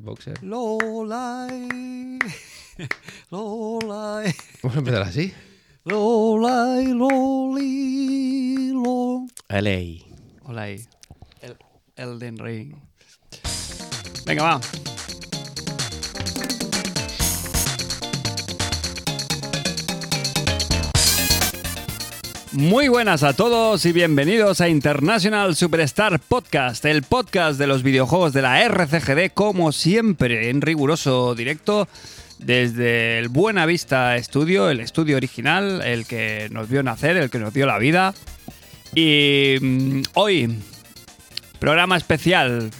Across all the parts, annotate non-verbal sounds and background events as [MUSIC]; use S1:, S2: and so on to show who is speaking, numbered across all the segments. S1: Boxer.
S2: Lolai. [LAUGHS] Lolai.
S1: Vamos a empezar así.
S2: Lolai, loli, lo.
S3: LA.
S2: Olai. El, Elden Ring. Venga, va. Muy buenas a todos y bienvenidos a International Superstar Podcast, el podcast de los videojuegos de la RCGD, como siempre, en riguroso directo desde el Buena Vista Estudio, el estudio original, el que nos vio nacer, el que nos dio la vida. Y mm, hoy, programa especial,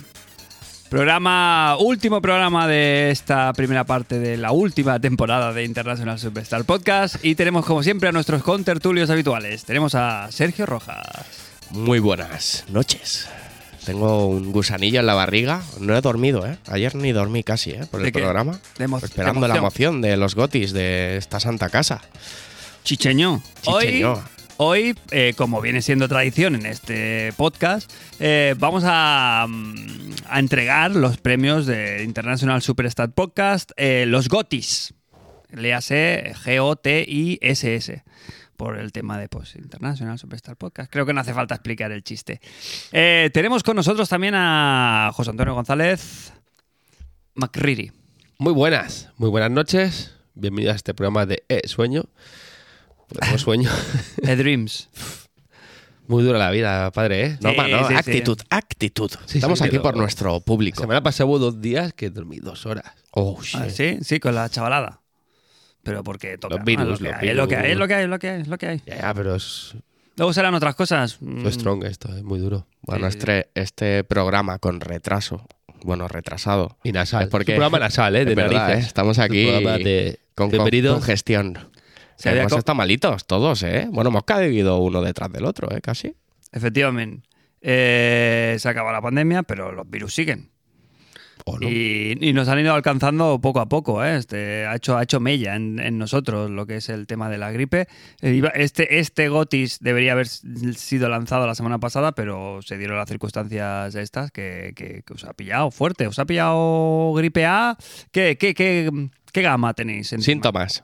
S2: Programa, último programa de esta primera parte de la última temporada de International Superstar Podcast. Y tenemos, como siempre, a nuestros contertulios habituales. Tenemos a Sergio Rojas.
S3: Muy buenas noches. Tengo un gusanillo en la barriga. No he dormido, ¿eh? Ayer ni dormí casi, ¿eh? Por
S2: ¿De
S3: el
S2: qué?
S3: programa.
S2: De emo-
S3: Esperando
S2: de
S3: la emoción de los gotis de esta santa casa.
S2: Chicheño. Hoy,
S3: Chicheño.
S2: hoy eh, como viene siendo tradición en este podcast, eh, vamos a, mm, a entregar los premios de International Superstar Podcast, eh, los GOTIS. Léase G-O-T-I-S-S. Por el tema de pues, International Superstar Podcast. Creo que no hace falta explicar el chiste. Eh, tenemos con nosotros también a José Antonio González McRiri.
S1: Muy buenas, muy buenas noches. Bienvenidos a este programa de eh, Sueño. Porque tengo sueño. [LAUGHS]
S2: The Dreams.
S1: Muy dura la vida, padre, ¿eh?
S3: No,
S2: Sí,
S3: ma, no,
S2: sí, sí.
S3: actitud, actitud.
S1: sí,
S3: Estamos aquí
S1: pero-
S3: por nuestro
S1: La
S3: público.
S1: semana pasada hubo dos días que dormí dos horas.
S3: Oh, shit.
S2: Ah, sí, sí, con la chavalada. Pero porque toca.
S1: Los virus,
S2: ¿no?
S1: los
S2: Es lo que hay, Es lo que hay,
S1: virus.
S2: es lo que hay, es lo que hay, es lo que hay.
S1: Ya, ya, pero es,
S2: Luego serán otras cosas. mm,
S1: es strong esto, es muy duro.
S3: Bueno,
S2: sí, sí.
S3: este, este programa con retraso, bueno, retrasado,
S1: Y nasal.
S3: Es porque-
S1: Es un programa nasal, ¿eh? De
S3: Es verdad,
S1: narices.
S3: ¿eh? Estamos
S1: Es un
S3: aquí
S1: programa de...
S3: con, con,
S1: Bienvenido.
S3: con gestión.
S2: Se había
S3: Hemos
S2: co-
S3: estado malitos todos, ¿eh? Bueno, hemos caído uno detrás del otro, ¿eh? Casi.
S2: Efectivamente. Eh, se acaba la pandemia, pero los virus siguen.
S3: ¿O no?
S2: Y, y nos han ido alcanzando poco a poco. ¿eh? Este, ha, hecho, ha hecho mella en, en nosotros lo que es el tema de la gripe. Eh, iba- Este, este Gotis debería haber s- sido lanzado la semana pasada, pero se dieron las circunstancias estas que, que- que os ha pillado fuerte. ¿Os ha pillado gripe A? ¿Qué, qué, qué, qué gama tenéis? encima?
S3: Síntomas.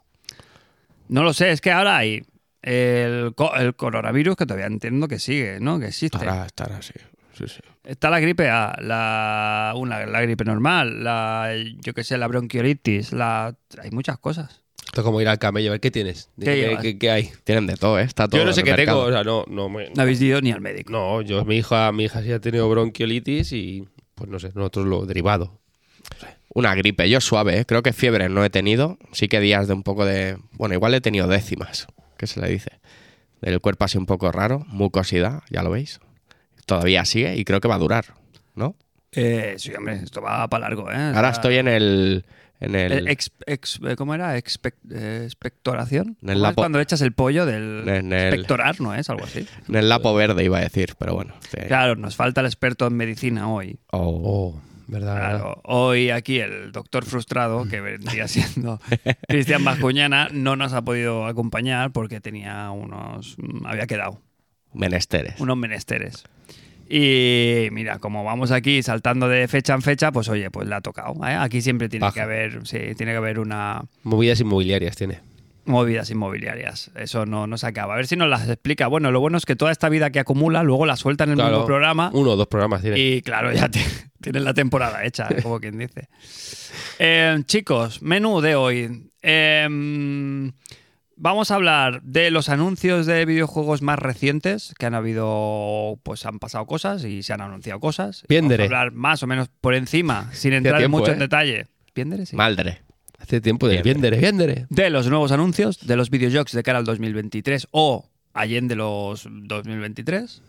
S2: No lo sé, es que ahora hay el, co- el coronavirus que todavía entiendo que sigue, ¿no? Que existe.
S3: Estará, estará, sí. Sí, sí.
S2: Está la gripe A, la, una, la gripe normal, la, yo qué sé, la bronquiolitis, la, hay muchas cosas.
S1: Esto es como ir al camello, a ver qué tienes.
S2: ¿Qué
S1: Dime
S2: llevas?
S1: hay?
S3: Tienen de todo, ¿eh? Está todo
S1: Yo no sé
S3: en
S1: qué
S3: el
S1: tengo,
S3: mercado.
S1: o sea, no, no me-
S2: No habéis ido ni al médico.
S1: No, yo, mi hija, mi hija sí ha tenido bronquiolitis y pues no sé, nosotros lo derivado.
S3: Una gripe, yo suave, ¿eh? Creo que fiebre no he tenido. Sí que días de un poco de... Bueno, igual he tenido décimas, que se le dice. Del cuerpo así un poco raro, mucosidad, ya lo veis. Todavía sigue y creo que va a durar, ¿no?
S2: Eh, sí, hombre, esto va para largo, ¿eh?
S3: Ahora estoy en el... En el,
S2: El ex- ex- eh, ¿Cómo era? Expec- eh, ¿Expectoración?
S3: En
S2: ¿Cómo
S3: el
S2: es
S3: lapo-
S2: cuando echas el pollo del...
S3: En el-
S2: Expectorar, ¿no es? Algo así.
S3: en el lapo verde, iba a decir, pero bueno. este, sí.
S2: Claro, nos falta el experto en medicina hoy.
S3: Oh.
S1: Oh, verdad.
S2: Claro, hoy aquí el doctor frustrado,
S3: [LAUGHS]
S2: que vendría siendo Cristian Bascuñana, no nos ha podido acompañar porque tenía unos. había quedado,
S3: Menesteres.
S2: unos menesteres. Y mira, como vamos aquí saltando de fecha en fecha, pues oye, pues le ha tocado. ¿eh? Aquí siempre tiene
S1: Baja.
S2: que haber, sí, tiene que haber una
S1: Movidas inmobiliarias tiene.
S2: movidas inmobiliarias. Eso no, no se acaba. A ver si nos las explica. Bueno, lo bueno es que toda esta vida que acumula, luego la suelta en el mismo programa.
S1: Uno o dos programas tiene.
S2: Y claro, ya te- [LAUGHS] tienes la temporada
S1: [LAUGHS]
S2: hecha, como quien dice. Eh, chicos, menú de hoy. Eh, vamos a hablar de los anuncios de videojuegos más recientes que han habido, pues han pasado cosas y se han anunciado cosas. Y
S1: Piéndere.
S2: Vamos a hablar más o menos por encima, sin entrar
S1: tiempo,
S2: mucho
S1: ¿eh?
S2: en detalle. Piéndere, sí.
S3: Maldre.
S1: Hace tiempo de
S3: Viéndere.
S1: viéndere, viéndere.
S2: De los nuevos anuncios, de los videojuegos de cara al 2023 o allende los 2023.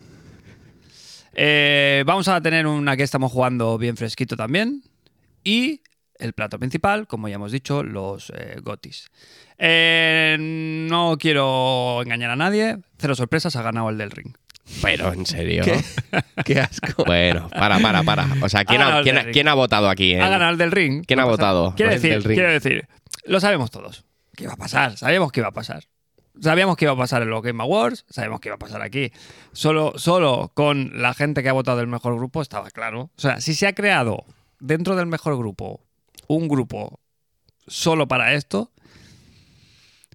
S2: Eh, vamos a tener una que estamos jugando bien fresquito también. Y el plato principal, como ya hemos dicho, los eh, gotis. Eh, no quiero engañar a nadie. Cero sorpresas, ha ganado el del ring.
S3: Pero
S2: [LAUGHS]
S3: en serio. [LAUGHS]
S1: Qué asco.
S3: Bueno, para, para, para. O sea, ¿quién
S2: Ha ganado
S3: ha,
S2: el
S3: quién ha-
S2: Derrick.
S3: quién ha votado aquí? en-
S2: Ha ganado el del ring.
S3: ¿Quién ha
S2: No pasa-
S3: votado?
S2: Quiero
S1: Pues el
S2: decir,
S1: del ring.
S2: quiero decir, lo sabemos todos. ¿Qué iba a pasar? Sabíamos que iba a pasar. Sabíamos que iba a pasar en los Game Awards, sabíamos que iba a pasar aquí. Solo, solo con la gente que ha votado el mejor grupo estaba claro. O sea, si se ha creado dentro del mejor grupo un grupo solo para esto,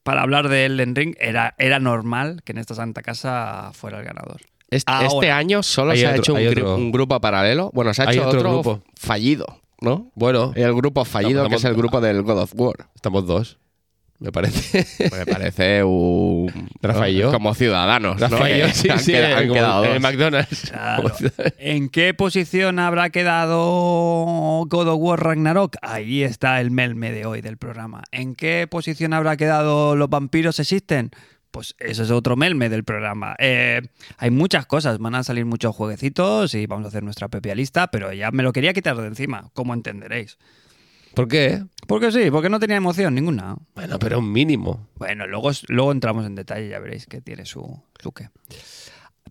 S2: para hablar de Elden Ring, era, era normal que en esta santa casa fuera el ganador.
S3: Este,
S2: Ahora.
S3: este año solo
S1: Hay
S3: se ha
S1: otro-
S3: hecho un,
S1: hay
S3: gru-
S1: otro.
S3: un grupo paralelo. Bueno, se ha
S1: Hay
S3: hecho
S1: otro
S3: otro,
S1: grupo.
S3: fallido, ¿no?
S1: Bueno,
S3: El grupo fallido,
S1: Estamos-
S3: que es el grupo del God of [LAUGHS] War.
S1: estamos dos, me parece.
S3: Pues Me parece un.
S1: Rafa y yo.
S3: Como ciudadanos. ¿no?
S1: Rafa y yo,
S3: Que
S1: [LAUGHS] sí,
S3: han
S1: sí, eh,
S3: queda- han
S1: como
S3: quedado
S1: en el
S3: dos.
S1: McDonald's.
S2: Claro. ¿En qué posición habrá quedado God of War Ragnarok? Ahí está el melme de hoy del programa. ¿En qué posición habrá quedado Los vampiros existen? Pues eso es otro melme del programa. Eh, hay muchas cosas, van a salir muchos jueguecitos y vamos a hacer nuestra propia lista, pero ya me lo quería quitar de encima, como entenderéis.
S1: ¿Por qué?
S2: Porque sí, porque no tenía emoción ninguna.
S1: Bueno, pero un mínimo.
S2: Bueno, luego, luego entramos en detalle, ya veréis que tiene su, su qué.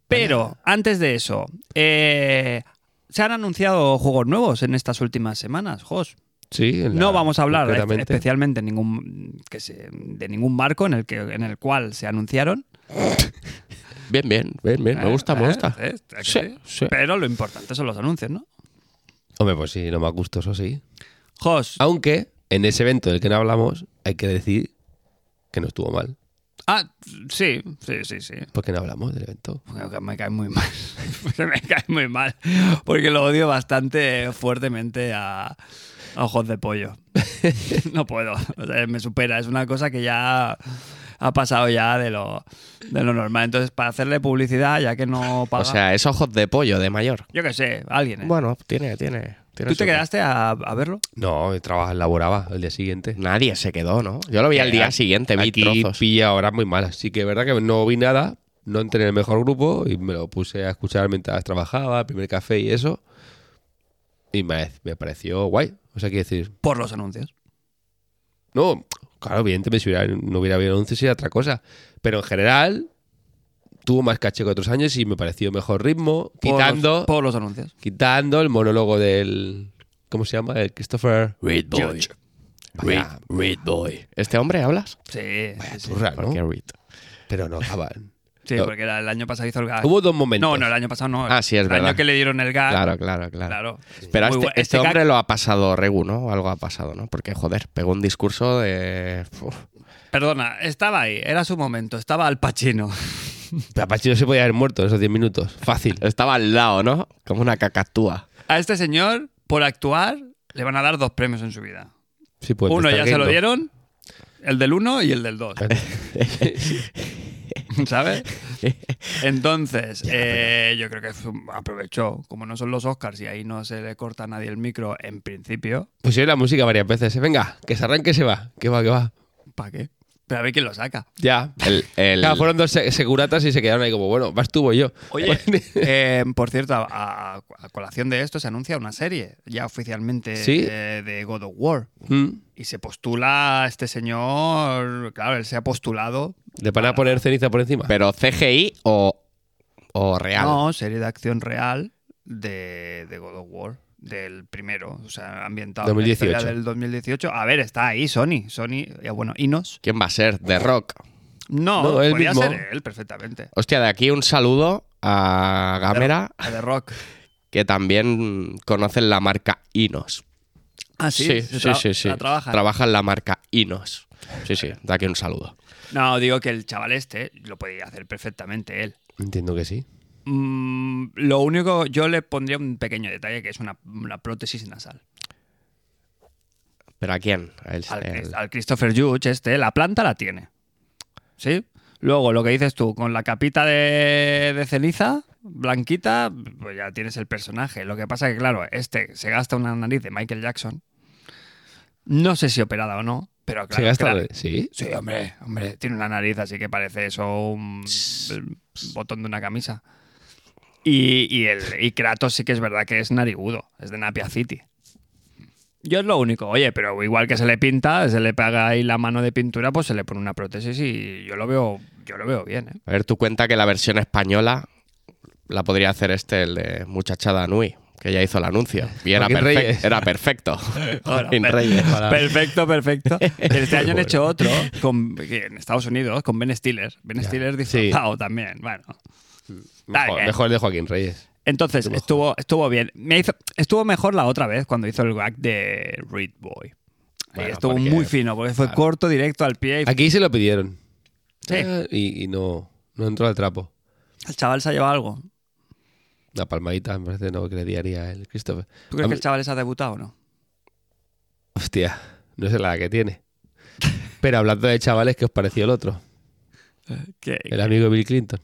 S2: Pero, antes de eso, eh, se han anunciado juegos nuevos en estas últimas semanas, Jos.
S1: Sí, en la-
S2: No vamos a hablar este espe-
S1: concretamente.
S2: especialmente ningún, que se- de ningún marco en el, que, en el cual se anunciaron.
S3: Bien, bien, bien, bien. Me gusta, me
S2: Eh,
S3: gusta.
S2: eh, ¿a que
S3: Sí,
S2: sí?
S3: sí.
S2: Pero lo importante son los anuncios, ¿no?
S1: Hombre, pues sí, no más gustoso, sí.
S2: Jos,
S3: Ah.
S1: Aunque en ese evento del que no hablamos, hay que decir que no estuvo mal.
S2: ah, sí, sí, sí, sí.
S1: Porque no hablamos del evento.
S2: Porque Me cae muy mal. [LAUGHS] me cae muy mal. Porque lo odio bastante fuertemente a, a ojos de pollo. [LAUGHS] no puedo. O sea, me supera. Es una cosa que ya ha pasado ya de lo, de lo normal. Entonces, para hacerle publicidad, ya que no paga.
S3: O sea, es ojos de pollo de mayor.
S2: yo qué sé, alguien. ¿eh?
S3: Bueno, tiene, tiene. tiene
S2: ¿Tú
S3: su-
S2: te quedaste a, a verlo?
S1: No, yo trabajaba, laboraba el día siguiente.
S3: Nadie se quedó, ¿no? Yo lo vi al
S1: Eh,
S3: día siguiente, vi
S1: Aquí
S3: trozos.
S1: pilla horas muy malas. Sí que es verdad que no vi nada, no entré en el mejor grupo y me lo puse a escuchar mientras trabajaba, el primer café y eso. Y me, me pareció guay. O sea, quiero decir,
S2: Por los anuncios.
S1: no, claro, evidentemente si hubiera- no hubiera habido anuncios sería otra cosa. Pero en general tuvo más caché que otros años y me pareció mejor ritmo,
S2: Por los-
S1: quitando,
S2: Por los anuncios.
S1: quitando el monólogo del... ¿Cómo se llama? El Christopher...
S3: Read
S1: Boy. Vaya,
S3: Boy. ¿Este hombre hablas?
S2: Sí, sí, sí.
S1: turra,
S3: Porque
S1: ¿no?
S3: Reed.
S1: Pero no acaban.
S2: Sí,
S1: No.
S2: porque era el año pasado hizo el
S1: [LAUGHS]
S2: gag.
S1: Hubo dos momentos.
S2: No, no, el año pasado no.
S3: Ah, sí, es
S2: el
S3: verdad.
S2: año que le dieron el gag.
S3: Claro, claro, claro.
S2: Ah. claro.
S3: Pero a
S2: Muy
S3: este,
S2: guay.
S3: este
S2: gag
S3: hombre lo ha pasado Regu, ¿no? O Algo ha pasado, ¿no? Porque, joder, pegó un discurso de. Uf.
S2: Perdona, estaba ahí, era su momento, estaba al Pacino.
S1: Pero Apache no se podía haber muerto en esos 10 minutos. Fácil.
S3: Estaba al lado, ¿no? Como una cacatúa.
S2: A este señor, por actuar, le van a dar dos premios en su vida.
S1: Sí, pues, te
S2: uno ya
S1: estás
S2: se lo
S1: riendo.
S2: dieron, el del uno y el del dos. [LAUGHS]
S1: [LAUGHS]
S2: ¿Sabes? Entonces, eh, yo creo que fue- aprovechó. Como no son los Oscars y ahí no se le corta a nadie el micro en principio,
S1: Pusieron Pues la música varias veces. ¿eh? Venga, que se arranque, se va. Que va, que va.
S2: ¿para qué? Pero a ver quién lo saca.
S1: Ya.
S3: El, el-
S1: Claro, fueron dos se- seguratas y se quedaron ahí como, bueno, vas tú, voy yo.
S2: Oye,
S1: [LAUGHS]
S2: eh, por cierto, a, a- a colación de esto se anuncia una serie ya oficialmente
S1: ¿Sí?
S2: eh, de God of War.
S1: Mm.
S2: Y se postula este señor, claro, él se ha postulado.
S1: ¿Le van a poner ceniza por encima?
S3: Pero CGI o, o real.
S2: No, serie de acción real de, de God of War, del primero, o sea, ambientado en la
S1: 2018.
S2: historia del 2018. A ver, está ahí Sony, Sony, eh, bueno, Inos.
S3: ¿Quién va a ser? The Rock.
S2: No,
S1: No, él
S2: podría
S1: mismo.
S2: ser él perfectamente.
S3: Hostia, de aquí un saludo a Gamera,
S2: A The Rock.
S3: que también conocen la marca Inos.
S2: Ah, sí,
S3: sí,
S2: se
S3: sí,
S2: tra-
S3: sí, sí.
S2: la trabaja.
S3: Trabajan la marca Inos. Sí, sí, de aquí un saludo.
S2: No, digo que el chaval este lo podía hacer perfectamente él.
S1: Entiendo que sí.
S2: Mm, lo único, yo le pondría un pequeño detalle que es una, una prótesis nasal.
S3: ¿Pero a quién? A él-
S1: Este,
S2: al, Chris-
S3: el-
S2: al Christopher Judge este, la planta la tiene. ¿Sí? Luego, lo que dices tú, con la capita de, de ceniza blanquita, pues ya tienes el personaje. Lo que pasa que, claro, este se gasta una nariz de Michael Jackson. No sé si operada o no, pero claro.
S1: ¿Se gasta?
S2: claro.
S1: Sí.
S2: Sí, hombre, hombre, tiene una nariz así que parece eso un el botón de una camisa. Y, y el, y Kratos sí que es verdad que es narigudo, es de Napia City. Yo es lo único, oye, pero igual que se le pinta, se le paga ahí la mano de pintura, pues se le pone una prótesis y yo lo veo, yo lo veo bien, ¿eh?
S3: A ver, tú cuenta que la versión española la podría hacer este, el de Muchachada Nui, que ya hizo el anuncio. Y era,
S1: Joaquín
S3: perfec-
S1: Reyes.
S3: era perfecto.
S2: [LAUGHS] Ahora,
S3: Joaquín
S2: per-
S3: Ah, Reyes.
S2: Perfecto, perfecto. Este año han hecho otro con, en Estados Unidos con Ben Stiller. Ben Stiller disfrazado también, bueno. Está
S1: Mejor,
S2: bien.
S1: mejor el de Joaquín Reyes.
S2: Entonces, estuvo, estuvo bien. Me hizo, estuvo mejor la otra vez cuando hizo el gag de Read Boy. Ahí
S1: Bueno,
S2: estuvo
S1: porque-
S2: muy fino, porque fue corto, directo al pie. y
S1: Aquí se lo pidieron.
S2: Sí.
S1: Ah, Y, y no, no entró al trapo.
S2: El chaval se ha llevado algo.
S1: La palmadita, me parece, no, que le daría el Christopher.
S2: ¿Tú crees
S1: A
S2: que
S1: mí-
S2: el chaval se ha debutado o no?
S1: Hostia, no sé la que
S2: [LAUGHS]
S1: tiene. Pero hablando de chavales, ¿qué os pareció el otro?
S2: Que-
S1: El amigo de Bill Clinton.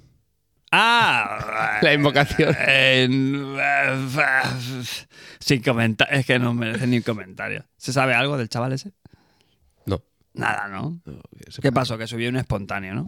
S1: Eh,
S2: ¡Ah!
S1: [LAUGHS] La invocación.
S2: En- eh, Sin comentar, es que no merece ni un comentario. ¿Se sabe algo del chaval ese?
S1: No.
S2: Nada, ¿no?
S1: No, que se-
S2: ¿Qué pasó? Que subió un espontáneo, ¿no?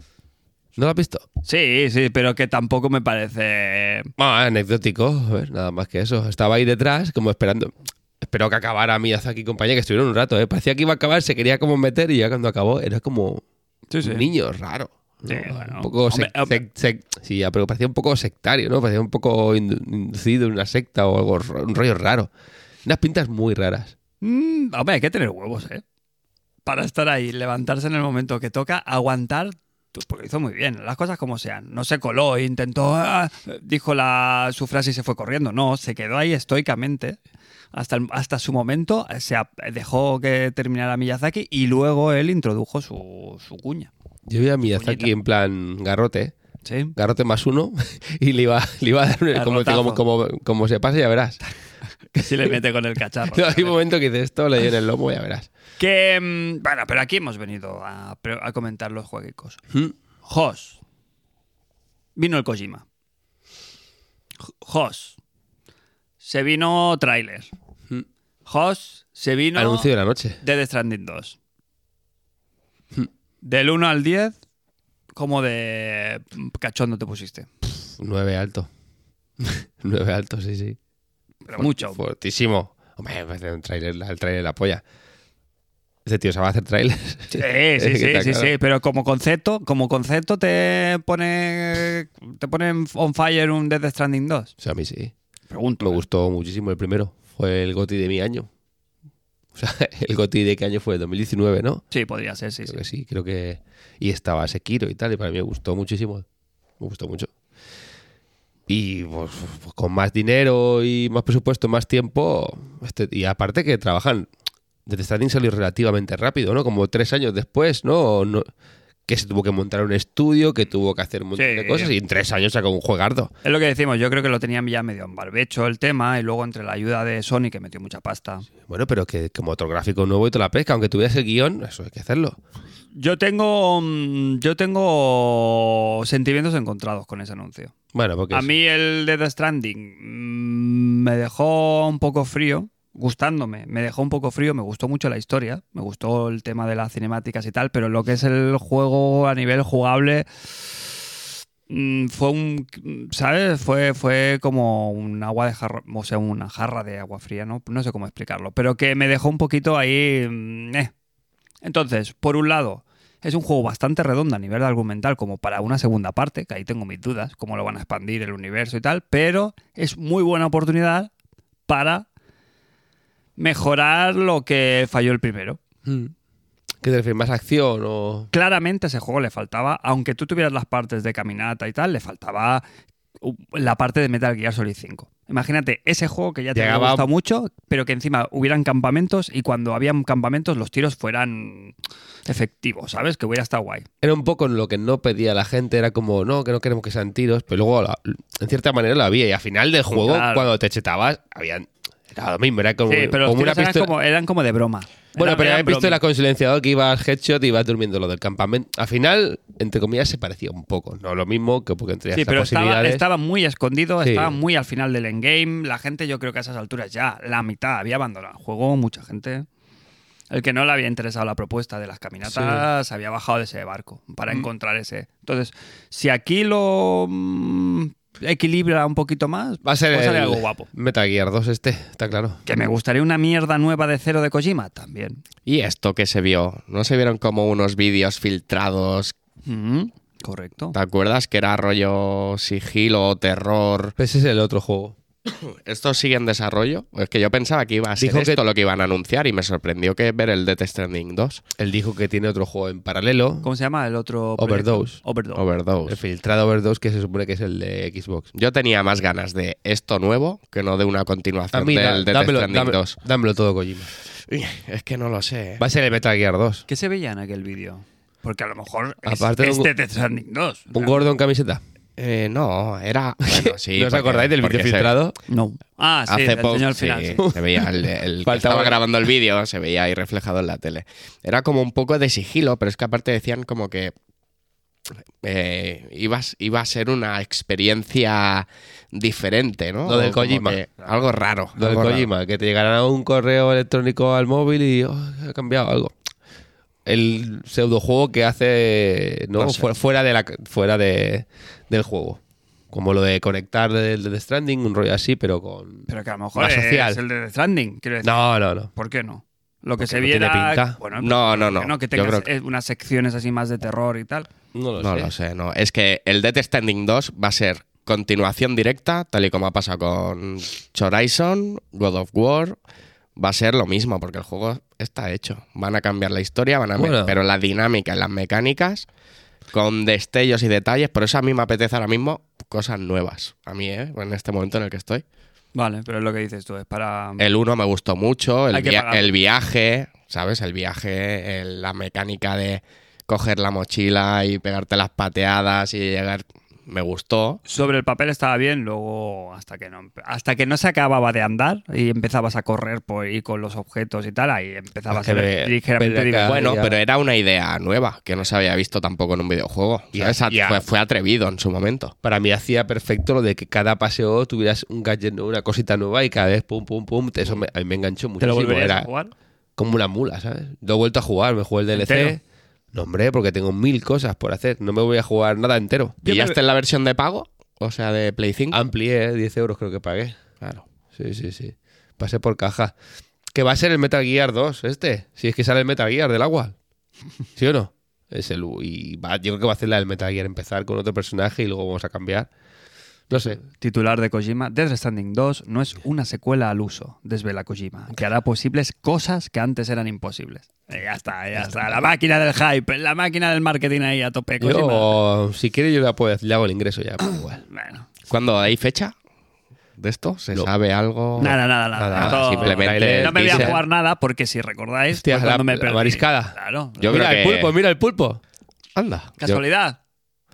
S1: ¿No lo has visto?
S2: Sí, sí, pero que tampoco me parece.
S1: Ah, anecdótico, a ver, nada más que eso. Estaba ahí detrás, como esperando. Espero que acabara Miyazaki y compañía, que estuvieron un rato, ¿eh? Parecía que iba a acabar, se quería como meter y ya cuando acabó era como
S2: Sí, sí.
S1: un niño raro. ¿no?
S2: Sí, bueno.
S1: Un poco sec-
S2: Hombre, hombre.
S1: sec- sec- sí, ya, pero parecía un poco sectario, ¿no? Parecía un poco indu- inducido en una secta o algo, ra- un rollo raro. Unas pintas muy raras.
S2: Mm, hombre, hay que tener huevos, ¿eh? Para estar ahí, levantarse en el momento que toca, aguantar, tú- porque hizo muy bien, las cosas como sean. No se coló, intentó, ah, dijo la, su frase y se fue corriendo. No, se quedó ahí estoicamente hasta, el- hasta su momento, eh, se ap- dejó que terminara Miyazaki y luego él introdujo su, su cuña.
S1: Yo vi a Miyazaki
S2: Puñeta.
S1: en plan garrote,
S2: Sí.
S1: garrote más uno, [LAUGHS] y le iba, le iba a dar un- como, como,
S2: Garrotazo.
S1: como, como se pase, ya verás.
S2: Que si le mete con el
S1: [LAUGHS]
S2: cacharro.
S1: No, hay un momento que dice esto, le dio en el lomo, ya verás.
S2: Que, mm, bueno, pero aquí hemos venido a, pre- a comentar los jueguicos.
S1: Mm.
S2: Jos. Vino el Kojima. J- Jos. Se vino tráiler.
S1: Mm.
S2: Jos se vino
S1: Anuncio de la noche.
S2: Dead Stranding 2.
S1: ¿Mm?
S2: Del 1 al 10, como de mm, cachondo te pusiste.
S1: Nueve alto. [LAUGHS] Nueve alto, sí, sí.
S2: Pero mucho.
S1: Fortísimo. Hombre, me parece un trailer, el trailer la polla. Ese tío se va a hacer trailers. [LAUGHS]
S2: Sí, sí, sí,
S1: Está
S2: sí,
S1: claro.
S2: sí, pero como concepto, como concepto te pone te pone on fire un Death Stranding 2.
S1: O sea, a mí sí.
S2: Pregunto.
S1: Me gustó muchísimo el primero. Fue el goti de mi año. O sea, [LAUGHS] el goti de qué año fue, 2019, ¿no?
S2: Sí, podría ser, sí,
S1: Creo
S2: sí.
S1: que sí, creo que... Y estaba Sekiro y tal, y para mí me gustó muchísimo. Me gustó mucho. Y pues, pues, con más dinero y más presupuesto, más tiempo... este- y aparte que trabajan... Desde Stranding salió relativamente rápido, ¿no? Como tres años después, ¿no? O no- que se tuvo que montar un estudio, que tuvo que hacer un montón
S2: Sí.
S1: de cosas y en tres años sacó un juegardo.
S2: Es lo que decimos, yo creo que lo tenían ya medio en barbecho el tema y luego entre la ayuda de Sony que metió mucha pasta.
S1: Bueno, pero que como otro gráfico nuevo y toda la pesca, aunque tuvieras el guión, eso hay que hacerlo.
S2: Yo tengo mm, yo tengo sentimientos encontrados con ese anuncio.
S1: Bueno, porque...
S2: A
S1: sí.
S2: mí el Death Stranding mm, me dejó un poco frío, gustándome, me dejó un poco frío, me gustó mucho la historia, me gustó el tema de las cinemáticas y tal, pero lo que es el juego a nivel jugable mm, fue un ¿sabes? Fue fue como un agua de jarra, o sea, una jarra de agua fría, ¿no? No sé cómo explicarlo, pero que me dejó un poquito ahí mm, eh. Entonces, por un lado, es un juego bastante redondo a nivel argumental como para una segunda parte, que ahí tengo mis dudas, cómo lo van a expandir el universo y tal, pero es muy buena oportunidad para mejorar lo que falló el primero.
S1: Mm. ¿Qué te refieres? ¿Más acción o...?
S2: Claramente a ese juego le faltaba, aunque tú tuvieras las partes de caminata y tal, le faltaba uh, la parte de Metal Gear Solid 5. Imagínate, ese juego que ya te
S1: Llegaba-
S2: había gustado mucho, pero que encima hubieran campamentos y cuando habían campamentos los tiros fueran efectivos, ¿sabes? Que hubiera estado guay.
S1: era un poco en lo que no pedía la gente, era como, no, que no queremos que sean tiros, pero luego la- en cierta manera lo había. Y al final del juego,
S2: Claro.
S1: cuando te chetabas, habían, era lo mismo, era como,
S2: Sí, pero los
S1: como una
S2: tiros eran
S1: pistola.
S2: como, eran como de broma.
S1: Bueno,
S2: Eran-
S1: pero
S2: eran
S1: habían pistolas
S2: bromi.
S1: con silenciador que ibas headshot y ibas durmiendo lo del campamento. Al final, entre comillas, se parecía un poco. No lo mismo que porque entre
S2: Sí,
S1: estas
S2: pero estaba,
S1: posibilidades.
S2: estaba muy escondido,
S1: Sí.
S2: estaba muy al final del endgame. La gente, yo creo que a esas alturas ya, la mitad había abandonado el juego, mucha gente. El que no le había interesado la propuesta de las caminatas había bajado de ese barco para
S1: Mm.
S2: encontrar ese. Entonces, si aquí lo mm, equilibra un poquito más,
S1: Va a ser
S2: puede salir
S1: el
S2: algo guapo.
S1: Metal Gear 2 este, está claro.
S2: Que me gustaría una mierda nueva de cero de Kojima también.
S3: ¿Y esto que se vio? ¿No se vieron como unos vídeos filtrados?
S1: Mm.
S2: Ujú, Correcto.
S3: ¿Te acuerdas que era rollo sigilo, terror?
S1: Ese es el otro juego.
S3: Esto sigue en desarrollo. Es que yo pensaba que iba a ser
S1: Dijo que-
S3: esto lo que iban a anunciar y me sorprendió que ver el Death Stranding 2,
S1: Él dijo que tiene otro juego en paralelo,
S2: ¿Cómo se llama el otro? proyecto?
S1: Overdose.
S2: Overdose.
S3: Overdose.
S1: El filtrado Overdose, que se supone que es el de Xbox.
S3: Yo tenía más ganas de esto nuevo que no de una
S2: Ah,
S3: continuación
S1: A mí, da-
S3: del Death
S1: dámelo,
S3: Stranding
S1: dámelo-
S3: 2.
S1: dámelo todo, Kojima.
S3: Es que no lo sé. ¿eh?
S1: Va a ser el Metal Gear 2.
S2: ¿Qué se veía en aquel vídeo? Porque a lo mejor es,
S1: Aparte de
S2: es
S1: un-
S2: de Death Stranding 2.
S1: Un gordo en camiseta.
S3: Eh, no, era. bueno, sí,
S1: ¿No os
S3: porque-
S1: acordáis del vídeo
S3: porque se-
S1: filtrado?
S2: No. Ah, sí,
S3: hace
S2: el
S3: poco
S2: señor
S3: sí,
S2: final, sí.
S3: se veía el, el que
S1: Faltaba-
S3: estaba grabando el vídeo se veía ahí reflejado en la tele era como un poco de sigilo pero es que aparte decían como que eh, ibas- iba a ser una experiencia diferente no
S1: Lo del
S3: O como
S1: Kojima.
S3: que algo raro
S1: Lo del
S3: algo raro.
S1: Kojima, que te llegará un correo electrónico al móvil y oh, ha cambiado algo. El pseudojuego que hace ¿no?
S3: No sé.
S1: Fu- fuera, de la, fuera de, del juego. Como lo de conectar el de Stranding, un rollo así, pero con.
S2: Pero que a lo mejor
S1: Más
S2: es
S1: social.
S2: el de Death Stranding. Quiero decir,
S1: No, no, no.
S2: ¿por qué no? Lo que se
S1: no
S2: viera.
S1: tiene pinta.
S2: Bueno, pues,
S3: no no no,
S2: que no, que
S3: Yo
S2: tengas
S3: creo que-
S2: eh, unas secciones así más de terror y tal.
S1: No lo
S3: no
S1: sé.
S3: lo sé no es que el Death Standing 2 va a ser continuación directa tal y como ha pasado con Horizon God of War va a ser lo mismo, porque el juego está hecho. Van a cambiar la historia, van a
S1: Bueno.
S3: pero la dinámica y las mecánicas, con destellos y detalles, por eso a mí me apetece ahora mismo cosas nuevas. A mí, ¿eh? en este momento en el que estoy.
S2: Vale, pero es lo que dices tú, es para.
S3: El 1 me gustó mucho, el,
S2: Hay que
S3: via-
S2: pagar.
S3: el viaje, ¿sabes? El viaje, el- la mecánica de coger la mochila y pegarte las pateadas y llegar... Me gustó.
S2: Sobre el papel estaba bien, luego hasta que no hasta que no se acababa de andar y empezabas a correr por ahí con los objetos y tal, ahí empezaba a
S1: Es que
S2: ser
S1: me-
S2: ligeramente
S1: pero que-
S2: divertido.
S3: Bueno,
S1: ya.
S3: pero era una idea nueva que no se había visto tampoco en un videojuego.
S1: Ya,
S3: ¿sabes?
S1: ya.
S3: Fue- fue atrevido en su momento.
S1: Para mí hacía perfecto lo de que cada paseo tuvieras un gadget nuevo, una cosita nueva y cada vez pum, pum, pum. Eso me- a mí me enganchó
S2: ¿Te
S1: muchísimo.
S2: lo volverías
S1: Era
S2: a jugar?
S1: como una mula, ¿sabes? Lo he vuelto a jugar, me jugué el DLC.
S2: ¿Entero?
S1: No, hombre, porque tengo mil cosas por hacer. No me voy a jugar nada entero.
S2: Yo Ah. me-
S3: ¿Pillaste la versión de pago? O sea, de Play 5.
S1: Amplié, ¿eh? 10 euros creo que pagué.
S3: claro.
S1: Sí, sí, sí. Pasé por caja. Que va a ser el Metal Gear 2, este. Si es que sale el Metal Gear del agua. [LAUGHS] ¿Sí o no? Es el, y va, yo creo que va a hacer la del Metal Gear, empezar con otro personaje y luego vamos a cambiar. No sé.
S2: Titular de Kojima, Death Stranding 2 no es una secuela al uso, desvela Kojima, que hará posibles cosas que antes eran imposibles. Eh, ya está, ya está, la máquina del hype, la máquina del marketing ahí a tope, Kojima.
S1: Yo, si quiere, yo la puedo, le hago el ingreso ya. pero igual.
S2: Bueno,
S3: ¿Cuándo hay fecha de esto? ¿Se
S1: No.
S3: sabe algo?
S2: nada, nada, nada.
S3: Nada,
S2: todo-
S3: simplemente
S2: no me voy a
S3: dicen-
S2: jugar nada porque si recordáis,
S1: Hostia,
S2: fue cuando
S1: la-
S2: me
S1: la
S2: perdí.
S1: mariscada.
S2: Claro,
S3: Yo
S1: mira
S3: creo
S1: el
S3: que-
S1: pulpo, mira el pulpo.
S3: Anda. Yo-
S2: casualidad.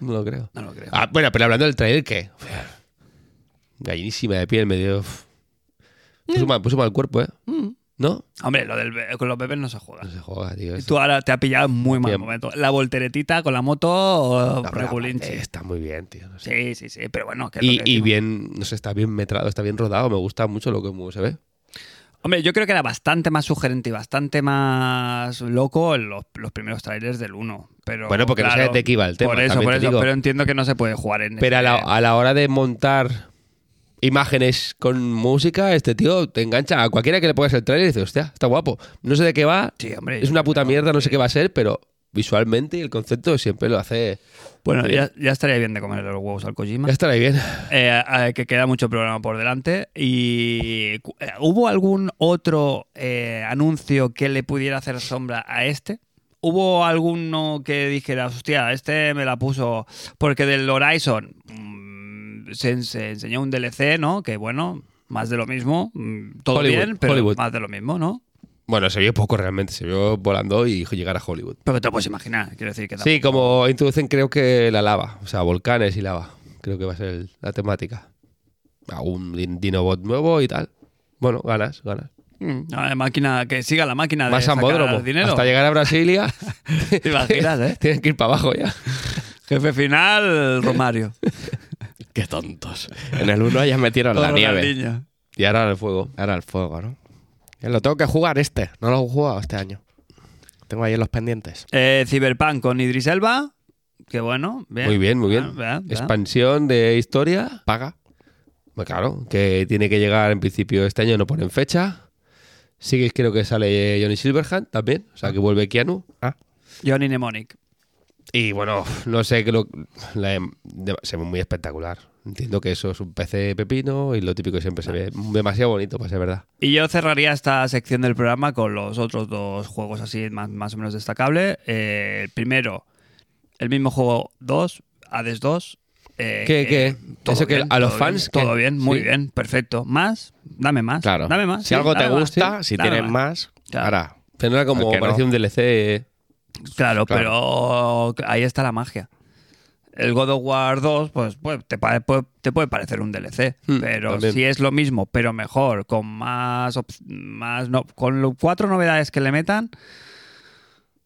S1: No lo creo.
S2: No lo creo.
S1: Ah, bueno, pero hablando del trailer, ¿qué? Uf, Gallinísima de piel, medio. uf.
S2: Mm.
S1: Puso mal, puso mal cuerpo, ¿eh? ¿No?
S2: Hombre, lo del be- con los bebés no se juega.
S1: No se juega, tío.
S2: Y
S1: esto.
S2: tú ahora te ha pillado en muy mal
S1: Bien.
S2: momento. La volteretita con la moto,
S1: No,
S2: no,
S1: pero aparte Está muy bien, tío. no sé.
S2: Sí, sí, sí, pero bueno. que es lo
S1: Y,
S2: que
S1: y
S2: decimos.
S1: bien, no sé, está bien metrado, está bien rodado. Me gusta mucho lo que como se ve.
S2: Hombre, yo creo que era bastante más sugerente y bastante más loco en los, los primeros trailers del 1. Pero,
S1: Bueno, porque no sabes de qué iba el tema,
S2: Por eso,
S1: también
S2: por
S1: te
S2: eso.
S1: digo.
S2: Pero entiendo que no se puede jugar en
S1: Pero a la,
S2: este-
S1: a la hora de montar imágenes con música, este tío te engancha a cualquiera que le pongas el trailer y dices, hostia, está guapo. No sé de qué va.
S2: Sí, hombre,
S1: es
S2: yo
S1: una puta
S2: creo
S1: mierda, no sé
S2: que-
S1: qué va a ser, pero visualmente y el concepto siempre lo hace.
S2: Bueno,
S1: Sí.
S2: ya, ya estaría bien de comer los huevos al Kojima.
S1: Ya estará bien.
S2: Eh, eh, que queda mucho programa por delante. ¿Y cu- eh, hubo algún otro eh, anuncio que le pudiera hacer sombra a este? ¿Hubo alguno que dijera, hostia, este me la puso? Porque del Horizon mm, se, se enseñó un DLC, ¿no? Que bueno, más de lo mismo. mm, Todo
S1: Hollywood,
S2: bien, pero
S1: Hollywood.
S2: más de lo mismo, ¿no?
S1: Bueno, se vio poco realmente, se vio volando y llegar a Hollywood.
S2: Pero que te lo puedes imaginar, quiero decir que
S1: Sí,
S2: tampoco-
S1: como introducen creo que la lava, o sea, volcanes y lava. Creo que va a ser el- la temática. A un din- dinobot nuevo y tal. Bueno, ganas, ganas.
S2: Mm, a la máquina, que siga la máquina
S1: Más
S2: de sacar
S1: ambódromo.
S2: dinero. [LAUGHS]
S1: Hasta llegar a Brasilia.
S2: Te imaginas, ¿eh?
S1: Tienen que ir para abajo ya.
S2: Jefe
S1: [LAUGHS]
S2: final, Romario.
S3: Qué tontos. En el 1 ya metieron la
S2: Todo
S3: nieve.
S2: Ronaldinho.
S1: Y ahora el fuego.
S3: Ahora el fuego, ¿no? Ya lo tengo que jugar este. No lo he jugado este año. Tengo ahí en los pendientes.
S2: Eh, Cyberpunk con Idris Elba. Que bueno, bien.
S1: Muy bien, muy bien.
S2: Ah, vea, vea.
S1: Expansión de historia.
S3: ¿Paga?
S1: Bueno, claro, que tiene que llegar en principio este año, no ponen fecha. Sí que creo que sale Johnny Silverhand también, o sea que vuelve Keanu.
S3: Ah.
S2: Johnny Mnemonic.
S1: Y bueno, no sé, creo, la, de- se ve muy espectacular. Entiendo que eso es un PC pepino y lo típico que siempre se ve demasiado bonito para ser verdad.
S2: Y yo cerraría esta sección del programa con los otros dos juegos así más, más o menos destacable. Eh, el primero, el mismo juego 2, Hades 2. eh,
S1: ¿Qué,
S2: que
S1: qué?
S2: todo
S1: ¿Eso que
S2: bien,
S1: a los
S2: todo bien,
S1: fans,
S2: todo
S1: qué?
S2: bien, muy
S1: Sí.
S2: bien, perfecto. Más, dame más.
S3: Claro.
S2: Dame más.
S3: Si
S2: sí,
S3: algo te
S2: dame más,
S3: gusta,
S2: sí,
S3: si
S2: dame
S3: tienes más,
S2: Claro.
S3: ahora.
S1: Pero no era como
S3: Al que no.
S1: parecía un DLC. eh.
S2: Claro, pero ahí está la magia. El God of War 2, pues, pues, te, pa- pu- te puede parecer un DLC,
S1: Hmm,
S2: pero
S1: también.
S2: si es lo mismo, pero mejor, con más, op- más no- con lo- cuatro novedades que le metan,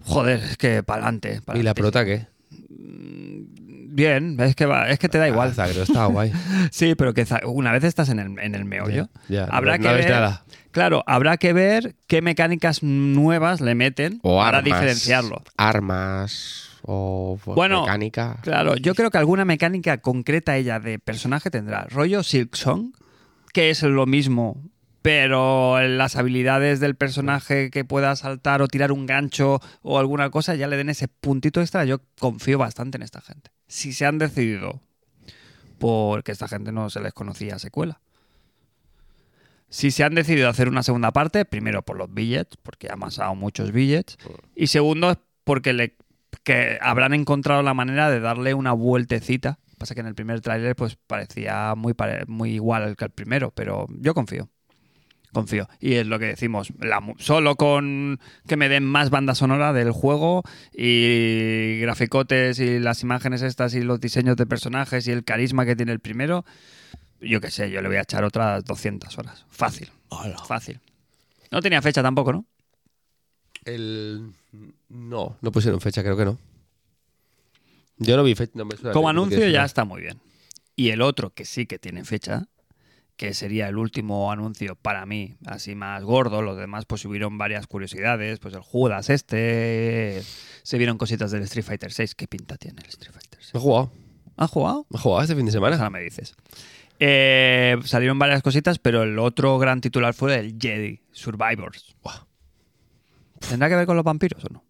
S2: joder, es que para adelante.
S1: ¿Y la prota qué?
S2: Bien, es que va, es que te da igual.
S1: Ah, Zagro, está
S2: [LAUGHS]
S1: guay.
S2: Sí, pero que za- una vez estás en el, en el meollo,
S1: Ya, ya,
S2: habrá
S1: no-
S2: que
S1: no ves
S2: ver,
S1: nada.
S2: claro, habrá que ver qué mecánicas nuevas le meten
S3: O
S2: para
S3: armas.
S2: diferenciarlo.
S3: Armas o pues,
S2: Bueno,
S3: mecánica.
S2: Claro, yo creo que alguna mecánica concreta ella de personaje tendrá. Rollo Silk Song, que es lo mismo, pero las habilidades del personaje que pueda saltar o tirar un gancho o alguna cosa ya le den ese puntito extra. Yo confío bastante en esta gente. Si se han decidido, porque esta gente no se les conocía secuela. Si se han decidido hacer una segunda parte, primero por los billets, porque ha amasado muchos billets, y segundo es porque le que habrán encontrado la manera de darle una vueltecita. Pasa que en el primer tráiler pues parecía muy, pare- muy igual que el primero, pero yo confío. Confío. Y es lo que decimos, la mu- solo con que me den más banda sonora del juego y graficotes y las imágenes estas y los diseños de personajes y el carisma que tiene el primero, yo qué sé, yo le voy a echar otras 200 horas. Fácil. Fácil. No tenía fecha tampoco, ¿no?
S1: El... No, no pusieron fecha, creo que no. Yo no vi fecha. no me suena
S2: Como
S1: que- no
S2: anuncio
S1: tiene
S2: ya
S1: nada.
S2: está muy bien. Y el otro que sí que tiene fecha, que sería el último anuncio para mí, así más gordo, los demás pues subieron varias curiosidades, pues el Judas este, se vieron cositas del Street Fighter 6, ¿qué pinta tiene el Street Fighter 6?
S1: He jugado.
S2: ¿Han jugado?
S1: He jugado este fin de
S2: Pues
S1: semana.
S3: Ah,
S2: ahora me dices. Eh, salieron varias cositas, pero el otro gran titular fue el Jedi Survivors. ¿Tendrá que ver con los vampiros o no?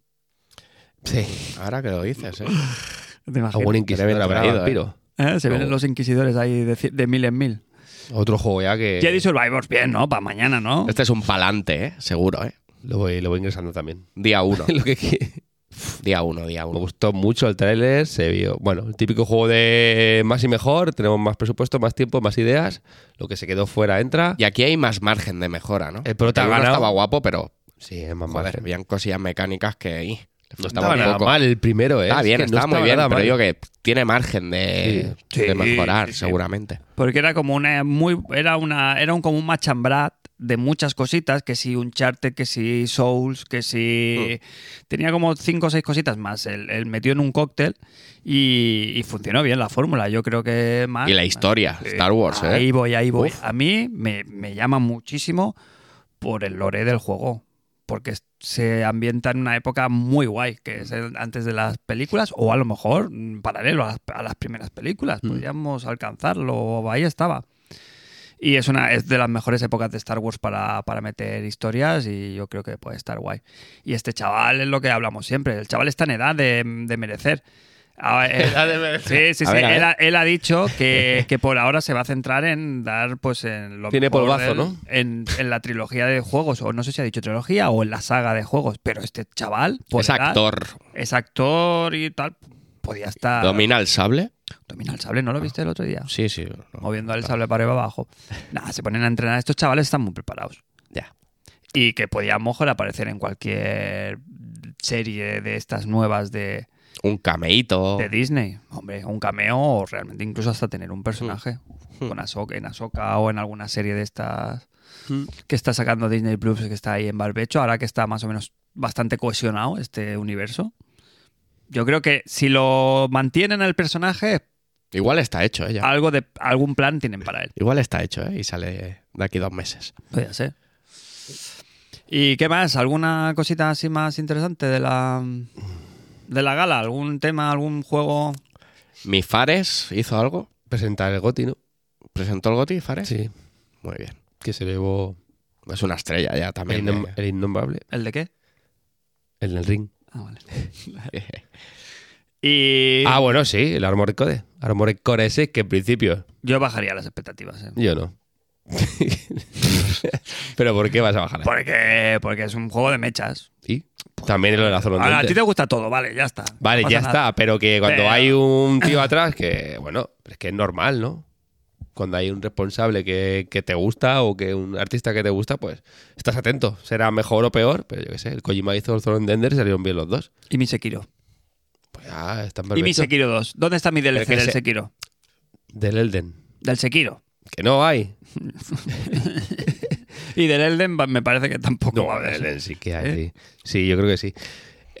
S1: Sí.
S3: Ahora que lo dices, ¿eh?
S2: ¿Te imaginas?
S1: Algún
S3: Debe
S1: inquisidor
S3: haber
S1: habrá
S3: traído,
S1: vampiro.
S2: ¿Eh? Se vienen los inquisidores ahí de, ci- de mil en mil.
S1: Otro juego ya
S3: Eh,
S1: que
S2: Jedi Survivors, bien, ¿no? Para mañana, ¿no?
S3: Este es un palante, ¿eh? Seguro, ¿eh?
S1: lo voy, lo voy ingresando también. [LAUGHS]
S2: [LAUGHS]
S3: Día uno.
S1: Lo que qui-
S3: día uno, día
S1: Me
S3: uno.
S1: gustó mucho el tráiler, se vio. Bueno, el típico juego de más y mejor, tenemos más presupuesto, más tiempo, más ideas. Lo que se quedó fuera entra.
S3: Y aquí hay más margen de mejora, ¿no?
S1: El prota ha
S3: Porque uno
S1: ganado.
S3: estaba guapo, pero
S1: Sí, es más
S3: joder,
S1: margen.
S3: habían cosillas mecánicas que ih, le
S1: No
S3: faltaba
S1: estaba
S3: un
S1: nada
S3: poco.
S1: mal el primero, ¿eh?
S3: Está
S1: Es
S3: bien,
S1: que no
S3: está muy
S1: estaba
S3: bien,
S1: nada
S3: pero
S1: mal.
S3: digo que tiene margen de,
S2: Sí.
S3: de
S2: Sí,
S3: mejorar,
S2: sí, sí.
S3: seguramente.
S2: Porque era como una muy era una era un, como un machambrat de muchas cositas, que si un charter, que si Souls, que si
S3: Mm.
S2: tenía como cinco o seis cositas más, el, el metió en un cóctel y, y funcionó bien la fórmula, yo creo que más.
S3: Y la historia,
S2: Ah, Sí.
S3: Star Wars, ¿eh?
S2: Ahí voy, ahí voy.
S3: Uf.
S2: A mí me, me llama muchísimo por el lore del juego. Porque es- se ambienta en una época muy guay, que es el- antes de las películas, o a lo mejor mm, paralelo a las, a las primeras
S3: Mm.
S2: películas. Podríamos alcanzarlo, o ahí estaba. Y es una es de las mejores épocas de Star Wars para, para meter historias y yo creo que puede estar guay. Y este chaval es lo que hablamos siempre. El chaval está en edad de, de merecer. Ah, eh, Sí, sí,
S3: A
S2: sí.
S3: ver,
S2: Él,
S3: a ver.
S2: ha, él ha dicho
S3: [LAUGHS]
S2: que, que por ahora se va a centrar en dar, pues, en lo
S1: Tiene
S2: mejor
S1: polvazo,
S2: del-
S1: ¿no?
S2: En, en la trilogía de juegos, o no sé si ha dicho trilogía o en la saga de juegos, pero este chaval, por
S3: es
S2: edad,
S3: actor.
S2: es actor y tal, podía estar.
S3: ¿Domina el sable?
S2: Domina el sable, ¿no lo viste el otro día?
S3: Sí, sí. no.
S2: moviendo el sable para arriba y para abajo. Nada, se ponen a entrenar. Estos chavales están muy preparados.
S3: Ya.
S2: Y que podía a lo mejor aparecer en cualquier serie de estas nuevas de,
S3: Un cameíto.
S2: de Disney. Hombre, un cameo o realmente incluso hasta tener un personaje con Ahsoka, en Ahsoka o en alguna serie de estas que está sacando Disney Plus, que está ahí en barbecho, ahora que está más o menos bastante cohesionado este universo. Yo creo que si lo mantienen al personaje,
S3: Igual está hecho, ¿eh? ya.
S2: algo de algún plan tienen para él.
S3: Igual está hecho, ¿eh? Y sale de aquí dos meses.
S2: Podría ser. ¿Y qué más? ¿Alguna cosita así más interesante de la de la gala? ¿Algún tema, algún juego?
S3: ¿Mi Fares hizo algo?
S1: Presentar el Goti, ¿no?
S3: ¿Presentó el Goti, Fares?
S1: Sí,
S3: Muy bien.
S1: que se llevó
S3: Es una estrella ya
S1: el,
S3: también.
S1: innom- el innombrable
S2: ¿El de qué?
S1: en el ring. [LAUGHS]
S2: Ah, vale.
S3: de-
S2: Y
S1: Ah, bueno, sí, el Armored Core. Armored Core ese que en principio
S2: Yo bajaría las expectativas. ¿eh?
S1: Yo no. [LAUGHS] Pero ¿por qué vas a bajar?
S2: Porque, porque es un juego de mechas.
S1: ¿Y? También lo de la zona
S2: Ahora, a ti
S1: andante.
S2: te gusta todo, vale, ya está.
S1: Vale,
S2: No
S1: ya
S2: pasa nada.
S1: está, pero que cuando
S2: Pero-
S1: hay un
S2: [COUGHS]
S1: tío atrás, que bueno, es que es normal, ¿no? Cuando hay un responsable que, que te gusta o que un artista que te gusta, pues estás atento. Será mejor o peor, pero yo qué sé, el Kojima hizo el Zone Dender y salieron bien los dos.
S2: Y mi Sekiro.
S1: Pues ya, están
S2: Y mi
S1: perfectos.
S2: Sekiro 2. ¿Dónde está mi DLC
S1: Pero que
S2: del
S1: se-
S2: Sekiro?
S1: Del Elden.
S2: Del Sekiro.
S1: Que no hay.
S2: Y del Elden ba- me parece que tampoco. va a
S1: del
S2: haber.
S1: Elden sí que hay.
S2: ¿Eh?
S1: sí. Sí, yo creo que sí.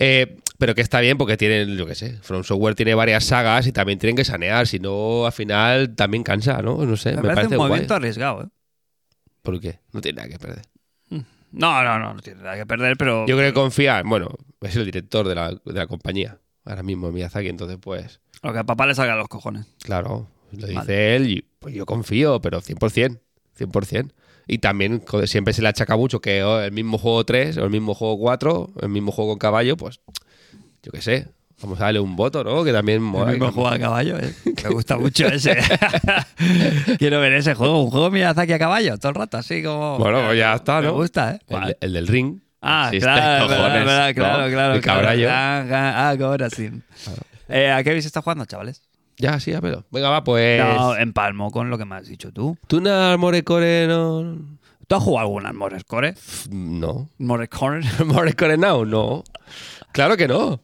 S1: Eh, pero que está bien porque tienen, yo qué sé, From Software tiene varias sagas y también tienen que sanear, si no, al final también cansa, ¿no? No sé,
S2: me,
S1: me,
S2: parece, un
S1: guay.
S2: movimiento arriesgado, ¿eh?
S1: ¿Por qué? No tiene nada que perder.
S2: No, no, no, no tiene nada que perder, pero.
S1: Yo creo que confía, bueno, es el director de la, de la compañía, ahora mismo Miyazaki, entonces pues,
S2: Lo que a papá le salga a los cojones.
S1: claro, lo dice
S2: Vale.
S1: él y pues yo confío, pero 100%, 100%. Y también joder, siempre se le achaca mucho que oh, el mismo juego 3 o el mismo juego 4, el mismo juego con caballo, pues yo qué sé, vamos a darle un voto, ¿no? Que también mola.
S2: El mismo juego a caballo, ¿eh? Me gusta mucho ese. [LAUGHS] Quiero ver ese juego. Un juego Miyazaki a caballo, todo el rato, así como.
S1: Bueno, pues ya está,
S2: Me
S1: ¿no?
S2: gusta, ¿eh?
S1: El, el del ring.
S2: Ah,
S1: existe,
S2: claro, es verdad,
S1: cojones,
S2: es verdad,
S1: ¿no?
S2: claro, claro.
S1: El cabrallo.
S2: claro. Ah, ah, ahora sí. Eh, ¿A qué habéis estado jugando, chavales?
S1: Ya, sí, ya, pero. Venga, va, pues.
S2: No, empalmo con lo que me has dicho tú.
S1: ¿Tú no Armored Core no?
S2: ¿Tú has jugado algún Armored Core?
S1: Pff, No. [LAUGHS]
S2: Armored Core
S1: More Core Now, no. Claro que no.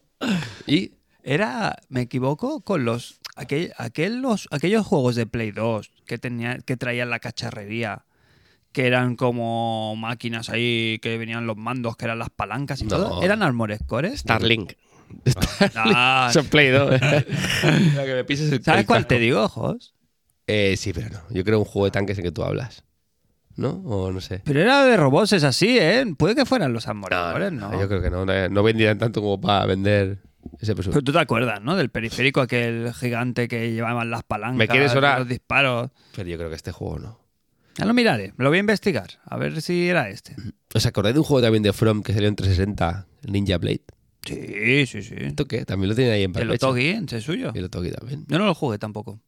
S1: Y
S2: era, me equivoco, con los aquel, aquel- los- aquellos juegos de Play 2 que, tenía, que traían la cacharrería, que eran como máquinas ahí, que venían los mandos, que eran las palancas y
S1: No.
S2: todo. ¿Eran Armored Cores?
S3: Starlink.
S2: Ah,
S1: [LAUGHS] son Play [LAUGHS] 2. que me pises el
S2: ¿Sabes
S1: el
S2: cuál
S1: casco.
S2: te digo, Jos?
S1: Eh, sí, pero no. Yo creo un juego de tanques en que tú hablas. ¿No? O no sé.
S2: Pero era de robots, es así, ¿eh? Puede que fueran los Armored Cores, ¿no?
S1: Eh, Yo creo que no. No, no vendían tanto como para vender ese presupuesto.
S2: Pero tú te acuerdas, ¿no? Del periférico aquel gigante que llevaban las palancas,
S1: ¿Me quieres orar?
S2: los disparos.
S1: Pero yo creo que este juego no.
S2: Ya lo miraré, lo voy a investigar, a ver si era este.
S1: ¿Os acordáis de un juego también de From que salió en 360? Ninja Blade.
S2: Sí, sí, sí.
S1: ¿Esto qué? También lo tienen ahí en
S2: El
S1: Perpecha.
S2: Otogi, ese es suyo.
S1: Y el Otogi también.
S2: Yo no lo jugué tampoco.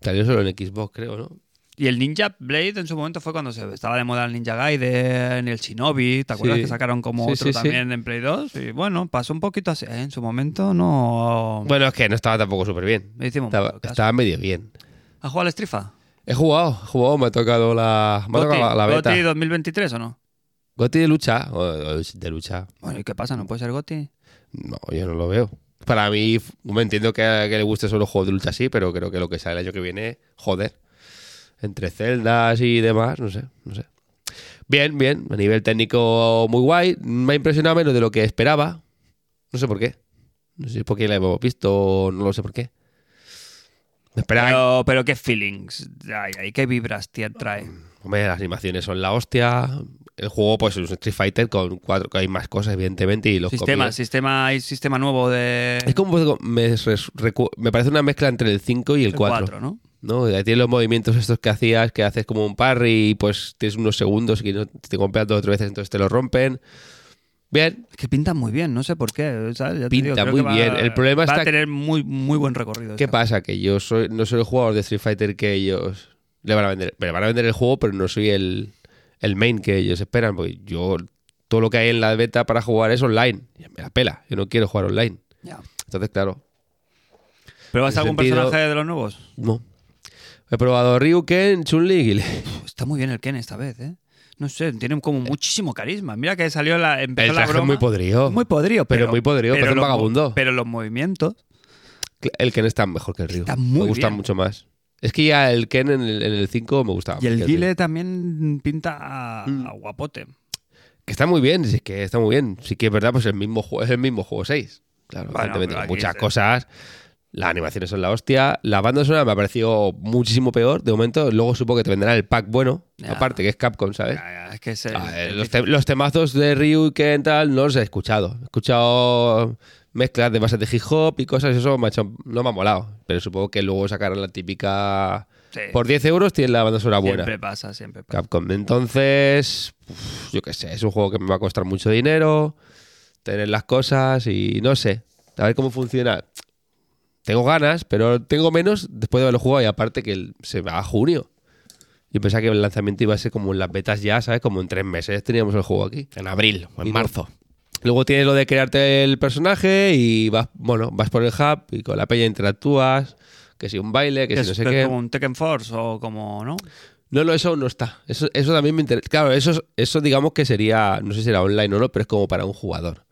S1: Salió solo en Xbox, creo, ¿no?
S2: Y el Ninja Blade en su momento fue cuando se estaba de moda el Ninja Gaiden, el Shinobi, ¿te acuerdas
S1: Sí.
S2: que sacaron como
S1: Sí,
S2: otro
S1: sí, sí.
S2: también en Play 2? Y bueno, pasó un poquito así. ¿eh? En su momento no...
S1: Bueno, es que no estaba tampoco súper bien.
S2: Me hicimos un
S1: Estaba,
S2: poco caso.
S1: estaba medio bien.
S2: ¿Has jugado a la estrifa?
S1: He jugado, he jugado, me ha tocado la, me ha
S2: ¿Goti?
S1: tocado la, la beta.
S2: ¿Goti 2023 o no?
S1: Goti de lucha, o- o de lucha,
S2: Bueno, ¿y qué pasa? ¿No puede ser Goti?
S1: no, yo no lo veo. Para mí, f- me entiendo que, que le guste solo juegos de lucha, sí, pero creo que lo que sale el año que viene, joder. Entre celdas y demás, no sé, no sé. Bien, bien, a nivel técnico muy guay. Me ha impresionado menos de lo que esperaba. No sé por qué. No sé por qué la hemos visto, no lo sé por qué. Me esperaba
S2: Pero, pero qué feelings hay ahí, qué vibras tie- trae.
S1: Hombre, las animaciones son la hostia. El juego, pues, es un Street Fighter con cuatro, que hay más cosas, evidentemente, y los
S2: Sistema,
S1: comidas.
S2: sistema, hay sistema nuevo de...
S1: Es como me, res- recu- me parece una mezcla entre el 5 y el
S2: de
S1: 4.
S2: ¿no?
S1: ¿no? Y ahí Tienes los movimientos estos que hacías, que haces como un parry y pues tienes unos segundos y no- te golpean dos o tres veces, entonces te lo rompen. Bien,
S2: Es que pintan muy bien, no sé por qué. ¿sabes? Ya te
S1: Pinta
S2: creo
S1: muy
S2: que va-
S1: bien. El problema
S2: va
S1: está-
S2: a tener muy, muy buen recorrido.
S1: ¿qué
S2: esto.
S1: pasa? Que yo soy, no soy el jugador de Street Fighter que ellos le van a vender. Me van a vender el juego, pero no soy el, el main que ellos esperan. Porque yo, todo lo que hay en la beta para jugar es online. Y Me la pela. Yo no quiero jugar online.
S2: Ya.
S1: Entonces, claro,
S2: ¿Pero vas
S1: En
S2: a algún
S1: sentido-
S2: personaje de los nuevos?
S1: no. He probado Ryuken, Chun-Li y Guile.
S2: Uf, está muy bien el Ken esta vez, ¿eh? No sé, tienen como muchísimo carisma. Mira que salió la. Empezó
S1: El
S2: la
S1: traje es
S2: broma.
S1: muy podrido.
S2: Muy podrido, pero.
S1: Pero muy podrido, parece un
S2: los mo-
S1: vagabundo.
S2: Pero los movimientos.
S1: El Ken está mejor que el Ryu.
S2: Está muy
S1: me gusta
S2: bien.
S1: mucho más. Es que ya el Ken en el, en el 5 me gustaba.
S2: Y
S1: más
S2: el
S1: que Ryu.
S2: Guile también pinta a,
S1: Mm.
S2: a guapote.
S1: ¿Eh? Que está muy bien, sí que está muy bien. Sí que es verdad, pues el mismo juego, es el mismo juego 6. Claro,
S2: Bueno,
S1: evidentemente,
S2: pero
S1: con
S2: aquí
S1: muchas
S2: se-
S1: cosas. Las animaciones son la hostia. La banda sonora me ha parecido muchísimo peor. De momento, luego supo que te vendrán el pack bueno.
S2: Ya.
S1: Aparte, que es Capcom, ¿sabes?
S2: Ya, ya, Ah, Es que es el-
S1: A ver,
S2: el-
S1: Ah, los, te- los temazos de Ryu y Ken tal no los he escuchado. He escuchado mezclas de bases de hip hop y cosas, eso me ha hecho- no me ha molado. Pero supongo que luego sacarán la típica.
S2: sí,
S1: Por 10 euros tienes la banda sonora buena.
S2: Siempre pasa, siempre pasa.
S1: Capcom. Entonces, uf, yo qué sé, es un juego que me va a costar mucho dinero, tener las cosas y no sé, a ver cómo funciona. tengo ganas, pero tengo menos después de haberlo jugado y aparte que el- se va a junio. Yo pensaba que el lanzamiento iba a ser como en las betas ya, ¿sabes? Como en tres meses teníamos el juego aquí.
S3: En abril o
S1: Y
S3: en
S1: no.
S3: marzo.
S1: Luego tienes lo de crearte el personaje y vas, bueno, vas por el hub y con la peña interactúas, que si un baile, que si
S2: es,
S1: no sé
S2: es
S1: qué.
S2: como un Tekken Force o como, ¿no?
S1: No, no, eso aún no está. Eso, eso también me interesa. Claro, eso, es- eso digamos que sería, no sé si será online o no, pero es como para un jugador.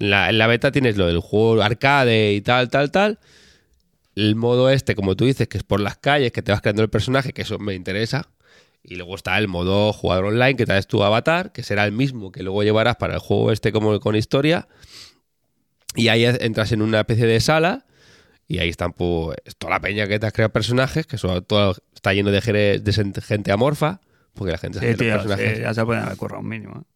S1: En la, en la beta tienes lo del juego arcade y tal, tal, tal. El modo este, como tú dices, que es por las calles, que te vas creando el personaje, que eso me interesa. Y luego está el modo jugador online, que traes tu avatar, que será el mismo que luego llevarás para el juego este como con historia. Y ahí entras en una especie de sala y ahí están pues toda la peña que te has creado personajes, que eso todo está lleno de, jere- de sen- gente amorfa, porque la gente se
S2: Sí,
S1: hace los
S2: tío,
S1: personajes.
S2: sí, ya se pueden haber currado un mínimo. ¿eh?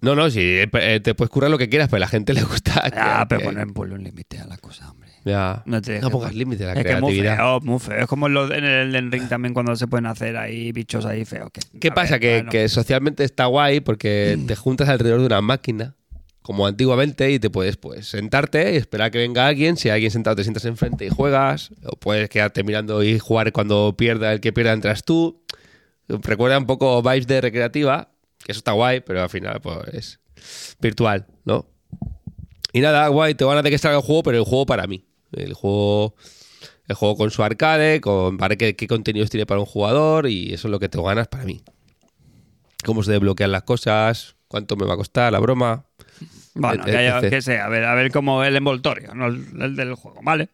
S1: No, no, sí, eh, eh, te puedes currar lo que quieras, pero a la gente le gusta.
S2: Ah,
S1: que-
S2: pero
S1: que-
S2: poner ponle un límite a la cosa, hombre.
S1: ya.
S2: No te
S1: No
S2: dejes-
S1: pongas límite a la
S2: es que es muy
S1: creatividad.
S2: feo, muy feo. Es como en los- en el Elden Ring también cuando se pueden hacer ahí bichos ahí feos. que-
S1: ¿Qué
S2: a
S1: pasa?
S2: ver,
S1: que,
S2: bueno.
S1: que socialmente está guay porque te juntas alrededor de una máquina, como antiguamente, y te puedes pues sentarte y esperar que venga alguien. Si hay alguien sentado, te sientas enfrente y juegas. O puedes quedarte mirando y jugar cuando pierda el que pierda, entras tú. Recuerda un poco vibes de recreativa, que eso está guay, pero al final pues es virtual, ¿no? Y nada, guay, te van a de que salga el juego, pero el juego para mí. El juego el juego con su arcade, con para qué, qué contenidos tiene para un jugador y eso es lo que tengo ganas para mí. Cómo se desbloquean las cosas, cuánto me va a costar la broma.
S2: Bueno,
S1: Eh,
S2: que, haya-
S1: etc.
S2: que sea, a ver, a ver como el envoltorio, no el, el del juego, ¿vale?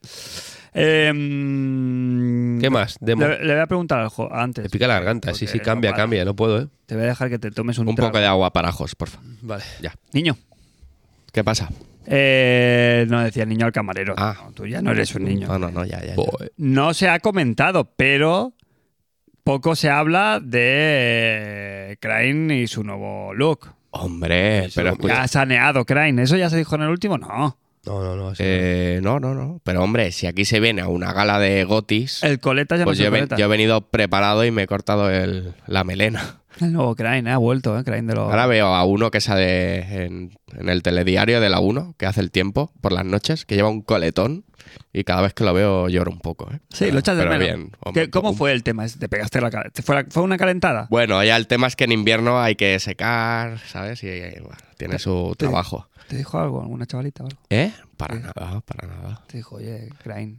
S2: Em,
S1: ¿Qué más? Demo.
S2: Le, le voy a preguntar al juego antes.
S1: Me pica la garganta, sí,
S2: Porque
S1: sí,
S2: no
S1: cambia,
S2: para.
S1: cambia, no puedo, ¿eh?
S2: Te voy a dejar que te tomes un,
S3: Un
S2: trago.
S3: poco de agua para ajos, porfa.
S1: Vale.
S3: Ya.
S2: Niño.
S3: ¿Qué pasa?
S2: Eh, no decía niño al camarero.
S3: Ah.
S2: No, tú ya no eres un niño.
S3: No, no, no, ya, ya. ya.
S1: Voy.
S2: No se ha comentado, pero poco se habla de eh, Crane y su nuevo look.
S3: Hombre,
S1: Eso,
S3: pero pues,
S2: Ya
S3: escucha.
S2: ha saneado Crane. ¿Eso ya se dijo en el último? No.
S1: No, no, no. sí.
S3: eh, no, no, no. Pero hombre, si aquí se viene a una gala de gotis,
S2: El coleta ya
S3: pues
S2: no
S3: yo
S2: es
S3: he,
S2: el
S3: ven-
S2: coleta.
S3: yo he venido preparado y me he cortado el- la melena.
S2: El nuevo Crane, eh, ha vuelto, eh, Crane de los...
S3: Ahora veo a uno que sale en, en el telediario de la 1, que hace el tiempo, por las noches, que lleva un coletón y cada vez que lo veo lloro un poco. ¿eh?
S2: Sí,
S3: Pero-
S2: lo echas de
S3: pero
S2: menos.
S3: bien,
S2: ¿Qué-
S3: hombre,
S2: ¿Cómo
S3: un-
S2: fue el tema? ¿Te pegaste la cara? ¿Te ¿Fue, la- fue una calentada?
S3: Bueno, ya el tema es que en invierno hay que secar, ¿sabes? Y eh, bueno, tiene su
S2: te-
S3: trabajo.
S2: ¿Te dijo algo? ¿Alguna chavalita o algo?
S3: ¿Eh? Para nada, para nada.
S2: Te dijo, oye, Crane.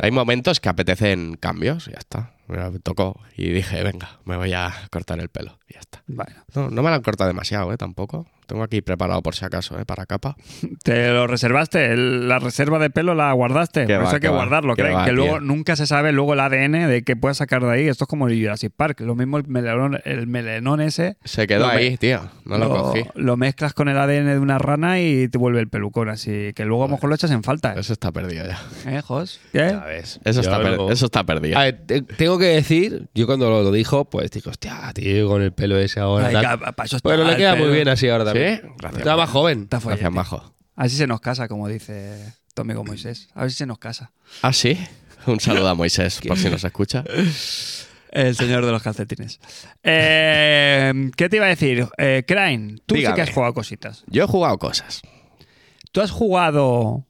S3: Hay momentos que apetecen cambios, y ya está. Me tocó y dije, venga, me voy a cortar el pelo, y ya está.
S2: Bueno,
S3: No, no me lo han cortado demasiado, ¿eh? Tampoco. Tengo aquí preparado por si acaso, ¿eh? Para capa.
S2: ¿te lo reservaste? ¿El- ¿La reserva de pelo la guardaste?
S3: Qué
S2: Por
S3: va,
S2: eso hay que
S3: qué va,
S2: guardarlo,
S3: qué
S2: Crane.
S3: va,
S2: que luego
S3: tío.
S2: nunca se sabe luego el ADN de que puedas sacar de ahí. Esto es como el Jurassic Park. Lo mismo el melenón, el melenón ese.
S3: Se quedó
S2: Lo me-
S3: ahí, tío. No lo, cogí.
S2: lo mezclas con el ADN de una rana y te vuelve el pelucón. Así que luego a lo mejor lo echas en falta.
S3: Eso está perdido ya.
S2: ¿Eh, Jos? ¿Qué?
S1: Ya ves.
S3: Eso,
S1: Yo
S3: está, per-
S1: no-
S3: eso está perdido.
S1: A ver, te- tengo que decir, yo cuando lo, lo dijo, pues dije, hostia, tío, con el pelo ese ahora.
S2: Ay,
S1: tal.
S2: ca- pa' eso está
S1: Bueno, le
S2: el
S1: queda
S2: pelo.
S1: muy bien así ahora también.
S3: ¿Sí? Gracias.
S1: Está más joven.
S2: Está follete.
S3: Gracias, majo.
S2: Así se nos casa, como dice tu amigo Moisés. A ver si se nos casa.
S3: Ah, sí. Un saludo a Moisés, por si nos escucha.
S2: El señor de los calcetines. Eh, ¿Qué te iba a decir? Eh, Crane, tú sí que
S3: Dígame.
S2: has jugado cositas.
S3: Yo he jugado cosas.
S2: ¿Tú has jugado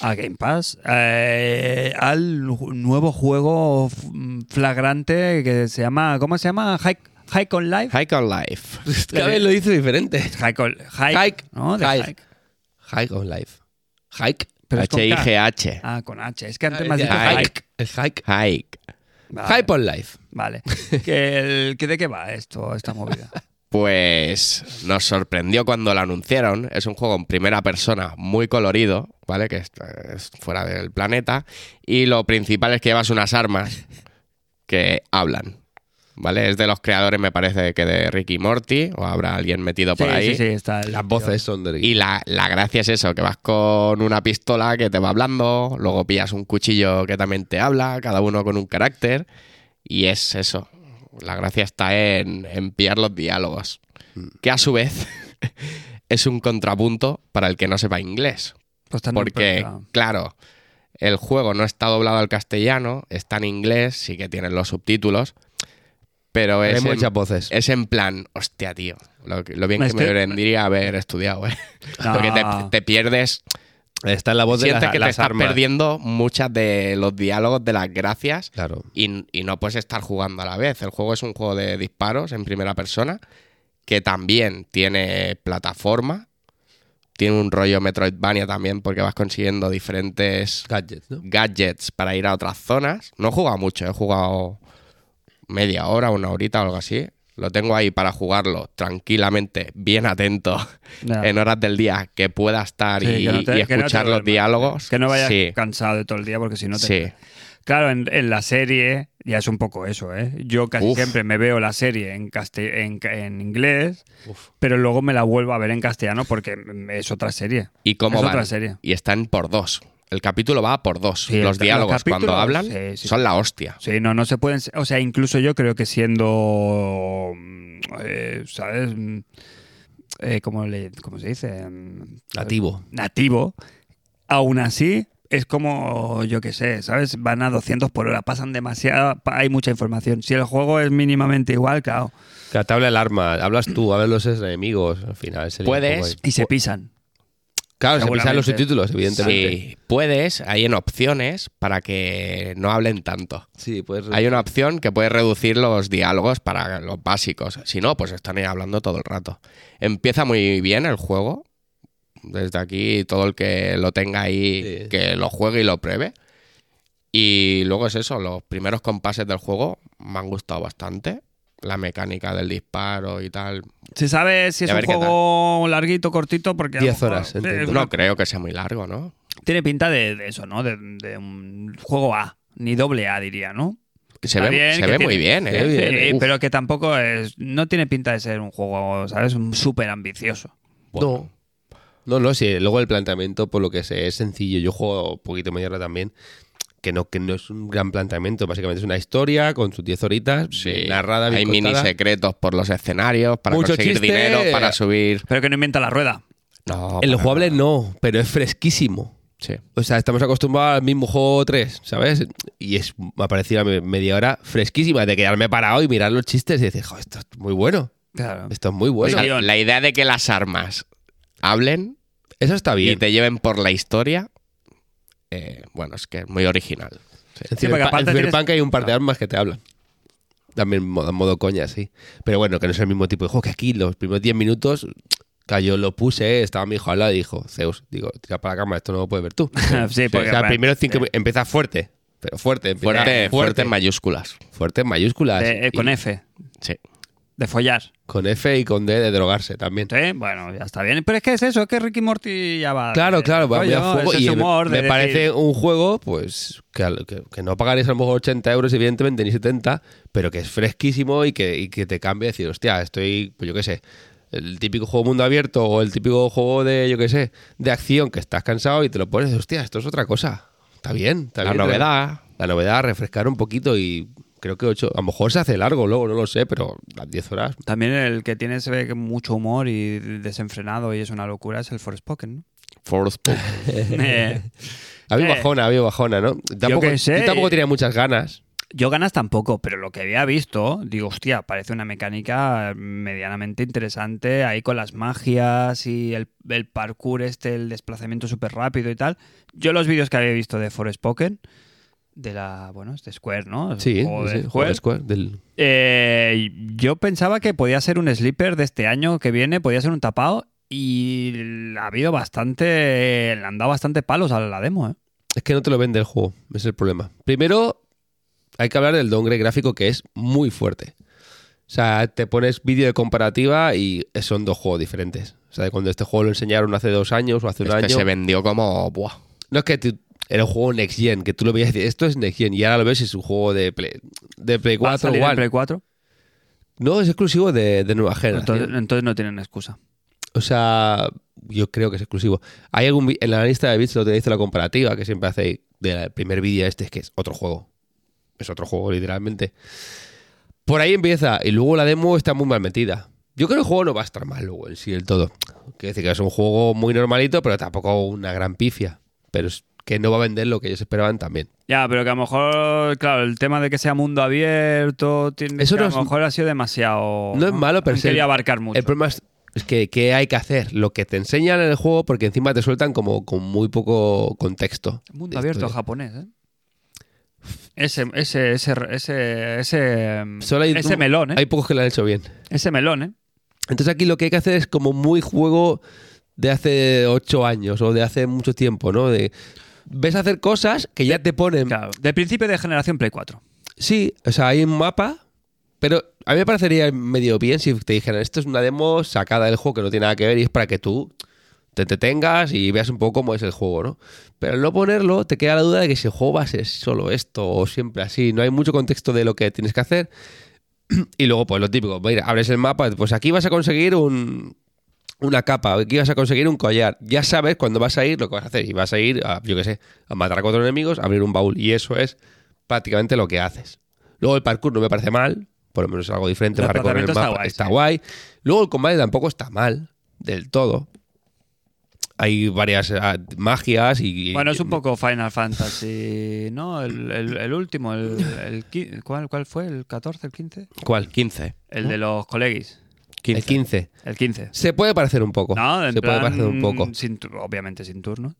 S2: a Game Pass? eh, al ju- nuevo juego f- flagrante que se llama. ¿Cómo se llama? Hike, Hike on Life.
S3: Hike on Life.
S1: [LAUGHS] Cada vez lo dice diferente.
S2: Hike on Hike.
S1: Hike,
S2: ¿no? De
S1: Hike.
S2: Hike.
S1: Hike on life. Hike.
S2: Pero es con K.
S3: H-I-G-H.
S2: Ah, con H. Es que antes me has dicho
S3: E. Hike.
S2: Hike.
S1: El hike.
S3: Hike.
S2: Vale.
S1: Hype on life.
S2: Vale. ¿Que el- que ¿De qué va esto, esta
S3: [LAUGHS]
S2: movida?
S3: Pues nos sorprendió cuando lo anunciaron. Es un juego en primera persona muy colorido, ¿vale? Que es, es fuera del planeta. Y lo principal es que llevas unas armas que hablan. ¿Vale? Es de los creadores, me parece, que de Ricky Morty, o habrá alguien metido por
S2: sí,
S3: ahí.
S2: sí, sí, está. el-
S1: Las voces son de
S3: Y la, la gracia es eso, que vas con una pistola que te va hablando, luego pillas un cuchillo que también te habla, cada uno con un carácter, y es eso. La gracia está en, en pillar los diálogos, que a su vez [LAUGHS] es un contrapunto para el que no sepa inglés,
S2: Pues está en
S3: porque,
S2: oferta.
S3: claro, el juego no está doblado al castellano, está en inglés, sí que tienen los subtítulos, pero
S1: Hay
S3: es en,
S1: muchas voces.
S3: es en plan, hostia, tío, lo, que- lo bien
S2: Es
S3: que me
S2: que-
S3: vendría haber estudiado, ¿eh?
S2: No.
S3: Porque te, te pierdes
S1: Está en la voz de
S3: Sientes
S1: las,
S3: que te
S1: las
S3: estás
S1: armas.
S3: perdiendo muchas de los diálogos de las gracias
S1: Claro.
S3: y, y no puedes estar jugando a la vez. El juego es un juego de disparos en primera persona que también tiene plataforma, tiene un rollo Metroidvania también porque vas consiguiendo diferentes
S1: Gadgets, ¿no?
S3: gadgets para ir a otras zonas. No he jugado mucho, he jugado media hora, una horita o algo así. Lo tengo ahí para jugarlo tranquilamente, bien atento,
S2: Ya.
S3: [LAUGHS] en horas del día que pueda estar
S2: Sí,
S3: y,
S2: que no te-
S3: y
S2: que no te
S3: escuchar los
S2: duermas.
S3: diálogos.
S2: Que no vayas
S3: Sí,
S2: cansado de todo el día porque si no te...
S3: sí.
S2: Claro, en, en la serie ya es un poco eso, ¿eh? Yo casi
S3: Uf.
S2: siempre me veo la serie en, casti- en, ca- en inglés,
S1: Uf.
S2: pero luego me la vuelvo a ver en castellano porque mm, es otra serie.
S3: ¿Y cómo
S2: Es
S3: van?
S2: otra serie.
S3: Y están por dos. El capítulo va por dos.
S2: Sí,
S3: los
S2: el-
S3: diálogos
S2: los capítulos,
S3: cuando hablan
S2: sí, sí.
S3: son la hostia.
S2: Sí, no, no se pueden... O sea, incluso yo creo que siendo... mm, eh, ¿Sabes? Mm, eh, ¿cómo, le, ¿Cómo se dice? Mm,
S1: Nativo.
S2: nativo, aún así es como, yo qué sé, ¿sabes? Van a 200 por hora, pasan demasiada, pa- hay mucha información. Si el juego es mínimamente igual, claro,
S1: Que te habla el arma, hablas tú, hablan los enemigos, al final. se lía un
S3: Puedes-
S1: poco ahí.
S2: y se pisan.
S1: Claro, se pisan los
S2: seguramente.
S1: subtítulos, evidentemente.
S3: Sí, puedes, hay en opciones para que no hablen tanto.
S1: Sí, puedes.
S3: Hay una opción que puede reducir los diálogos para los básicos. Si no, pues están ahí hablando todo el rato. Empieza muy bien el juego. Desde aquí, todo el que lo tenga ahí,
S1: Sí.
S3: que lo juegue y lo pruebe. Y luego es eso, los primeros compases del juego me han gustado bastante. La mecánica del disparo y tal.
S2: Se sabe si es
S3: Y a
S2: un
S3: ver qué
S2: juego larguito, cortito, porque... a lo
S1: 10
S2: mejor-
S1: horas,
S2: Eh,
S1: entiendo.
S3: No creo que sea muy largo, ¿no?
S2: Tiene pinta de, de eso, ¿no? De, de un juego A, ni doble A diría, ¿no?
S3: Se
S2: Está
S3: ve,
S2: bien,
S3: se
S2: que
S3: ve
S2: tiene-
S3: muy bien,
S1: se ve
S3: ¿eh?
S1: bien.
S2: Sí,
S1: uf.
S2: pero que tampoco es... No tiene pinta de ser un juego, ¿sabes? Un súper ambicioso.
S1: No. No, no, sí. Luego el planteamiento, por lo que sé, es sencillo. Yo juego poquito media hora también. Que no, que no es un gran planteamiento. Básicamente es una historia con sus 10 horitas.
S3: Sí.
S1: bien Narrada, bien
S3: Hay mini
S1: contada.
S3: secretos por los escenarios, para
S1: Mucho
S3: conseguir
S1: chiste.
S3: dinero, para subir.
S2: Pero que no inventa la rueda.
S3: No,
S1: En lo
S3: para
S1: jugable
S3: nada.
S1: no, pero es fresquísimo.
S3: Sí.
S1: O sea, estamos acostumbrados al mismo juego 3, ¿sabes? Y es, me ha parecido a mí media hora fresquísima de quedarme parado y mirar los chistes y decir, "Jo, esto es muy bueno,
S2: Claro.
S1: esto es muy
S3: O
S1: bueno.
S3: sea,
S2: guión.
S3: la idea de que las armas hablen
S1: Eso está
S3: y
S1: bien.
S3: te lleven por la historia, eh, bueno, es que es muy original.
S1: En
S2: Sí, porque
S1: Cyberpa- en
S2: aparte tienes- Ah.
S1: Cyberpunk hay un par de armas que te hablan. También modo, modo coña, sí. Pero bueno, que no es el mismo tipo de juego que aquí. Los primeros 10 minutos, que yo lo puse, estaba mi hijo al lado y dijo, Zeus, digo, tira para la cama, esto no lo puedes ver tú.
S2: [LAUGHS] [LAUGHS] Sí, porque... eh,
S1: o sea,
S2: bueno,
S1: primero cinco
S2: sí.
S1: mi- empieza fuerte, pero fuerte, empieza
S3: Fuerte, fuerte,
S1: fuerte,
S3: en mayúsculas.
S1: fuerte en mayúsculas.
S2: De- eh, con
S1: Ah, Y-
S2: F,
S3: Sí.
S2: de follar.
S1: Con F y con D de drogarse también.
S2: Sí, bueno, ya está bien. Pero es que es eso, es que Ricky Morty ya va.
S1: Claro,
S2: de-
S1: claro, va
S2: rollo,
S1: voy a fuego
S2: Ah, eh, ese
S1: y
S2: humor
S1: me
S2: de
S1: parece
S2: decir,
S1: un juego pues que, al- que- que no pagaréis a lo mejor 80 euros, evidentemente, ni 70, pero que es fresquísimo y que, y que te cambia decir, hostia, estoy, pues yo qué sé, el típico juego mundo abierto o el típico juego de, yo qué sé, de acción que estás cansado y te lo pones, y dices, hostia, esto es otra cosa. Está bien, está
S3: La
S1: bien.
S3: novedad.
S1: La novedad, refrescar un poquito y creo que ocho, a lo mejor se hace largo luego, no lo sé, pero las 10 horas
S2: También el que tiene se ve que mucho humor y desenfrenado y es una locura es el
S1: [LAUGHS]
S2: Forspoken, ¿no?
S3: Forspoken.
S2: Eh,
S1: Había
S2: Eh,
S1: bajona, había bajona, ¿no? Tampoco,
S2: qué sé.
S1: yo tampoco tenía muchas ganas.
S2: yo ganas tampoco, pero lo que había visto, digo, hostia, parece una mecánica medianamente interesante ahí con las magias y el, el parkour este, el desplazamiento súper rápido y tal. Yo los vídeos que había visto de Forspoken, de la, bueno, es de Square, ¿no? Es un
S1: Sí,
S2: juego de
S1: sí, juego de Square, del-
S2: Eh, yo pensaba que podía ser un sleeper de este año que viene, podía ser un tapado y ha habido bastante, le han dado bastante palos a la demo, ¿eh?
S1: Es que no te lo vende el juego, es el problema. Primero, hay que hablar del downgrade gráfico que es muy fuerte. O sea, te pones vídeo de comparativa y son dos juegos diferentes. O sea, de cuando este juego lo enseñaron hace dos años o hace un
S3: Este
S1: año.
S3: se vendió como. Buah.
S1: No es que tú- era un juego Next Gen, que tú lo veías y dices, esto es Next Gen, y ahora lo ves y es un juego de Play, de Play
S2: ¿Va a
S1: 4
S2: salir en
S1: One.
S2: Play 4?
S1: No, es exclusivo de, de nueva generación.
S2: Entonces, entonces no tienen excusa.
S1: O sea, yo creo que es exclusivo. Hay algún vi- en la lista de bits lo tenéis la comparativa que siempre hacéis del primer vídeo este, es que es otro juego. Es otro juego, literalmente. Por ahí empieza, y luego la demo está muy mal metida. Yo creo que el juego no va a estar mal luego en sí del todo. Quiero decir que es un juego muy normalito, pero tampoco una gran pifia. Pero es que no va a vender lo que ellos esperaban también.
S2: Ya, pero que a lo mejor, claro, el tema de que sea mundo abierto, tiene-
S1: Eso
S2: que
S1: no
S2: a
S1: es-
S2: lo mejor ha sido demasiado.
S1: No es malo, pero
S2: Han
S1: es el-
S2: querido abarcar mucho.
S1: El problema es es que ¿qué hay que hacer? Lo que te enseñan en el juego, porque encima te sueltan como con muy poco contexto.
S2: Mundo
S1: Esto
S2: abierto
S1: de-
S2: japonés, ¿eh? Ese, ese, ese, ese, ese,
S1: Solo hay-
S2: ese melón, ¿eh?
S1: Hay Mm. pocos que lo han hecho bien.
S2: Ese melón, ¿eh?
S1: Entonces aquí lo que hay que hacer es como muy juego de hace ocho años o de hace mucho tiempo, ¿no? De, ves hacer cosas que ya te ponen...
S2: Claro, de principio de generación Play 4.
S1: Sí, o sea, hay un mapa, pero a mí me parecería medio bien si te dijeran, esto es una demo sacada del juego que no tiene nada que ver y es para que tú te entretengas y veas un poco cómo es el juego, ¿no? Pero al no ponerlo, te queda la duda de que si el juego va a ser solo esto o siempre así, no hay mucho contexto de lo que tienes que hacer. [CLEARS THROAT] Y luego, pues lo típico, mira, abres el mapa, pues aquí vas a conseguir un, una capa, aquí vas a conseguir un collar. Ya sabes cuando vas a ir lo que vas a hacer. Y vas a ir, a, yo qué sé, a matar a cuatro enemigos, a abrir un baúl. Y eso es prácticamente lo que haces. Luego el parkour no me parece mal, por lo menos es algo diferente
S2: El
S1: para recorrer el
S2: tratamiento
S1: mapa.
S2: está
S1: Está,
S2: guay,
S1: guay,
S2: sí.
S1: Luego el combate tampoco está mal, del todo. Hay varias ah, magias y...
S2: Bueno, es un poco Final Fantasy, ¿no? El, el- el último, el, el qui- ¿cuál, ¿cuál fue? ¿El 14, el 15?
S1: ¿Cuál?
S3: 15.
S2: El de los colegis,
S1: El 15.
S2: el 15.
S1: Se puede parecer un poco.
S2: No, en
S1: se puede
S2: plan,
S1: parecer un poco.
S2: sin tu- obviamente sin turno.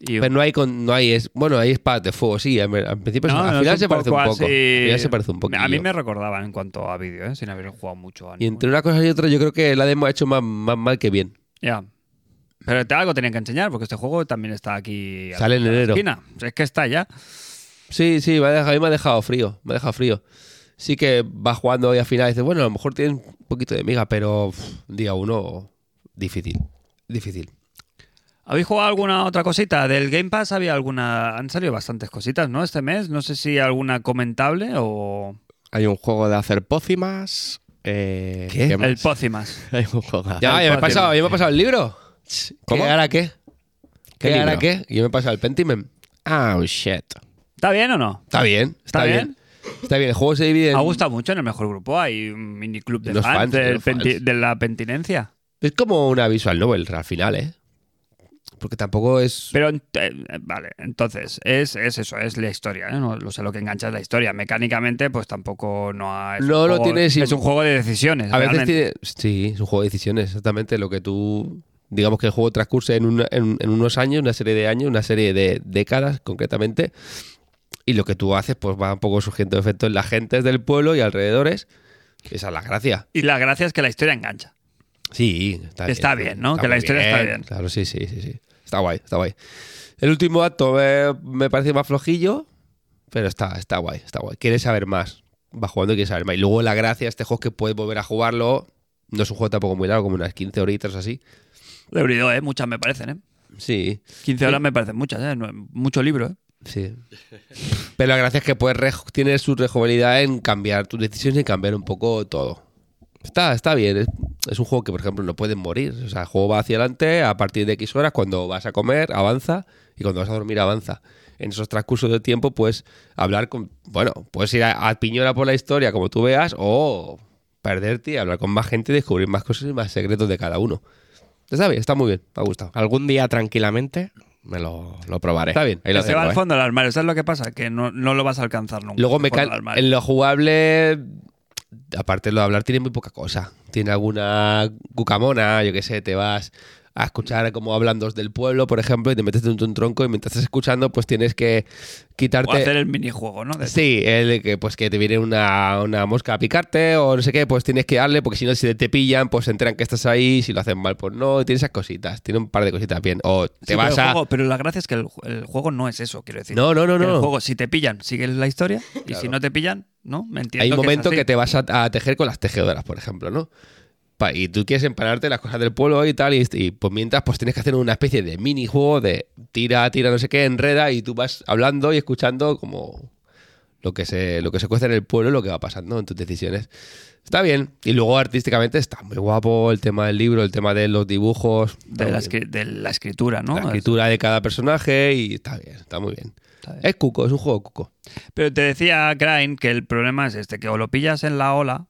S2: Y
S1: Pero no hay, con, no hay es, bueno, hay espadas de fuego, sí. Al al principio,
S2: No,
S1: se- pues, al
S2: no,
S1: final
S2: es
S1: se parece un poco.
S2: así-
S1: Al final se parece un poquillo.
S2: A mí me recordaban en cuanto a vídeo, ¿eh? sin haber jugado mucho a
S1: Y
S2: ninguno.
S1: entre una cosa y otra, yo creo que la demo ha hecho más, más mal que bien.
S2: Ya. Pero te- algo tenían que enseñar, porque este juego también está aquí. a
S1: Sale en
S2: la
S1: enero.
S2: esquina. Es que está ya.
S1: Sí, sí, me ha dejado, a mí me ha dejado frío. Me ha dejado frío. Sí que va jugando hoy al final y dices, bueno, a lo mejor tiene un poquito de miga, pero uf, día uno, difícil. Difícil.
S2: ¿Habéis jugado alguna otra cosita? Del Game Pass había alguna. Han salido bastantes cositas, ¿no? Este mes. No sé si alguna comentable o.
S3: Hay un juego de hacer pócimas. eh,
S1: ¿Qué?
S3: más? [LAUGHS]
S2: El Pócimas.
S3: Hay un juego.
S1: Ya,
S3: de-
S2: el
S1: ya me, he
S2: Platinum.
S1: pasado, ya me he pasado el libro.
S3: ¿Cómo?
S1: ¿Qué hará qué?
S3: ¿Qué
S1: ¿Qué, hará
S3: libro?
S1: qué? Yo me he pasado el Pentiment.
S3: Oh, shit.
S2: ¿Está bien o no?
S1: Está bien, está,
S2: ¿Está
S1: bien.
S2: bien?
S1: Está bien, el juego se divide en...
S2: Ha gustado mucho en el mejor grupo. Hay un mini club de
S1: Los
S2: fans,
S1: fans,
S2: del
S1: los
S2: penti-
S1: fans.
S2: de la penitencia.
S1: Es como una visual novel al final, ¿eh? Porque tampoco es...
S2: Pero, ent- eh, vale, entonces, es, es eso, es la historia, ¿eh? No, lo sé, lo que engancha es la historia. Mecánicamente, pues tampoco no ha... es un
S1: No lo
S2: juego-
S1: tienes sin-
S2: Es un juego de decisiones,
S1: A veces tiene...
S2: realmente.
S1: Sí, es un juego de decisiones, exactamente. Lo que tú... Digamos que el juego transcurse en, una- en- en unos años, una serie de años, una serie de décadas concretamente. Y lo que tú haces pues va un poco surgiendo efecto en las gentes del pueblo y alrededores. Esa es la gracia.
S2: Y la gracia es que la historia engancha.
S1: Sí, está bien.
S2: Está bien, ¿no? Que
S1: muy
S2: la historia está bien.
S1: Claro, sí, sí, sí, sí. Está guay, está guay. El último acto eh, me parece más flojillo, pero está, está guay, está guay. Quieres saber más. Vas jugando y quieres saber más. Y luego la gracia de este juego es que puedes volver a jugarlo. No es un juego tampoco muy largo, como unas 15 horitas o así.
S2: De brillo, ¿eh? Muchas me parecen, ¿eh?
S1: Sí,
S2: 15 horas me parecen muchas, ¿eh? No- Mucho libro, ¿eh?
S1: sí. Pero la gracia es que puedes rejo- tienes su rejovenidad en cambiar tus decisiones y cambiar un poco todo. Está, está bien. Es, es un juego que, por ejemplo, no pueden morir. O sea, el juego va hacia adelante a partir de X horas. Cuando vas a comer, avanza. Y cuando vas a dormir, avanza. En esos transcursos de tiempo puedes hablar con. Bueno, puedes ir a, a piñola por la historia, como tú veas, o perderte y hablar con más gente y descubrir más cosas y más secretos de cada uno. Está bien, está muy bien. Me ha gustado.
S3: Algún día tranquilamente me lo, lo probaré.
S1: Está bien.
S3: Ahí lo
S2: se va
S3: tengo,
S2: al
S3: ¿eh?
S2: fondo del armario. ¿Sabes lo que pasa? Que no, no lo vas a alcanzar nunca.
S1: Luego
S2: el
S1: me
S2: fondo
S1: can-
S2: del armario.
S1: en lo jugable, aparte de lo de hablar, tiene muy poca cosa. Tiene alguna cucamona, yo qué sé, te vas a escuchar cómo hablan dos del pueblo, por ejemplo, y te metes en un tronco y mientras estás escuchando, pues tienes que
S2: O hacer
S1: quitarte...
S2: el minijuego, ¿no? De-
S1: Sí, el de que, pues que te viene una, una mosca a picarte o no sé qué, pues tienes que darle, porque si no, si te pillan, pues se enteran que estás ahí, si lo hacen mal, pues no, tiene esas cositas, tiene un par de cositas bien. O te
S2: Sí,
S1: vas
S2: pero, el
S1: a...
S2: juego- pero la gracia es que el, ju- el juego no es eso, quiero decir.
S1: No, no, no,
S2: Que El
S1: no.
S2: juego, si te pillan, sigues la historia. Y si no te pillan, ¿no? Me entiendo
S1: Hay un
S2: que es
S1: momento
S2: así.
S1: que, te vas a, a tejer con las tejedoras, por ejemplo, ¿no? Pa- y tú quieres empanarte las cosas del pueblo y tal, y, y, pues mientras pues tienes que hacer una especie de minijuego de tira, tira, no sé qué, enreda, y tú vas hablando y escuchando como lo que se, lo que se cuesta en el pueblo y lo que va pasando en tus decisiones. Está bien. Y luego artísticamente está muy guapo el tema del libro, el tema de los dibujos. está
S2: De la,
S1: muy bien.
S2: escri- de la escritura, ¿no?
S1: La escritura de cada personaje y está bien, está muy bien.
S2: Está bien.
S1: Es cuco, es un juego cuco.
S2: Pero te decía Crane que el problema es este, que o lo pillas en la ola,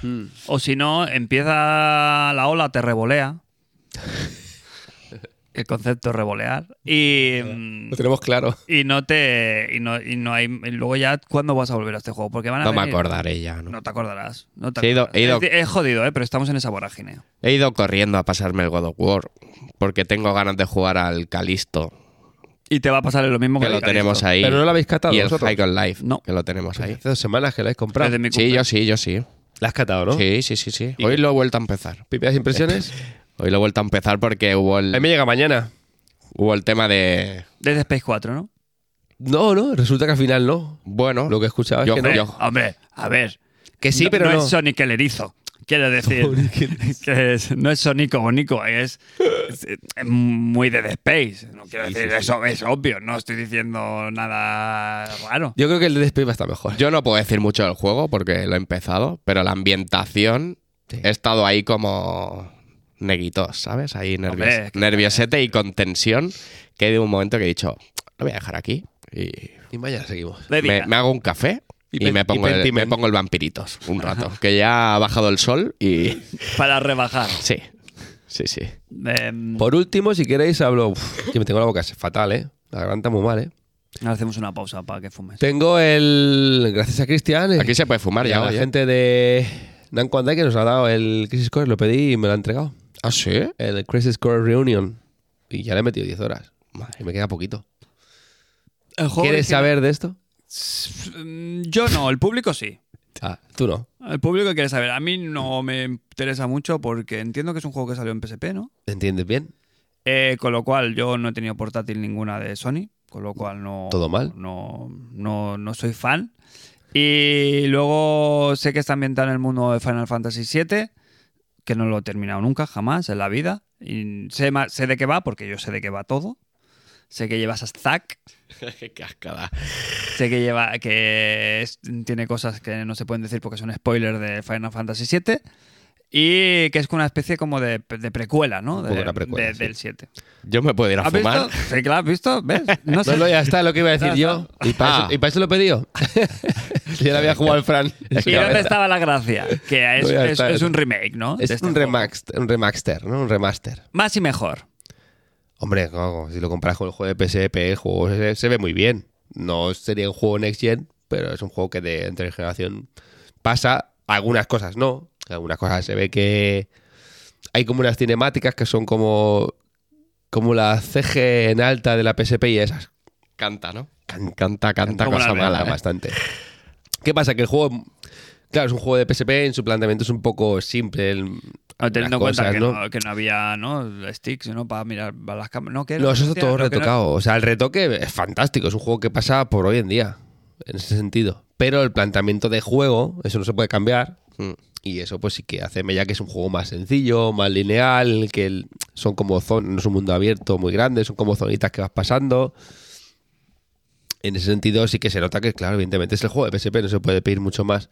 S1: Hmm. [LAUGHS]
S2: o si no, empieza la ola, te revolea. el concepto revolear. Y, mm,
S1: Lo tenemos claro.
S2: y no te. Y no, y no hay. y luego ya, ¿cuándo vas a volver a este juego? Porque van a.
S3: No me
S2: venir-
S3: acordaré ya, ¿no?
S2: No te acordarás. No te
S3: Sí, he ido-
S2: acordarás.
S3: he ido-
S2: Es- es jodido, ¿eh? pero estamos en esa vorágine.
S3: He ido corriendo a pasarme el God of War porque tengo ganas de jugar al Calisto,
S2: Y te va a pasar lo mismo
S3: que
S2: que
S3: lo
S2: el
S3: tenemos
S2: Calixto.
S3: ahí.
S1: Pero no lo habéis catado
S3: y el
S1: vosotros.
S3: High on Life,
S2: No.
S3: que lo tenemos ahí.
S1: Hace dos semanas que lo habéis comprado.
S2: Desde mi
S3: Sí,
S2: cumple-
S3: yo sí, yo sí.
S1: La has catado, ¿no?
S3: Sí, sí, sí, sí.
S1: ¿Y
S3: Hoy
S1: qué?
S3: lo he vuelto a empezar.
S1: ¿Primeras
S3: [LAUGHS]
S1: impresiones?
S3: Hoy lo he vuelto a empezar porque hubo
S1: A mí me
S3: el,
S1: llega mañana.
S3: hubo el tema de...
S2: Desde Space 4, ¿no?
S1: No, no, resulta que al final no.
S3: Bueno,
S1: Lo que escuchaba
S3: Yo-
S1: es que
S2: Hombre,
S1: no.
S2: homerizo. a ver.
S1: Que sí,
S2: no,
S1: pero
S2: no
S1: no.
S2: es Sonic el erizo. Quiero decir, [LAUGHS] que es- no es Sonic como Nico, es, es- es muy de The Space. No quiero decir, eso es obvio, no estoy diciendo nada raro.
S1: Yo creo que el de Dead Space va a estar mejor.
S3: yo no puedo decir mucho del juego porque lo he empezado, pero la ambientación
S1: Sí.
S3: he estado ahí como neguitos, ¿sabes? Ahí nervios,
S2: Hombre, es que-
S3: nerviosete y con tensión que he de un momento que he dicho, lo voy a dejar aquí y
S1: Y mañana seguimos.
S2: De
S3: me,
S2: día.
S3: me hago un café
S1: Y
S3: y,
S1: pe-
S3: me,
S1: y
S3: pongo el, me
S1: pentimen.
S3: pongo el vampiritos un rato, que ya ha bajado el sol y
S2: para rebajar.
S3: sí, sí, sí.
S2: Em,
S1: Por último, si queréis, hablo. Uf, que me tengo la boca fatal, ¿eh? La garganta muy mal, ¿eh?
S2: hacemos una pausa para que fumes.
S1: Tengo el. Gracias a Cristian. eh,
S3: Aquí se puede fumar
S1: y a
S3: ya,
S1: la
S3: oye.
S1: gente de Nankwandai que nos ha dado el Crisis Core. Lo pedí y me lo ha entregado.
S3: ¿Ah, sí?
S1: El Crisis Core Reunion. Y ya le he metido 10 horas. Y me queda poquito.
S2: El juego
S1: ¿Quieres
S2: original-
S1: saber de esto?
S2: Mm, Yo no, el público sí.
S1: Ah, tú no.
S2: El público quiere saber. A mí no me interesa mucho porque entiendo que es un juego que salió en PSP, ¿no?
S1: ¿Entiendes bien?
S2: Eh, con lo cual, yo no he tenido portátil ninguna de Sony, con lo cual no.
S1: Todo mal.
S2: No, no, no soy fan. Y luego sé que está ambientado en el mundo de Final Fantasy VII, que no lo he terminado nunca, jamás, en la vida. Y sé, ma- sé de qué va, porque yo sé de qué va todo. Sé que llevas a Zack,
S3: [LAUGHS] Qué cascada.
S2: sé que lleva que es- tiene cosas que no se pueden decir porque son spoilers de Final Fantasy VII. Y que es una especie como de, de precuela, ¿no?
S1: Un poco
S2: De-
S1: una precuela,
S2: de-
S1: sí.
S2: Del 7.
S3: Yo me puedo ir a
S2: ¿Has
S3: fumar.
S2: visto? Sí, claro, ¿has visto? ¿Ves? No
S1: No,
S2: sé.
S1: no, ya está, lo que iba a decir
S2: Ya
S1: yo. Y para
S3: Ah.
S1: eso, y para eso lo he [LAUGHS]
S2: [LAUGHS]
S1: pedido. Yo le había jugado al Fran.
S3: Es
S2: ¿Y
S3: que-
S2: dónde estaba la gracia? Que es,
S1: No, ya
S2: es-
S1: está.
S2: es un remake, ¿no?
S1: Es
S2: De este
S1: un,
S2: juego.
S1: remax, un remaster, ¿no? Un remaster.
S2: Más y mejor.
S1: Hombre, no, si lo comparas con el juego de PSP, el juego se, se ve muy bien. No sería un juego Next Gen, pero es un juego que de entre generación pasa. Algunas cosas no. Algunas cosas se ve que hay como unas cinemáticas que son como, como la CG en alta de la PSP y esas.
S3: Canta, ¿no?
S1: Can-
S3: Canta, canta,
S2: Como
S3: cosa
S2: la
S3: mala.
S1: mala
S3: ¿eh?
S1: bastante. ¿Qué pasa? Que el juego, claro, es un juego de PSP, en su planteamiento es un poco simple. el-
S2: No, Teniendo en
S1: las
S2: cuenta
S1: cosas,
S2: que ¿no? que no había ¿no? sticks ¿no? para mirar para las cámaras. No, que
S1: No, eso está
S2: Hostia,
S1: todo
S2: no, que no-
S1: retocado. O sea, el retoque es fantástico. Es un juego que pasa por hoy en día, en ese sentido. Pero el planteamiento de juego, eso no se puede cambiar.
S3: Mm.
S1: Y eso pues sí que hace ya que es un juego más sencillo, más lineal, que el- son como zonas, no es un mundo abierto muy grande, son como zonitas que vas pasando. En ese sentido sí que se nota que, claro, evidentemente es el juego de PSP, no se puede pedir mucho más.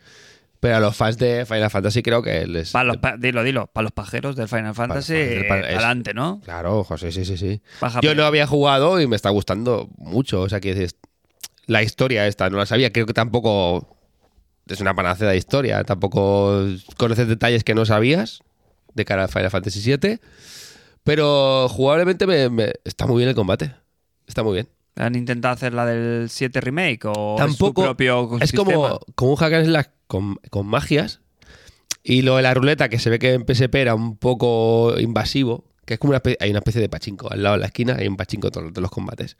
S1: Pero a los fans de Final Fantasy creo que les...
S2: Para los pa- dilo, dilo. Para los pajeros del Final Fantasy, eh,
S1: pajeros, para- es-
S2: adelante, ¿no?
S1: Claro, José, sí, sí, sí.
S2: Paja-
S1: Yo no había jugado y me está gustando mucho. O sea, que dices, la historia esta no la sabía. Creo que tampoco es una panacea de historia. Tampoco conoces detalles que no sabías de cara a Final Fantasy VII. Pero jugablemente me- me- está muy bien el combate. Está muy bien.
S2: ¿Han intentado hacer la del 7 remake o
S1: Tampoco-
S2: es su propio
S1: Es
S2: sistema?
S1: como, como un hack and slash con, con magias. Y lo de la ruleta, que se ve que en PSP era un poco invasivo, que es como una espe- hay una especie de pachinko. Al lado de la esquina hay un pachinko de todos los combates.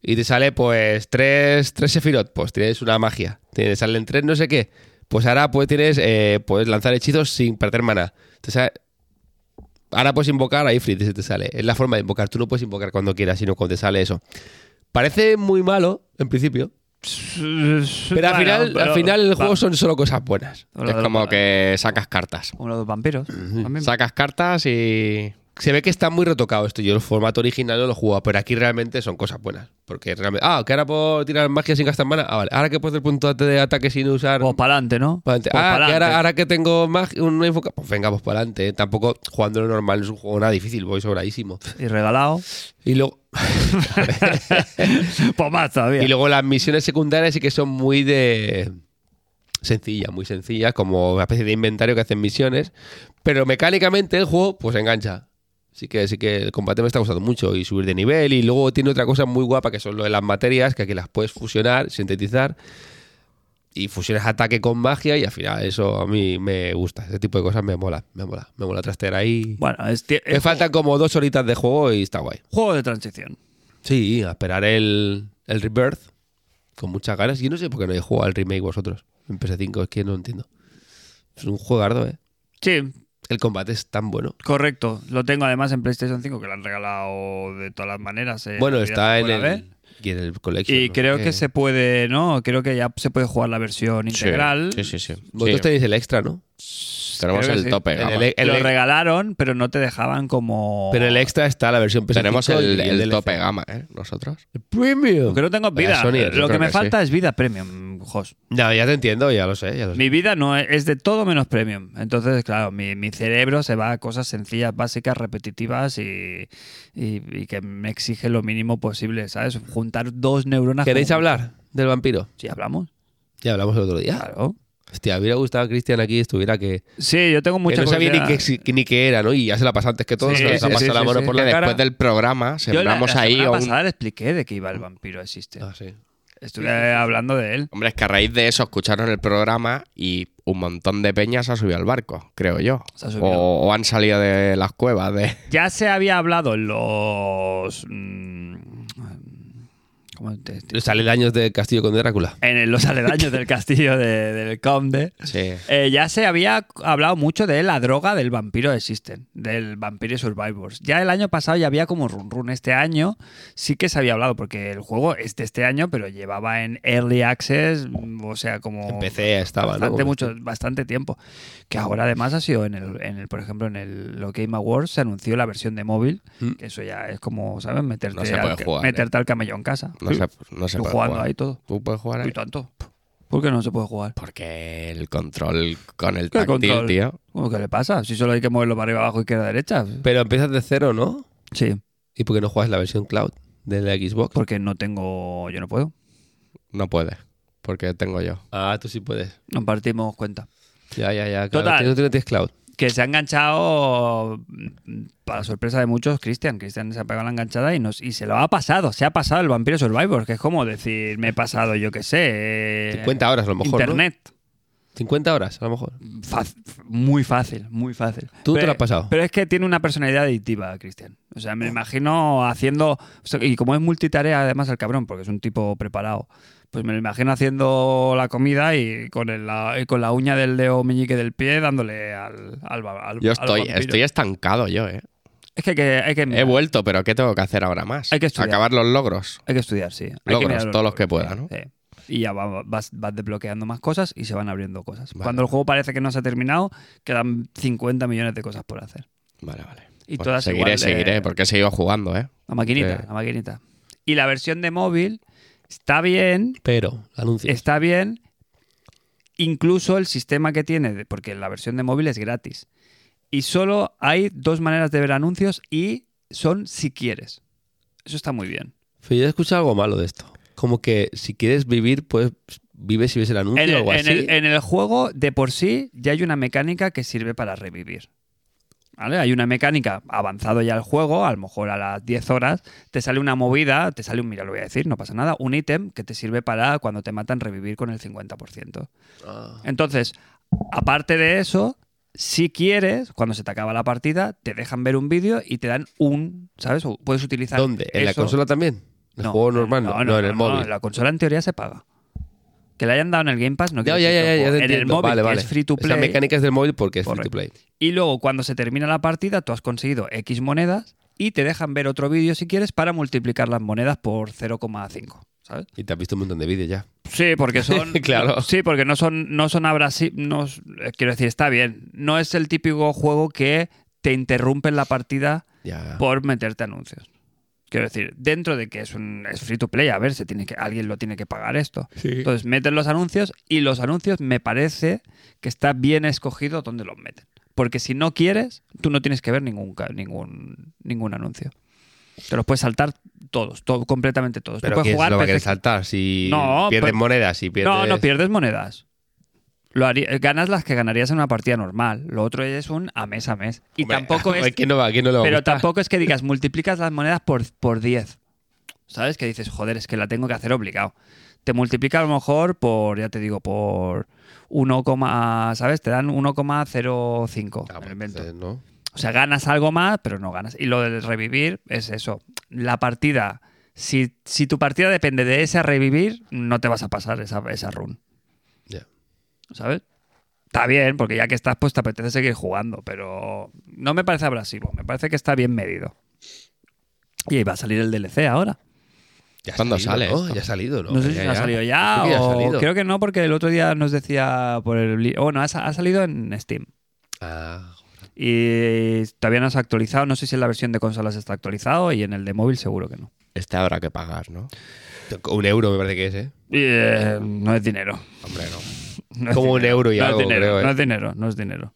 S1: Y te sale, pues, tres, tres Sephiroth, pues tienes una magia. Te salen tres no sé qué. Pues ahora pues tienes, eh, puedes lanzar hechizos sin perder mana. Te sale- ahora puedes invocar a Ifrit, se te sale. Es la forma de invocar. Tú no puedes invocar cuando quieras, sino cuando te sale eso. Parece muy malo, en principio. Pero al
S2: Bueno,
S1: final,
S2: pero-
S1: al final el
S2: va-
S1: juego son solo cosas buenas.
S2: como lo
S3: Es
S2: de los-
S3: como que sacas cartas.
S2: como lo de los vampiros. también.
S3: Sacas cartas y...
S1: Se ve que está muy retocado esto. Yo el formato original no lo jugaba, pero aquí realmente son cosas buenas. Porque realmente. Ah, que ahora puedo tirar magia sin gastar mana. Ah, vale. Ahora que puedo hacer punto de ataque sin usar.
S2: Pues para adelante, ¿no?
S1: Pa'lante.
S2: Pues
S1: ah, que
S2: pa'lante.
S1: ahora, ahora que tengo más un enfoca. Pues venga, pues para adelante. Tampoco jugando lo normal no es un juego nada difícil, voy sobradísimo. [LAUGHS]
S2: Y regalado.
S1: Y luego,
S2: pues más todavía.
S1: y luego las misiones secundarias sí que son muy de. sencillas, muy sencillas, como una especie de inventario que hacen misiones. Pero mecánicamente el juego, pues engancha. Sí que, sí que el combate me está gustando mucho y subir de nivel. Y luego tiene otra cosa muy guapa que son lo de las materias, que aquí las puedes fusionar, sintetizar. Y fusionas ataque con magia y al final eso a mí me gusta. Ese tipo de cosas me mola, me mola. Me mola trastear ahí.
S2: Bueno, es, tie-
S1: me
S2: es
S1: faltan como dos horitas de juego y está guay.
S2: juego de transición.
S1: Sí, a esperar el, el Rebirth con muchas ganas. Yo no sé por qué no he jugado al remake vosotros en PS5, es que no entiendo. Es un juegardo, ¿eh?
S2: Sí,
S1: El combate es tan bueno.
S2: correcto. Lo tengo además en PlayStation 5, que lo han regalado de todas las maneras. eh,
S1: bueno,
S2: la
S1: está en
S2: primera vez.
S1: el, y en el Collection.
S2: Y
S1: ¿no?
S2: creo
S1: Que-
S2: que se puede, ¿no? Creo que ya se puede jugar la versión integral.
S3: Sí, sí, sí. sí.
S1: Vosotros tenéis el extra, ¿no?
S3: Tenemos
S2: creo que
S3: el
S2: sí. E
S3: tope.
S1: En
S3: gama.
S1: el- el-
S2: lo
S1: el-
S2: regalaron, pero no te dejaban como.
S1: pero el extra está la versión PS5.
S3: Tenemos
S1: y
S3: el, el
S2: E
S1: DLC.
S3: tope gama, ¿eh? Nosotros.
S1: El Premium.
S2: Porque no tengo
S1: Para
S2: vida.
S1: Sony, yo
S2: lo
S3: creo
S2: que me
S3: que
S2: falta es vida premium, Jos.
S1: No, ya te entiendo, ya lo sé. Ya lo sé.
S2: Mi vida no es, es de todo menos premium. Entonces, claro, mi, mi cerebro se va a cosas sencillas, básicas, repetitivas y, y- y que me exige lo mínimo posible, ¿sabes? Juntar dos neuronas.
S1: ¿Queréis
S2: como-
S1: hablar del vampiro?
S2: Sí, hablamos.
S1: Ya hablamos el otro día.
S2: Claro.
S1: Hostia, me hubiera gustado que Cristian aquí estuviera que,
S2: Sí, yo tengo
S1: que
S2: mucha
S1: no sabía ni
S2: curiosidad.
S1: qué, ni qué era, ¿no? Y ya se la pasa antes que todos,
S2: Sí,
S1: se nos ha
S2: sí,
S1: pasado
S2: sí,
S1: la
S2: sí,
S1: mano
S2: sí.
S1: por
S3: Que
S1: la cara.
S3: después del programa
S2: Yo la,
S3: sembramos
S2: la
S3: ahí
S2: semana
S3: a un-
S2: pasada le expliqué de qué iba el vampiro existe.
S1: Ah, sí.
S2: Estuve hablando de él.
S3: Hombre, es que a raíz de eso escucharon el programa y un montón de peñas se ha subido al barco, creo yo.
S2: Se ha subido.
S3: O, o han salido de las cuevas de...
S2: Ya se había hablado en los. mm, ¿Cómo te- te-
S1: Sale el año de Castillo con Drácula.
S2: En los aledaños del castillo de- del conde.
S3: Sí.
S2: Eh, ya se había hablado mucho de la droga del vampiro existen, del vampiro survivors. Ya el año pasado ya había como run run. Este año sí que se había hablado, porque el juego es de este año, pero llevaba en early access, mm, o sea, como
S1: En PC estaba, ¿no?
S2: bastante
S1: Como
S2: mucho,
S3: este-
S2: bastante tiempo. Que ahora además ha sido en el, en el por ejemplo, en el los Game Awards se anunció la versión de móvil,
S1: Mm.
S2: que eso ya es como, ¿sabes? Meterte,
S3: No se
S2: al,
S3: puede jugar, ¿eh?
S2: meterte al camello en casa.
S3: No se, no se
S2: Tú
S3: puede
S2: jugando
S3: jugar.
S2: ahí todo.
S3: ¿Tú puedes jugar
S2: Y
S3: ahí?
S2: tanto. ¿Por qué no se puede jugar?
S3: Porque el control con el
S2: ¿Qué
S3: táctil,
S2: control?
S3: tío.
S2: Bueno, ¿Qué le pasa? Si solo hay que moverlo para arriba, abajo, izquierda, derecha.
S1: Pero empiezas de cero, ¿no?
S2: Sí,
S1: ¿Y por qué no juegas la versión cloud de la Xbox?
S2: porque no tengo. Yo no puedo.
S3: No puede. Porque tengo yo.
S1: Ah, tú sí puedes.
S2: Nos partimos cuenta.
S1: Ya, ya, ya. claro.
S2: Total.
S1: Tú no tienes- tienes cloud.
S2: Que se ha enganchado, mm, para sorpresa de muchos, Cristian. Cristian se ha pegado la enganchada y, nos, y se lo ha pasado. Se ha pasado el Vampiro Survivor, que es como decir, me he pasado, yo qué sé. eh,
S1: 50 horas a lo mejor, ¿no?
S2: Internet.
S1: 50 horas a lo mejor.
S2: Faz- muy fácil, muy fácil.
S1: ¿Tú te
S2: Pero-
S1: lo has pasado?
S2: Pero es que tiene una personalidad adictiva, Cristian. O sea, me imagino haciendo. o sea, Y como es multitarea, además, el cabrón, porque es un tipo preparado. Pues me lo imagino haciendo la comida y con, el- la, y con la uña del dedo meñique del pie dándole al. al, va- al-
S3: Yo
S2: al
S3: estoy,
S2: vampiro.
S3: estoy estancado yo, ¿eh?
S2: Es que hay que, hay que
S3: He
S2: mirar,
S3: vuelto, pero ¿qué tengo que hacer ahora más?
S2: Hay que estudiar.
S3: Acabar los logros.
S2: hay que estudiar, sí. Hay que
S3: Logros,
S2: mirar
S3: todos los que
S2: logros,
S3: pueda, ¿no?
S2: sí. Y ya va- vas, vas desbloqueando más cosas y se van abriendo cosas. Cuando el juego parece que no se ha terminado, quedan 50 millones de cosas por hacer.
S3: Vale, vale.
S2: Y
S3: Pues
S2: todas
S3: seguiré,
S2: igual de-
S3: seguiré, porque he seguido jugando, ¿eh?
S2: La maquinita,
S3: Sí.
S2: la maquinita. Y la versión de móvil está bien,
S1: Pero, anuncio.
S2: está bien. Incluso el sistema que tiene, de- porque la versión de móvil es gratis. Y solo hay dos maneras de ver anuncios y son si quieres. Eso está muy bien.
S1: Pero yo he escuchado algo malo de esto. Como que si quieres vivir, pues vive si ves el anuncio
S2: En
S1: o
S2: el,
S1: algo
S2: en
S1: así.
S2: el- en el juego, de por sí, ya hay una mecánica que sirve para revivir. ¿Vale? Hay una mecánica avanzado ya el juego, a lo mejor a las 10 horas, te sale una movida, te sale un, mira, lo voy a decir, no pasa nada, un ítem que te sirve para cuando te matan revivir con el 50%.
S1: Ah,
S2: Entonces, aparte de eso, si quieres, cuando se te acaba la partida, te dejan ver un vídeo y te dan un, ¿sabes? O Puedes utilizar
S1: ¿Dónde? ¿En la
S2: Ah, eso-
S1: consola también? ¿En el juego normal? No, no, en el móvil.
S2: la consola en teoría se paga. Que la hayan dado en el Game Pass no
S1: ya,
S2: quiere
S1: ya, ya,
S2: decir que
S1: ya,
S2: el
S1: ya
S2: juego-
S1: te
S2: En el
S1: entiendo.
S2: móvil
S1: vale,
S2: que
S1: vale.
S2: es free to play.
S1: La mecánica es del móvil porque es
S2: Correcto.
S1: free to play.
S2: Y luego cuando se termina la partida tú has conseguido X monedas y te dejan ver otro vídeo si quieres para multiplicar las monedas por 0,5. ¿Sabes?
S1: Y te has visto un montón de vídeos ya.
S2: Sí, [LAUGHS] porque son.
S1: Claro.
S2: Sí, porque no son, no son abrasi- No, es- eh, quiero decir, está bien. No es el típico juego que te interrumpe en la partida
S1: Ya.
S2: por meterte anuncios. Quiero decir, dentro de que es un es free to play, a ver, se tiene que, alguien lo tiene que pagar esto. Entonces meten los anuncios y los anuncios me parece que está bien escogido dónde los meten. Porque si no quieres, tú no tienes que ver ningún, ca- ningún, ningún anuncio. Te los puedes saltar todos, todo, completamente todos. Tú
S1: Pero
S2: puedes
S1: ¿quién se
S2: jugar
S1: lo va a querer
S2: perfecto-
S1: saltar si
S2: No,
S1: pierdes
S2: pero-
S1: monedas, si pierdes...
S2: No, no pierdes monedas. lo haría- ganas las que ganarías en una partida normal. Lo otro es un a mes a mes. Y
S1: Hombre, [LAUGHS]
S2: tampoco es.
S1: ¿Quién no va? ¿Quién no le va a
S2: Pero
S1: gustar?
S2: tampoco es que digas, multiplicas las monedas por, por 10. ¿Sabes? Que dices, joder, es que la tengo que hacer obligado. Te multiplica a lo mejor por, ya te digo, por 1, coma- ¿sabes? Te dan 1,05.
S1: Ah,
S2: me
S1: bueno,
S2: lo invento.
S3: Pues, eh,
S1: entonces, ¿no?
S2: O sea, ganas algo más, pero no ganas. Y lo del revivir es eso. La partida, si, si tu partida depende de ese revivir, no te vas a pasar esa, esa run,
S1: Ya.
S2: ¿sabes? Está bien, porque ya que estás, pues te apetece seguir jugando, pero no me parece abrasivo, me parece que está bien medido. Y ahí va a salir el DLC ahora.
S1: Ya ha
S3: ¿Cuándo
S1: salido,
S3: sale
S1: ¿no?
S3: esto?
S1: Ya ha salido, ¿no?
S2: No, sé si
S1: Ya,
S2: ha
S1: ya.
S2: salido ya
S1: Creo que ya ha
S2: o
S1: salido.
S2: creo que no, porque el otro día nos decía por el... li- Oh, no, ha sa- ha salido en Steam.
S1: Ah,
S2: Y todavía no se ha actualizado. No sé si en la versión de consolas está actualizado y en el de móvil seguro que no.
S3: Este habrá que pagar, ¿no?
S1: un euro me parece que es, ¿eh?
S2: Y, eh, no es dinero.
S1: Hombre, no.
S2: No es
S1: Como un
S2: dinero.
S1: euro y
S2: no
S1: algo,
S2: es dinero,
S1: creo, ¿eh?
S2: No es dinero, no es dinero.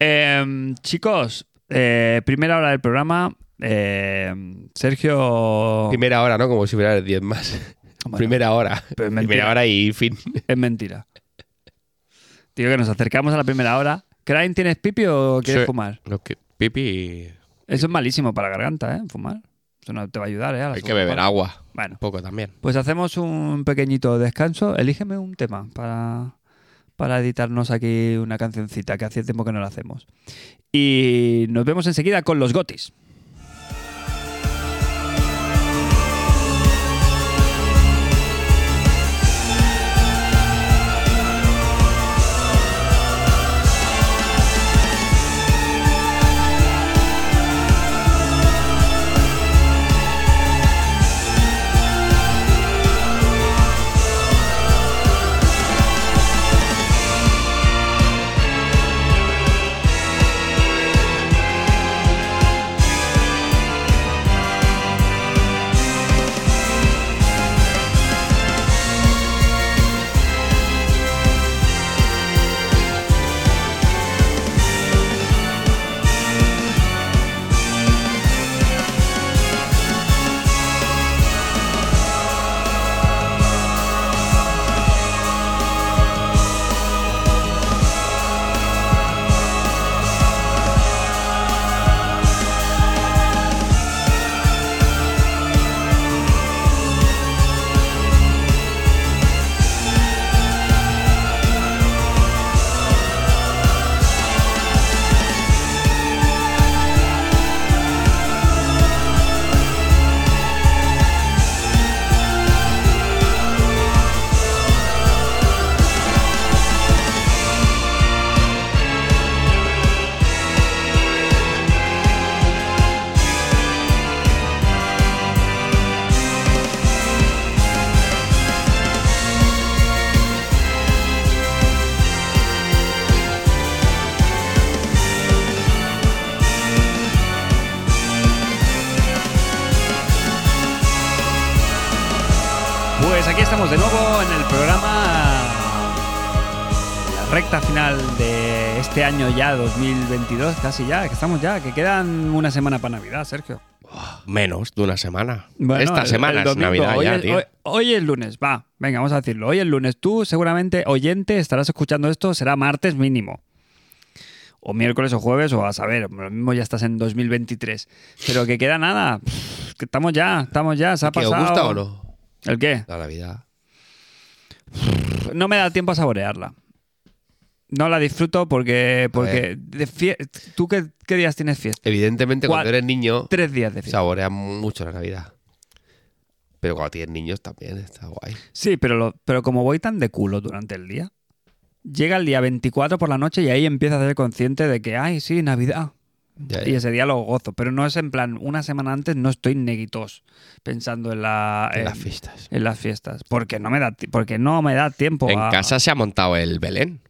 S2: Eh, chicos, eh, primera hora del programa. Eh, Sergio.
S1: Primera hora, ¿no? Como si fuera 10
S2: [LAUGHS]
S1: más.
S2: Bueno,
S1: Primera hora.
S2: pero es mentira.
S1: Primera hora y fin.
S2: Es mentira. Digo que nos acercamos a la primera hora. ¿Crane, tienes pipi o quieres
S3: Sí.
S2: fumar?
S3: Lo que- Pipi,
S2: Eso es malísimo para la garganta, ¿eh? Fumar. Eso no te va a ayudar, ¿eh? A la
S3: hay que
S2: segunda
S3: beber
S2: hora.
S3: agua.
S2: Bueno.
S3: Un poco también.
S2: Pues hacemos un pequeñito descanso. Elígeme un tema para, para editarnos aquí una cancioncita que hace tiempo que no la hacemos. Y nos vemos enseguida con los gotis. Pues aquí estamos de nuevo en el programa, en la recta final de este año ya, 2022, casi ya, que estamos ya, que quedan una semana para Navidad, Sergio.
S3: Menos de una semana.
S2: Bueno,
S3: Esta
S2: el-
S3: semana
S2: el
S3: es
S2: domingo,
S3: Navidad
S2: hoy
S3: ya,
S2: es,
S3: tío.
S2: hoy- hoy es lunes, va, venga, vamos a decirlo. Hoy es lunes. Tú, seguramente, oyente, estarás escuchando esto, será martes mínimo. O miércoles o jueves, o a saber, lo mismo ya estás en 2023. Pero que queda nada. Pff, Que estamos ya, estamos ya, se ha
S1: ¿Que os
S2: pasado.
S1: gusta o no?
S2: ¿El qué?
S1: La Navidad.
S2: No me da tiempo a saborearla. No la disfruto porque. porque de fie- ¿Tú qué, qué días tienes fiesta?
S1: Evidentemente, cuando
S2: ¿Cuál?
S1: eres niño,
S2: Tres días de fiesta.
S1: saboreas mucho la Navidad. Pero cuando tienes niños también está guay.
S2: Sí, pero, lo- pero como voy tan de culo durante el día, llega el día 24 por la noche y ahí empiezas a ser consciente de que, ay, sí, Navidad. Ah,
S1: Ya,
S3: Eh.
S2: Y
S1: ya.
S2: ese día lo gozo. Pero no es en plan, una semana antes no estoy neguitos pensando en, la,
S1: En
S2: en-
S1: las fiestas.
S2: en las fiestas. Porque no me da, ti- porque no me da tiempo.
S3: En
S2: a-
S3: casa se ha montado el Belén.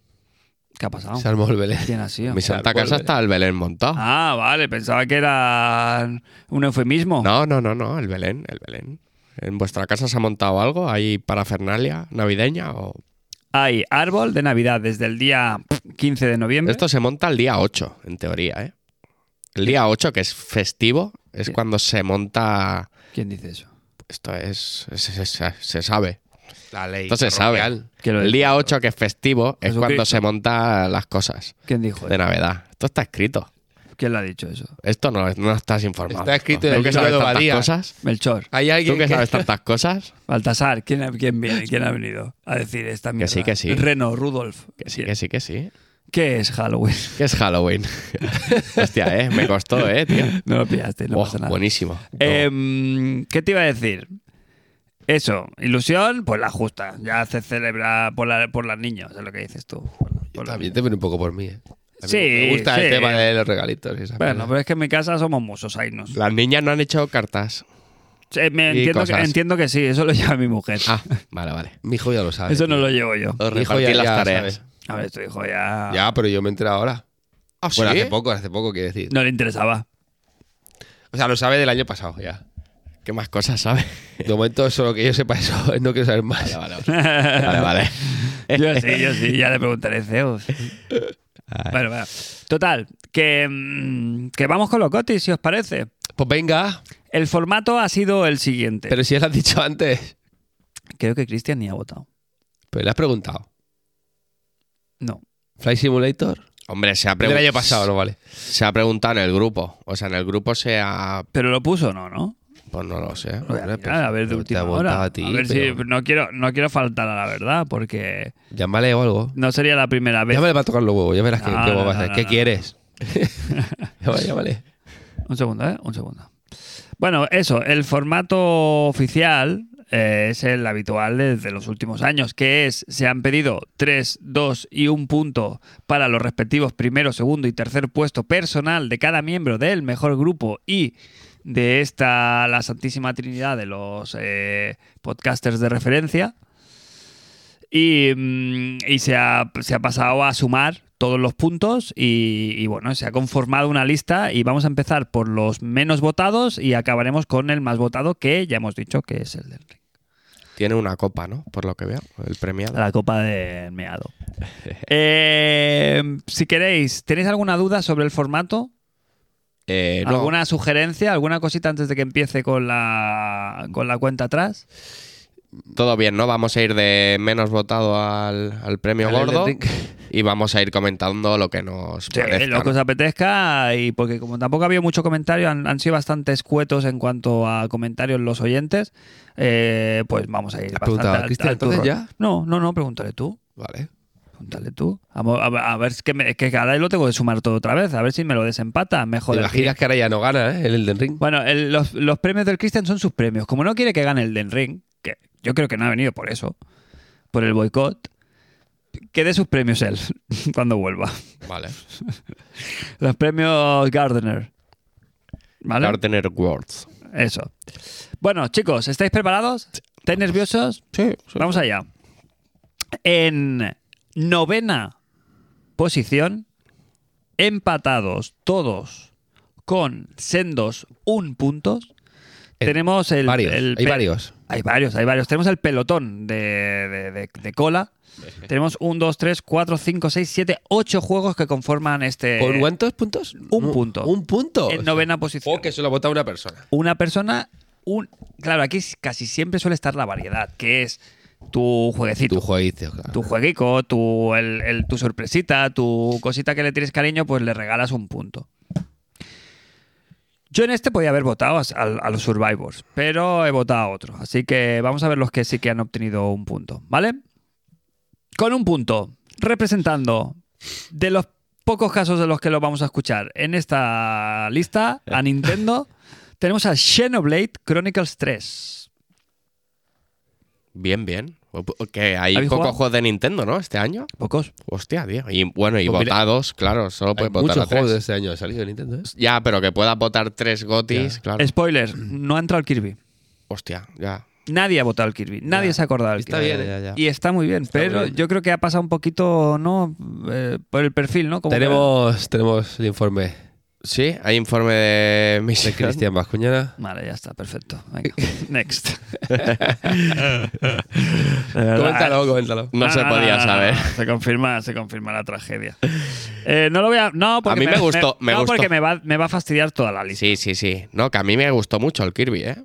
S2: ¿Qué ha pasado?
S1: Se armó el Belén.
S2: ¿Quién ha sido?
S3: En mi santa casa
S1: vuelve.
S3: está el Belén montado.
S2: Ah, vale, pensaba que era un eufemismo.
S3: No, no, no, no, el Belén, el Belén. ¿En vuestra casa se ha montado algo? ¿Hay parafernalia navideña? O...
S2: Hay árbol de Navidad desde el día 15 de
S1: Mm.
S2: noviembre.
S3: Esto se monta el día 8, en teoría, ¿eh? El día 8, que es festivo, es
S2: Sí.
S3: cuando se monta...
S2: ¿Quién dice eso?
S3: Esto es... es- es- es- se sabe.
S1: La ley.
S3: Entonces sabe.
S1: parroquial.
S2: Que lo
S3: El día 8, que es festivo, es
S2: Jesucristo.
S3: cuando se montan las cosas
S2: ¿Quién dijo
S1: Pues.
S3: de
S2: eso?
S3: Navidad. Esto está escrito.
S2: ¿Quién le ha dicho eso?
S3: Esto no, no estás informado.
S1: Está escrito en
S3: Tú
S1: el
S3: que
S1: libro
S3: sabes
S1: de
S3: tantas
S1: Obadía.
S3: cosas.
S2: Melchor,
S1: Hay
S3: Tú
S1: alguien
S3: que
S1: que,
S3: sabes tantas cosas.
S2: Baltasar, ¿quién, ha- quién viene? ¿Quién ha venido a decir esta mierda?
S3: sí, que sí.
S2: Reno, Rudolf.
S3: Que sí, que sí, que sí.
S2: ¿Qué es Halloween? [LAUGHS]
S3: Que es [LAUGHS] Halloween. Hostia, eh. Me costó, eh, tío.
S2: No lo pillaste, no
S3: Oh,
S2: pasa nada.
S3: buenísimo.
S2: Em, ¿Qué te iba a decir? Eso, ilusión, pues la justa. Ya se celebra por, la, por las niñas, es lo que dices tú. Por las
S1: También te viene un poco por mí, ¿eh? A mí
S2: Sí,
S1: Me gusta
S2: sí.
S1: el tema de los regalitos y esas
S2: Bueno,
S1: cosas.
S2: pero es que en mi casa somos musos, ahí nos.
S3: Las niñas no han hecho cartas.
S2: Eh, me
S3: y
S2: entiendo, que,
S3: cosas.
S2: entiendo que sí, eso lo lleva mi mujer.
S3: Ah, vale, vale.
S1: Mi hijo ya lo sabe.
S2: eso no
S1: tío.
S2: lo llevo yo.
S3: Os
S1: Mi hijo
S3: repartís
S1: ya-
S3: las
S1: ya
S3: tareas.
S1: sabe.
S2: A ver, tu hijo ya.
S1: Ya, pero yo me he enterado ahora.
S3: Ah,
S1: Bueno,
S3: ¿sí?
S1: hace poco, hace poco, quiere decir.
S2: No le interesaba.
S1: O sea, lo sabe del año pasado ya.
S3: ¿Qué más cosas sabes?
S1: De momento, solo que yo sepa eso, [LAUGHS] no quiero saber más.
S3: [LAUGHS] Vale, vale. Vale, vale. vale.
S2: Yo sí, yo sí, ya le preguntaré Zeus. Bueno, bueno. Total, que, mm, que vamos con los cotis, si os parece.
S1: Pues venga,
S2: El formato ha sido el siguiente.
S1: pero si ya lo has dicho antes.
S2: Creo que Cristian ni ha votado.
S1: Pero le has preguntado.
S2: No.
S1: ¿Fly Simulator?
S3: Hombre, se ha,
S1: Del
S3: preguntado
S1: año pasado, no vale.
S3: se ha preguntado en el grupo. O sea, en el grupo se ha.
S2: Pero lo puso, no, ¿no?
S3: Pues no lo sé.
S2: Voy a
S1: Hombre,
S2: mirar,
S1: pues,
S2: a ver de
S1: pero te
S2: última
S1: ha votado
S2: hora.
S1: a ti,
S2: a ver si
S1: pero-
S2: no quiero, no quiero faltar a la verdad, porque
S1: Llámale o algo.
S2: no sería la primera vez.
S1: Llámale para tocar los huevos, ya verás que,
S2: No,
S1: qué
S2: no,
S1: guapo va a
S2: no,
S1: ser.
S2: no,
S1: ¿Qué
S2: no. [LAUGHS]
S1: quieres? llámale, llámale.
S2: Un segundo, ¿eh? Un segundo. Bueno, eso, el formato oficial eh, es el habitual desde los últimos años, que es, se han pedido 3, 2 y 1 punto para los respectivos primero, segundo y tercer puesto personal de cada miembro del mejor grupo y de esta, la Santísima Trinidad de los eh, podcasters de referencia. Y, mm, y se, ha, se ha pasado a sumar todos los puntos y, y, bueno, se ha conformado una lista y vamos a empezar por los menos votados y acabaremos con el más votado que ya hemos dicho que es el del Ring.
S3: Tiene una copa, ¿no? Por lo que veo, el premiado.
S2: La copa de meado. [LAUGHS] Eh, si queréis, ¿tenéis alguna duda sobre el formato?
S3: Eh, no.
S2: ¿Alguna sugerencia? ¿Alguna cosita antes de que empiece con la, con la cuenta atrás?
S3: Todo bien, ¿no? Vamos a ir de menos votado al, al premio
S1: Al
S3: gordo
S1: Elden Ring.
S3: y vamos a ir comentando lo que nos
S2: Sí,
S3: parezca,
S2: lo que
S3: ¿no?
S2: os apetezca y porque como tampoco ha habido mucho comentario, han, han sido bastante escuetos en cuanto a comentarios los oyentes, eh, pues vamos a ir
S1: ¿Has
S2: bastante
S1: preguntado a
S2: al-
S1: Cristian
S2: al
S1: entonces
S2: turrón.
S1: ya?
S2: No, no, no, pregúntale tú.
S1: Vale.
S2: Pregúntale tú. A, mo- a- a ver, es que, me- es que ahora lo tengo que sumar todo otra vez, a ver si me lo desempata.
S1: Te
S2: Mejor
S1: imaginas que ahora ya no gana, ¿eh? El Elden Ring.
S2: Bueno, el- los, los premios del Christian son sus premios. Como no quiere que gane el Den Ring, que yo creo que no ha venido por eso, por el boicot, que dé sus premios él [LAUGHS] cuando vuelva.
S3: Vale.
S2: Los premios Gardner. ¿Vale?
S3: Gardener Words.
S2: Eso. Bueno, chicos, ¿estáis preparados? ¿Estáis nerviosos?
S3: Sí, sí.
S2: Vamos allá. En novena posición, empatados todos con sendos un puntos.
S1: Eh,
S2: Tenemos el.
S1: varios.
S2: el
S1: Hay
S2: pe-
S1: varios.
S2: Hay varios, hay varios. Tenemos el pelotón de, de- de- de cola. Tenemos un, dos, tres, cuatro, cinco, seis, siete, ocho juegos que conforman este.
S1: ¿Con cuántos puntos?
S2: un
S1: No,
S2: punto.
S1: Un punto.
S2: En novena posición.
S1: O que solo ha votado una persona.
S2: Una persona, un. Claro, aquí casi siempre suele estar la variedad, que es tu jueguecito.
S1: Tú jueguiste, claro.
S2: tu jueguico, tu, el- el- tu sorpresita, tu cosita que le tienes cariño, pues le regalas un punto. Yo en este podía haber votado a, a- a los Survivors, pero he votado a otro. Así que vamos a ver los que sí que han obtenido un punto, ¿vale? Con un punto, representando de los pocos casos de los que lo vamos a escuchar en esta lista a Nintendo, tenemos a Xenoblade Chronicles 3.
S3: Bien, bien. Que hay
S2: ¿Habéis
S3: pocos
S2: jugado?
S3: juegos de Nintendo, ¿no? Este año.
S2: ¿Pocos?
S3: Hostia, tío. Y bueno, y
S1: Pues mira,
S3: votados, claro, solo
S1: "Ah, Hay
S3: puedes votar
S1: muchos
S3: a tres.
S1: juegos de este año han salido de Nintendo, ¿eh?
S3: Ya, pero que puedas votar tres gotis,
S1: Ya.
S3: claro.
S2: Spoiler, no ha entrado el Kirby.
S3: Hostia, ya.
S2: Nadie ha votado al Kirby, nadie
S3: Ya.
S2: se ha acordado del
S1: Está
S2: Kirby.
S1: bien,
S3: Ya, ya,
S1: ¿eh?
S3: ya.
S2: Y está muy bien,
S1: muy
S2: pero
S1: bien.
S2: yo creo que ha pasado un poquito, ¿no? Eh, por el perfil, ¿no? Como que-
S1: Tenemos, tenemos el informe
S3: Sí, hay informe de
S1: de
S3: misión. [LAUGHS]
S1: Cristian [LAUGHS] Bascuñana.
S2: Vale, ya está, perfecto. Venga, next. [LAUGHS] De verdad.
S1: Coméntalo, coméntalo.
S3: No se
S2: no,
S3: podía
S2: no,
S3: saber.
S2: no, Se confirma, se confirma la tragedia. Eh, no lo voy a. No, porque
S3: mí me gustó, me
S2: no,
S3: gustó.
S2: porque me va, me va a fastidiar toda la lista.
S3: Sí, sí, sí. No, que a mí me gustó mucho el Kirby, ¿eh?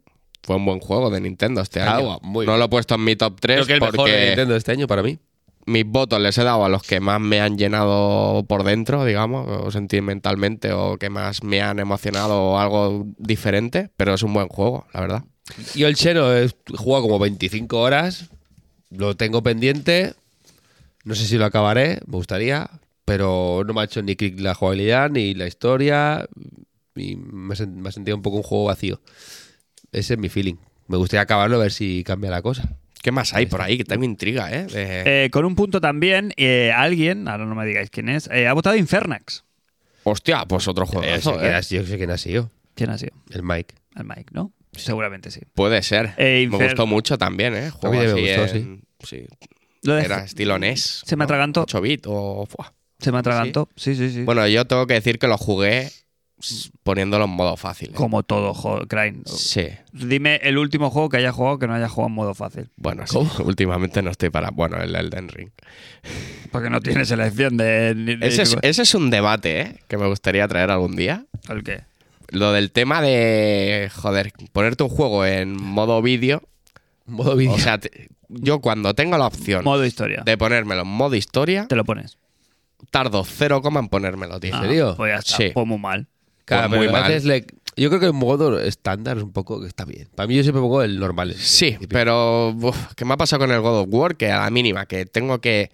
S3: Fue un buen juego de Nintendo este
S1: Ah,
S3: año.
S1: guau, muy
S3: no
S1: bien.
S3: lo he puesto en mi top 3
S1: Creo que el
S3: porque
S1: mejor de Nintendo este año para mí.
S3: mis votos les he dado a los que más me han llenado por dentro, digamos, o sentimentalmente, o que más me han emocionado o algo diferente, pero es un buen juego, la verdad.
S1: Yo el Cheno he jugado como 25 horas, lo tengo pendiente, no sé si lo acabaré, me gustaría, pero no me ha hecho ni clic la jugabilidad ni la historia y me, he sen- me ha sentido un poco un juego vacío. Ese es mi feeling. Me gustaría acabarlo a ver si cambia la cosa.
S3: ¿Qué más hay por ahí? Que tengo intriga, ¿eh? De-
S2: Eh, con un punto también, eh, alguien, ahora no me digáis quién es, eh, ha votado Infernax.
S3: Hostia, pues otro juego.
S1: yo, sé quién ha sido, yo sé quién ha sido,
S2: ¿Quién ha sido?
S1: el Mike.
S2: El Mike, ¿no? Seguramente sí.
S3: Puede ser.
S2: Eh,
S3: me
S2: Infer-
S3: gustó mucho también, ¿eh? Juego
S1: A mí me
S3: así
S1: gustó,
S3: en- sí.
S2: Lo dejé.
S3: Era estilo NES.
S2: Se me
S3: ¿no?
S2: atragantó.
S3: 8 bit o... Buah.
S2: Se me atragantó. Sí, sí, sí.
S3: Bueno, yo tengo que decir que lo jugué s- poniéndolo en modo fácil. ¿eh?
S2: Como todo, jo- Crane.
S3: Sí.
S2: Dime el último juego que haya jugado que no haya jugado en modo fácil.
S3: Bueno, sí. últimamente no estoy para... Bueno, el Elden Ring.
S2: Porque no tiene selección de. ni- ni-
S3: Ese es, ese es un debate, ¿eh? Que me gustaría traer algún día.
S2: ¿El qué?
S3: Lo del tema de, joder, ponerte un juego en modo vídeo.
S1: Modo vídeo.
S3: O
S1: [LAUGHS]
S3: sea, te- yo cuando tengo la opción
S2: Modo historia.
S3: de ponérmelo en modo historia,
S2: Te lo pones.
S3: tardo cero coma en ponérmelo, tío.
S1: ¿En serio?
S2: Pues ya está.
S3: Sí.
S2: Pues muy mal.
S1: Claro,
S3: pues muy
S1: pero a
S3: mal.
S1: veces le- yo creo que el modo estándar es un poco que está bien. Para mí yo siempre pongo el normal. el
S3: Sí,
S1: típico.
S3: pero uf, ¿qué me ha pasado con el God of War? Que a la mínima, que tengo que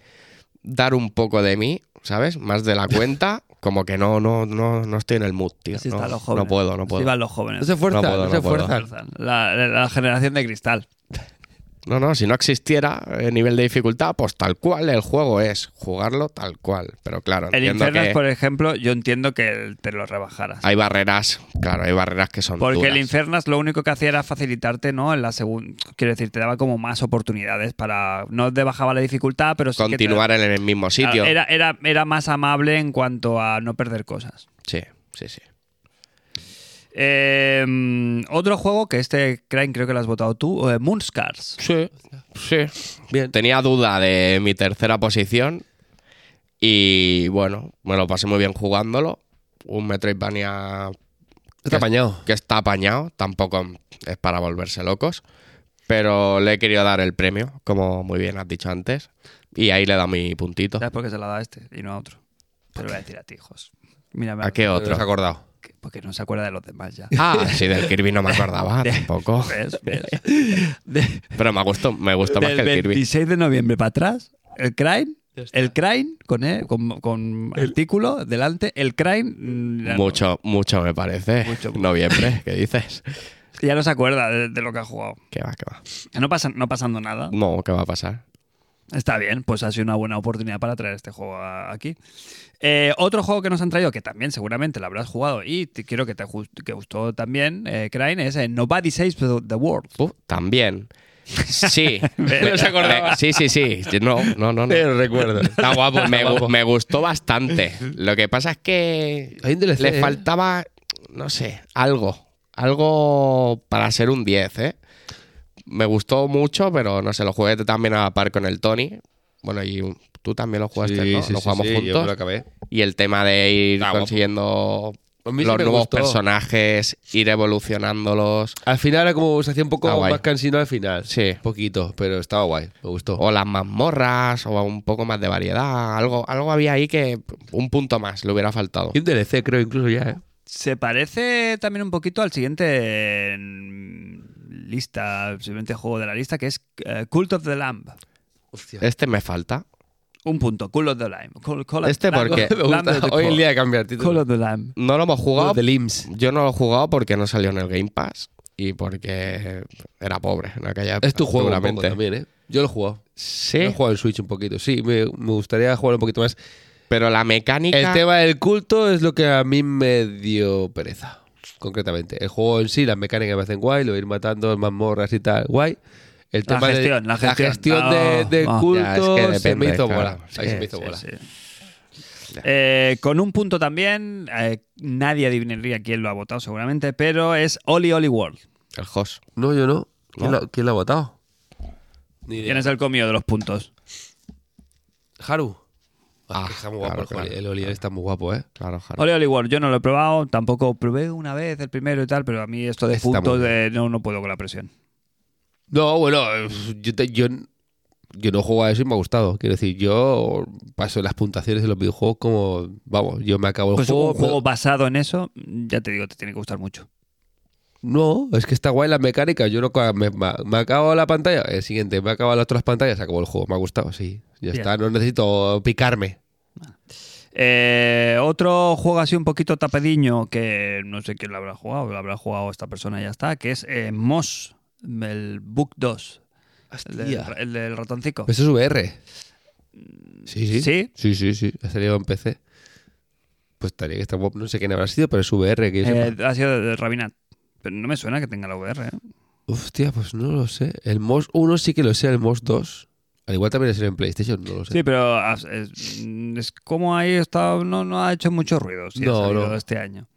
S3: dar un poco de mí, ¿sabes? Más de la
S2: [LAUGHS]
S3: cuenta, como que no, no, no, no estoy en el mood, tío.
S2: Así
S3: no,
S2: están los
S3: no
S2: jóvenes.
S3: puedo, no
S2: Así
S3: puedo.
S2: van los jóvenes.
S1: No se fuerzan,
S3: No puedo,
S1: no
S3: no
S1: se
S3: puedo.
S1: fuerzan.
S2: La, la generación de cristal.
S3: No, no, si no existiera el nivel de dificultad, pues tal cual el juego es, jugarlo tal cual. Pero claro,
S2: El
S3: entiendo
S2: Infernax,
S3: que
S2: por ejemplo, yo entiendo que el- te lo rebajaras.
S3: hay barreras, claro, hay barreras que son
S2: Porque
S3: duras.
S2: el Infernas lo único que hacía era facilitarte, ¿no? En la segunda. Quiero decir, te daba como más oportunidades para. No te bajaba la dificultad, pero sí que te- Ah,
S3: Continuar en el mismo sitio.
S2: Era, era, era más amable en cuanto a no perder cosas.
S3: Sí, sí, sí.
S2: Eh, mm, otro juego que este, Crane, creo que lo has votado tú, eh, Moonscars.
S3: Sí, sí. Bien. Tenía duda de mi tercera posición y bueno, me lo pasé muy bien jugándolo. Un Metroidvania
S1: Está apañado.
S3: que está apañado, tampoco es para volverse locos, pero le he querido dar el premio, como muy bien has dicho antes, y ahí le da mi puntito.
S2: ¿Sabes por qué se la da a este y no a otro? Te lo voy a decir a ti, hijos. Mírame,
S3: ¿A qué
S1: No
S3: otro?
S1: os he acordado.
S2: Porque no se acuerda de los demás
S3: [LAUGHS]
S2: ya.
S3: Ah, sí, del Kirby no
S2: [LAUGHS]
S3: me acordaba tampoco,
S2: ¿Ves? ¿Ves?
S3: pero me gustó, me gustó más
S2: Del
S3: que el Kirby.
S2: 26 de noviembre para atrás, el Crane, el Crane con, eh, con, con artículo delante, el Crane. mm, ya no-
S3: Mucho, mucho me parece.
S2: Mucho.
S3: Noviembre, ¿qué dices?
S2: ya no se acuerda de, de lo que ha jugado.
S3: ¿Qué va, qué va?
S2: No, pasa, no pasando nada.
S3: No, ¿qué va a pasar?
S2: Está bien, pues ha sido una buena oportunidad para traer este juego a- aquí. Eh, otro juego que nos han traído, que también seguramente lo habrás jugado y te- quiero que te ju- que gustó también, eh, Crane, es eh, Nobody Saves the the World.
S3: Uf, también.
S2: [LAUGHS]
S3: Sí.
S2: No se acordaba.
S3: Eh, Sí, sí, sí. No, no, no. no.
S1: Eh, recuerdo.
S3: [LAUGHS] Está guapo, me, gu- me gustó bastante. Lo que pasa es que
S1: Hay un DLC,
S3: le
S1: ¿eh?
S3: faltaba, no sé, algo. Algo para ser un 10, ¿eh? Me gustó mucho, pero no sé, lo jugué también a la par con el Tony. Bueno, y un- tú también lo jugaste, ¿no? lo jugamos
S1: sí, Yo
S3: juntos.
S1: me lo acabé.
S3: Y el tema de ir
S1: Está guapo.
S3: consiguiendo
S1: A
S3: los
S1: mí sí me
S3: nuevos
S1: gustó.
S3: personajes, ir evolucionándolos.
S1: Al final era como se hacía un poco
S3: Está guay.
S1: más cansino al final.
S3: Sí.
S1: Un poquito, pero estaba guay. Me gustó.
S3: o las mazmorras o un poco más de variedad. Algo, algo había ahí que un punto más le hubiera faltado.
S1: Y un DLC, creo, incluso ya, ¿eh?
S2: Se parece también un poquito al siguiente eh, lista, siguiente juego de la lista, que es eh, Cult of the Lamb.
S1: Hostia.
S3: Este me falta.
S2: Un punto, Cult of the Lamb. Cult- Cult of-
S3: Este
S2: Lamb-
S3: porque-
S1: Me
S2: Lamb of
S1: gusta.
S2: the
S1: Hoy en
S2: Cult.
S1: día de cambiar
S2: Cult
S1: título.
S2: of the Lamb.
S3: No lo hemos jugado.
S1: de Limbs.
S3: Yo no lo he jugado porque no salió en el Game Pass y porque era pobre en aquella
S1: Es tu juego un poco
S3: seguramente.
S1: también, ¿eh? Yo lo he jugado. Yo
S3: Sí,
S1: he jugado en Switch un poquito. Sí, me, me gustaría jugar un poquito más.
S3: pero la mecánica.
S1: El tema del culto es lo que a mí me dio pereza, concretamente. El juego en sí, las mecánicas me hacen guay, lo de ir matando, mazmorras y tal, guay. El
S2: La
S1: tema de-
S2: gestión, la gestión.
S1: de-
S2: Oh,
S1: del
S2: oh.
S1: culto
S3: Ya, es que
S1: se me
S3: depende,
S1: hizo
S3: claro.
S1: bola. Ahí
S3: Sí,
S1: se me hizo
S3: sí,
S1: bola.
S2: Sí. Eh, con un punto también, eh, nadie adivinaría quién lo ha votado seguramente, pero es Oli Oli World.
S3: El host.
S1: No, yo no. ¿Quién,
S3: No.
S1: Lo, quién lo ha votado? Ni idea.
S2: ¿Quién es el comio de los puntos?
S1: Haru. Ah,
S3: Ah,
S1: que está muy guapo
S3: claro,
S1: el Holi-
S3: claro,
S1: el Oliver está muy guapo, ¿eh?
S3: Claro,
S1: [LAUGHS]
S3: Harold.
S2: Ole Oli World, yo no lo he probado, tampoco probé una vez el primero y tal, pero a mí esto de
S1: Está
S2: puntos
S1: muy
S2: de no, no puedo con la presión.
S1: No, bueno, yo, te- yo, yo no juego a eso y me ha gustado. Quiero decir, yo paso las puntuaciones de los videojuegos como, vamos, yo me acabo el
S2: Pues
S1: juego.
S2: un
S1: me-
S2: juego basado en eso, ya te digo, te tiene que gustar mucho.
S1: No, es que está guay la mecánica. Yo no, me, me, me acabo la pantalla, el siguiente, me acabo las otras pantallas, se acabó el juego. Me ha gustado, sí. Ya
S2: Bien.
S1: está, no necesito picarme.
S2: Eh, otro juego así un poquito tapediño que no sé quién lo habrá jugado, lo habrá jugado esta persona y ya está, que es eh, Moss, el Book 2, el del,
S1: Hostia. Pues
S2: el del ratoncico.
S1: Eso es VR. Sí, sí.
S2: ¿Sí?
S1: Sí, sí, sí. Ha salido en PC. Pues estaría que está guapo. No sé quién habrá sido, pero es VR. Que yo
S2: Eh,
S1: sepa.
S2: ha sido de Rabinat. Pero no me suena que tenga la VR. ¿eh?
S1: Hostia, pues no lo sé. El MOS 1 sí que lo sé, el MOS 2. Al igual también es en PlayStation, no lo sé.
S2: Sí, pero ah, es, mm, es como ahí está, no, no ha hecho mucho ruido si ha
S1: No,
S2: salido
S1: no.
S2: este año.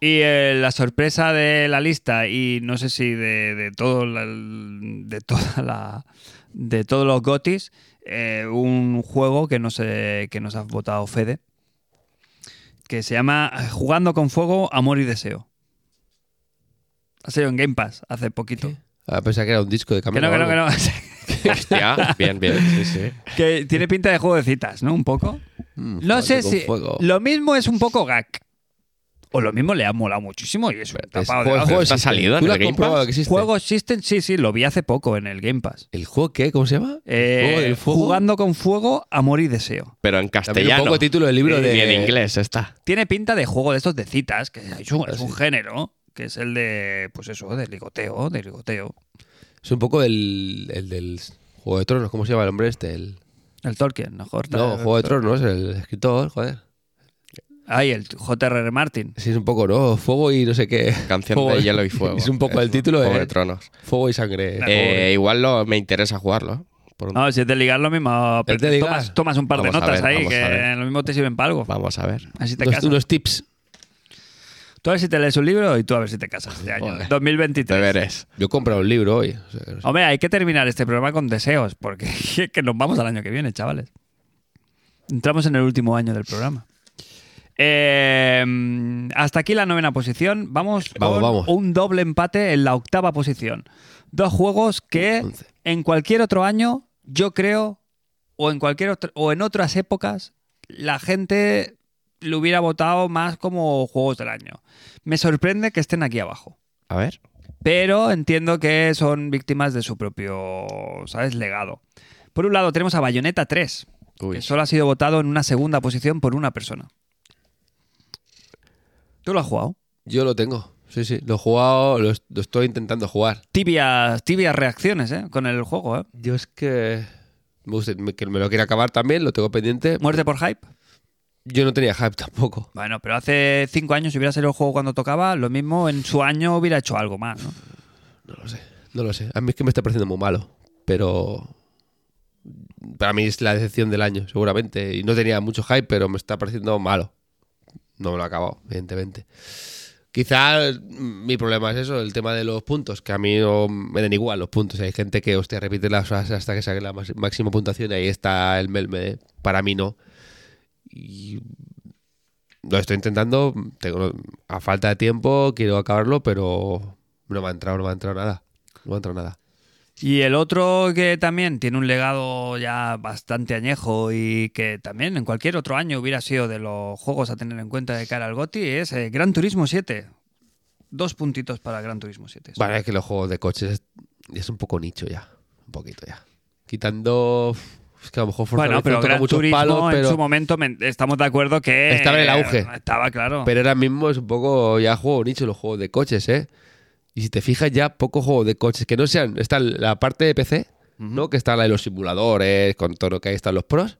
S2: Y eh, la sorpresa de la lista, y no sé si de, de todo la- de toda la de todos los gotis, eh, un juego que no sé, que nos ha votado Fede, que se llama Jugando con Fuego, Amor y Deseo. Ha salido en Game Pass hace poquito.
S1: Ah, pensaba que era un disco de
S2: Que
S1: Camilo.
S2: no, que
S1: o
S2: no, que
S1: algo.
S2: no. [LAUGHS]
S3: Hostia, bien, bien. Sí, sí.
S2: que tiene pinta de juego de citas, ¿no? Un poco.
S1: Mm,
S2: No
S1: jugando
S2: sé
S1: con
S2: si.
S1: fuego.
S2: Lo mismo es un poco gag. O lo mismo le ha molado muchísimo y es un
S1: Es-
S2: tapado de
S1: juego-
S2: gafas.
S1: juego
S3: ¿Está
S1: existe.
S3: salido en
S1: ¿Tú lo
S3: el
S1: has
S3: Game
S1: comprobado
S3: Pass?
S1: que existe?
S2: Juego System, sí, sí, lo vi hace poco en el Game Pass.
S1: ¿El juego qué? ¿Cómo se llama?
S2: Eh,
S1: ¿El juego del fuego?
S2: Jugando con fuego, amor y deseo.
S3: Pero en
S1: También un
S3: castellano.
S1: poco título del libro de...
S3: Y en inglés está.
S2: Tiene pinta de juego de estos de citas, que es un, es un
S1: Ah, Sí.
S2: género, que es el de, pues eso, de ligoteo, de ligoteo.
S1: Es un poco el, el del Juego de Tronos. ¿Cómo se llama el hombre este? El...
S2: El Tolkien, mejor.
S1: No, Juego de Tronos, el escritor, joder.
S2: Ay, el J.R.R. Martin.
S1: Sí, es un poco, ¿no? Fuego y no sé qué.
S3: Canción
S1: Fuego-
S3: de hielo y fuego.
S1: [LAUGHS] Es un poco el título,
S3: Juego
S1: ¿eh?
S3: de Tronos.
S1: Fuego y sangre.
S3: Eh, igual lo, me interesa jugarlo. ¿eh? Por un-
S2: No, si es de ligar lo mismo,
S1: Es de ligar.
S2: tomas, tomas un par de
S3: Vamos a
S2: notas
S3: ver,
S2: ahí,
S3: vamos a
S2: que
S3: ver.
S2: lo mismo te sirven para algo.
S3: Vamos a ver.
S2: Así te
S1: unos,
S2: casas.
S1: unos tips.
S2: Tú a ver si te lees un libro y tú a ver si te casas este año.
S1: Joder.
S2: 2023.
S3: Deberes.
S1: Yo he comprado un libro hoy. o sea, que no sé.
S2: Hombre, hay que terminar este programa con deseos, porque [LAUGHS] es que nos vamos al año que viene, chavales. Entramos en el último año del programa. Eh, hasta aquí la novena posición. Vamos,
S1: Vamos,
S2: con
S1: vamos.
S2: un doble empate en la octava posición. Dos juegos que
S1: Once.
S2: en cualquier otro año, yo creo, o en cualquier otro- o en otras épocas, la gente lo hubiera votado más como juegos del año. Me sorprende que estén aquí abajo
S3: A ver.
S2: pero entiendo que son víctimas de su propio, ¿sabes?, legado. Por un lado tenemos a Bayonetta 3,
S3: Uy.
S2: que solo ha sido votado en una segunda posición por una persona. ¿Tú lo has jugado?
S1: Yo lo tengo. Sí, sí. Lo he jugado, lo, es- lo estoy intentando jugar.
S2: Tibias, tibias reacciones, ¿eh? Con el juego, ¿eh?
S1: Yo es que. Me, gusta- me- que me lo quiero acabar también, lo tengo pendiente.
S2: Muerte por hype.
S1: Yo no tenía hype tampoco.
S2: Bueno, pero hace cinco años si hubiera salido el juego cuando tocaba, lo mismo en su año hubiera hecho algo más, ¿no?
S1: No lo sé. No lo sé. A mí es que me está pareciendo muy malo. Pero. Para mí es la decepción del año, seguramente. Y no tenía mucho hype, pero me está pareciendo malo. No me lo he acabado, evidentemente. Quizás mi problema es eso, el tema de los puntos, que a mí no me den igual los puntos. Hay gente que, hostia, repite las frases hasta que saque la mas- máxima puntuación y ahí está el melme. de, Para mí no. Y lo estoy intentando, tengo, a falta de tiempo quiero acabarlo, pero no me ha entrado, no me ha entrado nada. No me ha entrado nada.
S2: Y el otro que también tiene un legado ya bastante añejo y que también en cualquier otro año hubiera sido de los juegos a tener en cuenta de cara al GOTI es eh, Gran Turismo 7. Dos puntitos para Gran Turismo 7.
S1: Bueno, es que los juegos de coches es, es un poco nicho ya, un poquito ya. Quitando, es que a lo mejor Forza
S2: Bueno,
S1: Horizon
S2: pero
S1: toca
S2: Gran
S1: muchos
S2: Turismo
S1: palos,
S2: en su
S1: pero,
S2: momento men- estamos de acuerdo que... eh,
S1: Estaba en el auge.
S2: Estaba claro.
S1: pero ahora mismo es un poco ya juego nicho los juegos de coches, ¿eh? Y si te fijas ya, poco juego de coches, que no sean, está la parte de PC, ¿no? Que está la de los simuladores, con todo lo que ahí están los pros.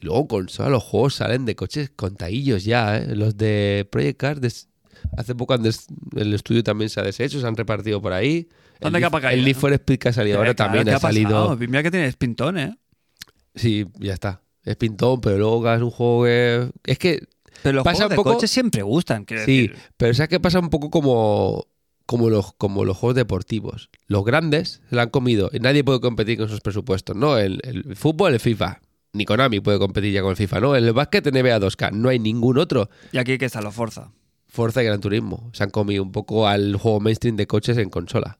S1: Y luego en consola los juegos salen de coches contadillos ya, ¿eh? Los de Project Cars, des- hace poco han des- el estudio también se ha deshecho, se han repartido por ahí.
S2: Anda
S1: el,
S2: capa
S1: Need-
S2: caída,
S1: el Need
S2: ¿no?
S1: for Speed que ha salido ahora
S2: Eh, claro,
S1: también
S2: ¿qué
S1: ha,
S2: ha
S1: salido...
S2: pasado? Mira que tienes pintón, ¿eh?
S1: Sí, ya está. Es pintón, pero luego es un juego que... Es que...
S2: Pero los
S1: Pasa
S2: juegos de
S1: un poco-
S2: coches siempre gustan, quiero
S1: Sí,
S2: decir.
S1: pero ¿sabes qué pasa? Un poco como, como, los, como los juegos deportivos. Los grandes se la han comido y nadie puede competir con sus presupuestos. No, el, el fútbol, el FIFA. ni Konami puede competir ya con el FIFA, ¿no? En el básquet NBA 2K no hay ningún otro.
S2: Y aquí que está lo Forza.
S1: Forza y Gran Turismo. Se han comido un poco al juego mainstream de coches en consola.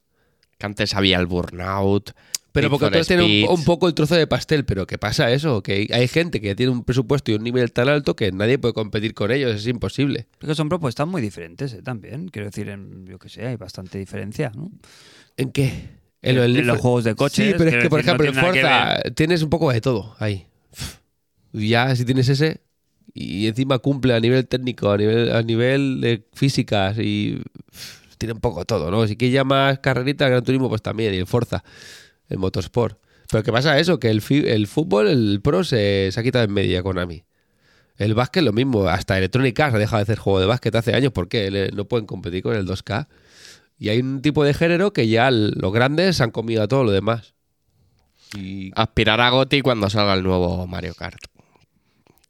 S3: Que antes había el burnout.
S1: Pero
S3: Need
S1: porque
S3: for
S1: todos tienen un,
S3: Speed.
S1: un poco el trozo de pastel, pero ¿qué pasa eso? Que hay gente que tiene un presupuesto y un nivel tan alto que nadie puede competir con ellos, es imposible.
S2: Porque son propuestas muy diferentes eh, también. Quiero decir, en, yo que sé, hay bastante diferencia, ¿no?
S1: ¿En qué?
S2: En-
S1: lo del
S2: en
S1: Need
S2: los
S1: for-
S2: juegos Eh, de coches,
S1: Sí, pero es
S2: quiero
S1: que, por
S2: decir, no
S1: ejemplo, en
S2: tiene nada que
S1: Forza tienes un poco de todo ahí. Y Ya, si tienes ese y encima cumple a nivel técnico, a nivel, a nivel de físicas y tiene un poco todo, ¿no? Si quieres ya más carrerita, Gran Turismo, pues también, y el Forza, el Motorsport. Pero ¿qué pasa eso? Que el, fi- el fútbol, el pro, se, se ha quitado en media Konami. El básquet lo mismo, hasta Electronic Arts ha dejado de hacer juego de básquet hace años porque le- no pueden competir con el 2K. Y hay un tipo de género que ya l- los grandes se han comido a todo lo demás. Y
S3: Aspirar a Goti cuando salga el nuevo Mario Kart.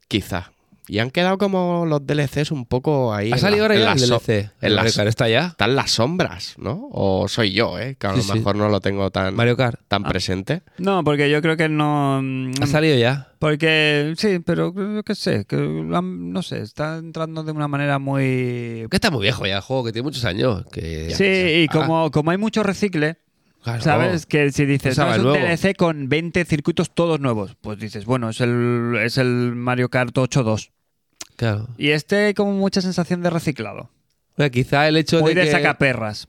S3: Quizá. Y han quedado como los DLCs un poco ahí.
S1: ha
S3: en
S1: salido ahora
S3: la- en
S1: ya el
S3: las so-
S1: DLC.
S3: en
S1: El Mario
S3: las-
S1: Kart está ya.
S3: Están las sombras, ¿no? O soy yo, ¿eh? Que a lo
S1: Sí, sí.
S3: mejor no lo tengo tan,
S1: Mario Ah. Kart
S3: tan presente.
S2: No, porque yo creo que no. mm,
S1: ha salido ya.
S2: Porque sí, pero yo qué sé, que lo han- no sé, está entrando de una manera muy.
S1: Que está muy viejo ya el juego, que tiene muchos años. Que
S2: Sí, y
S1: Ah.
S2: como, como hay mucho recicle,
S1: Claro.
S2: ¿sabes? Que si dices,
S1: Pensaba
S2: no, es
S1: el
S2: un
S1: nuevo.
S2: DLC con 20 circuitos todos nuevos, pues dices, bueno, es el, es el Mario Kart 8.2.
S1: Claro.
S2: Y este, como mucha sensación de reciclado.
S1: Bueno, quizá el hecho
S2: Muy
S1: de
S2: de
S1: que...
S2: sacaperras.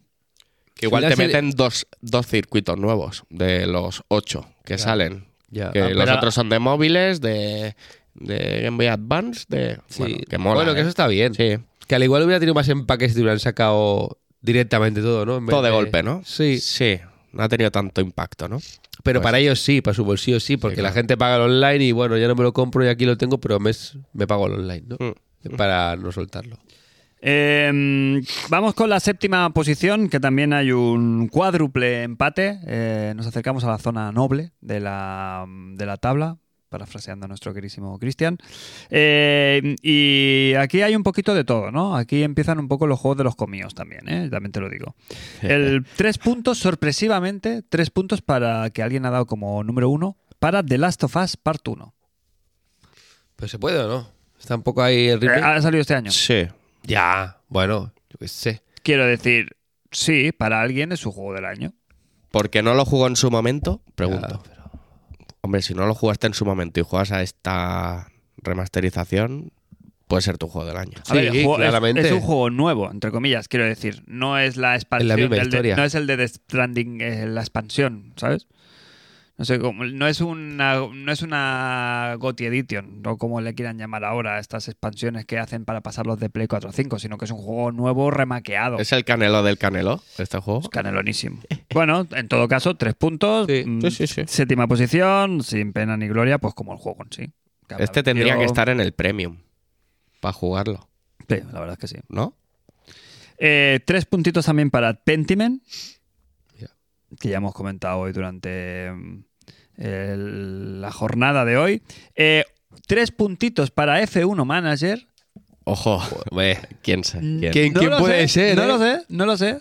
S3: Que igual te
S1: Final serie-
S3: meten dos, dos circuitos nuevos de los ocho que salen.
S1: Ya.
S3: Que
S1: Ah,
S3: los
S2: pero-
S3: otros son de móviles, de, de Game Boy Advance, de.
S1: sí.
S3: Bueno, que mola.
S1: Bueno, que
S3: ¿eh?
S1: eso está bien.
S3: Sí.
S1: Que al igual hubiera tenido más empaque si te hubieran sacado directamente todo, ¿no? En vez
S3: Todo de golpe, ¿no?
S1: Sí.
S3: Sí. No ha tenido tanto impacto, ¿no?
S1: Pero
S3: Pues-
S1: para ellos sí, para su bolsillo sí, porque la
S3: claro.
S1: gente paga el online y bueno, ya no me lo compro y aquí lo tengo, pero mes me pago el online, ¿no? Eh,
S3: Mm.
S1: Para no soltarlo.
S2: Eh, vamos con la séptima posición, que también hay un cuádruple empate. Eh, nos acercamos a la zona noble de la, de la tabla, parafraseando a nuestro querísimo Cristian. Eh, y aquí hay un poquito de todo, ¿no? Aquí empiezan un poco los juegos de los comíos también, ¿eh? También te lo digo. El tres puntos, sorpresivamente, tres puntos para que alguien ha dado como número uno para The Last of Us Part 1.
S1: Pero se puede o no. Está un poco ahí el remake.
S2: ha salido este año.
S3: Sí.
S1: ya, bueno, yo qué sé.
S2: Quiero decir, sí, para alguien es su juego del año.
S3: Porque no lo jugó en su momento, pregunto.
S1: Ya,
S3: Hombre, si no lo jugaste en su momento y juegas a esta remasterización, puede ser tu juego del año.
S2: A ver,
S1: Sí,
S2: el juego es-
S1: claramente.
S2: Es, un juego nuevo, entre comillas, quiero decir. No es la expansión.
S1: Es la misma
S2: del de-
S1: historia.
S2: no es el de Death Stranding, eh, la expansión, ¿sabes? No sé, cómo- no es una, no es una GOTY Edition, o como le quieran llamar ahora, estas expansiones que hacen para pasarlos de Play 4 a 5, sino que es un juego nuevo remaqueado.
S3: ¿Es el canelo del canelo, este juego?
S2: Es canelonísimo. Bueno, en todo caso, tres puntos.
S1: Sí,
S2: mm,
S3: sí, sí, sí.
S2: Séptima posición, sin pena ni gloria, pues como el juego en sí. Que habrá
S3: Este tendría que
S2: vendido-
S3: estar en el premium para jugarlo,
S2: Sí, la verdad es que sí.
S3: ¿no?
S2: Eh, tres puntitos también para Pentiment,
S1: Ya.
S2: que ya hemos comentado hoy durante mm, el- la jornada de hoy. Eh, tres puntitos para F1 Manager.
S3: Ojo,
S1: Pues, hombre,
S3: quién sé.
S2: Mm.
S3: quién.
S1: ¿Quién- quién
S2: lo
S1: puede
S2: sé,
S1: ser,
S2: No
S1: eh?
S2: lo sé, no lo sé.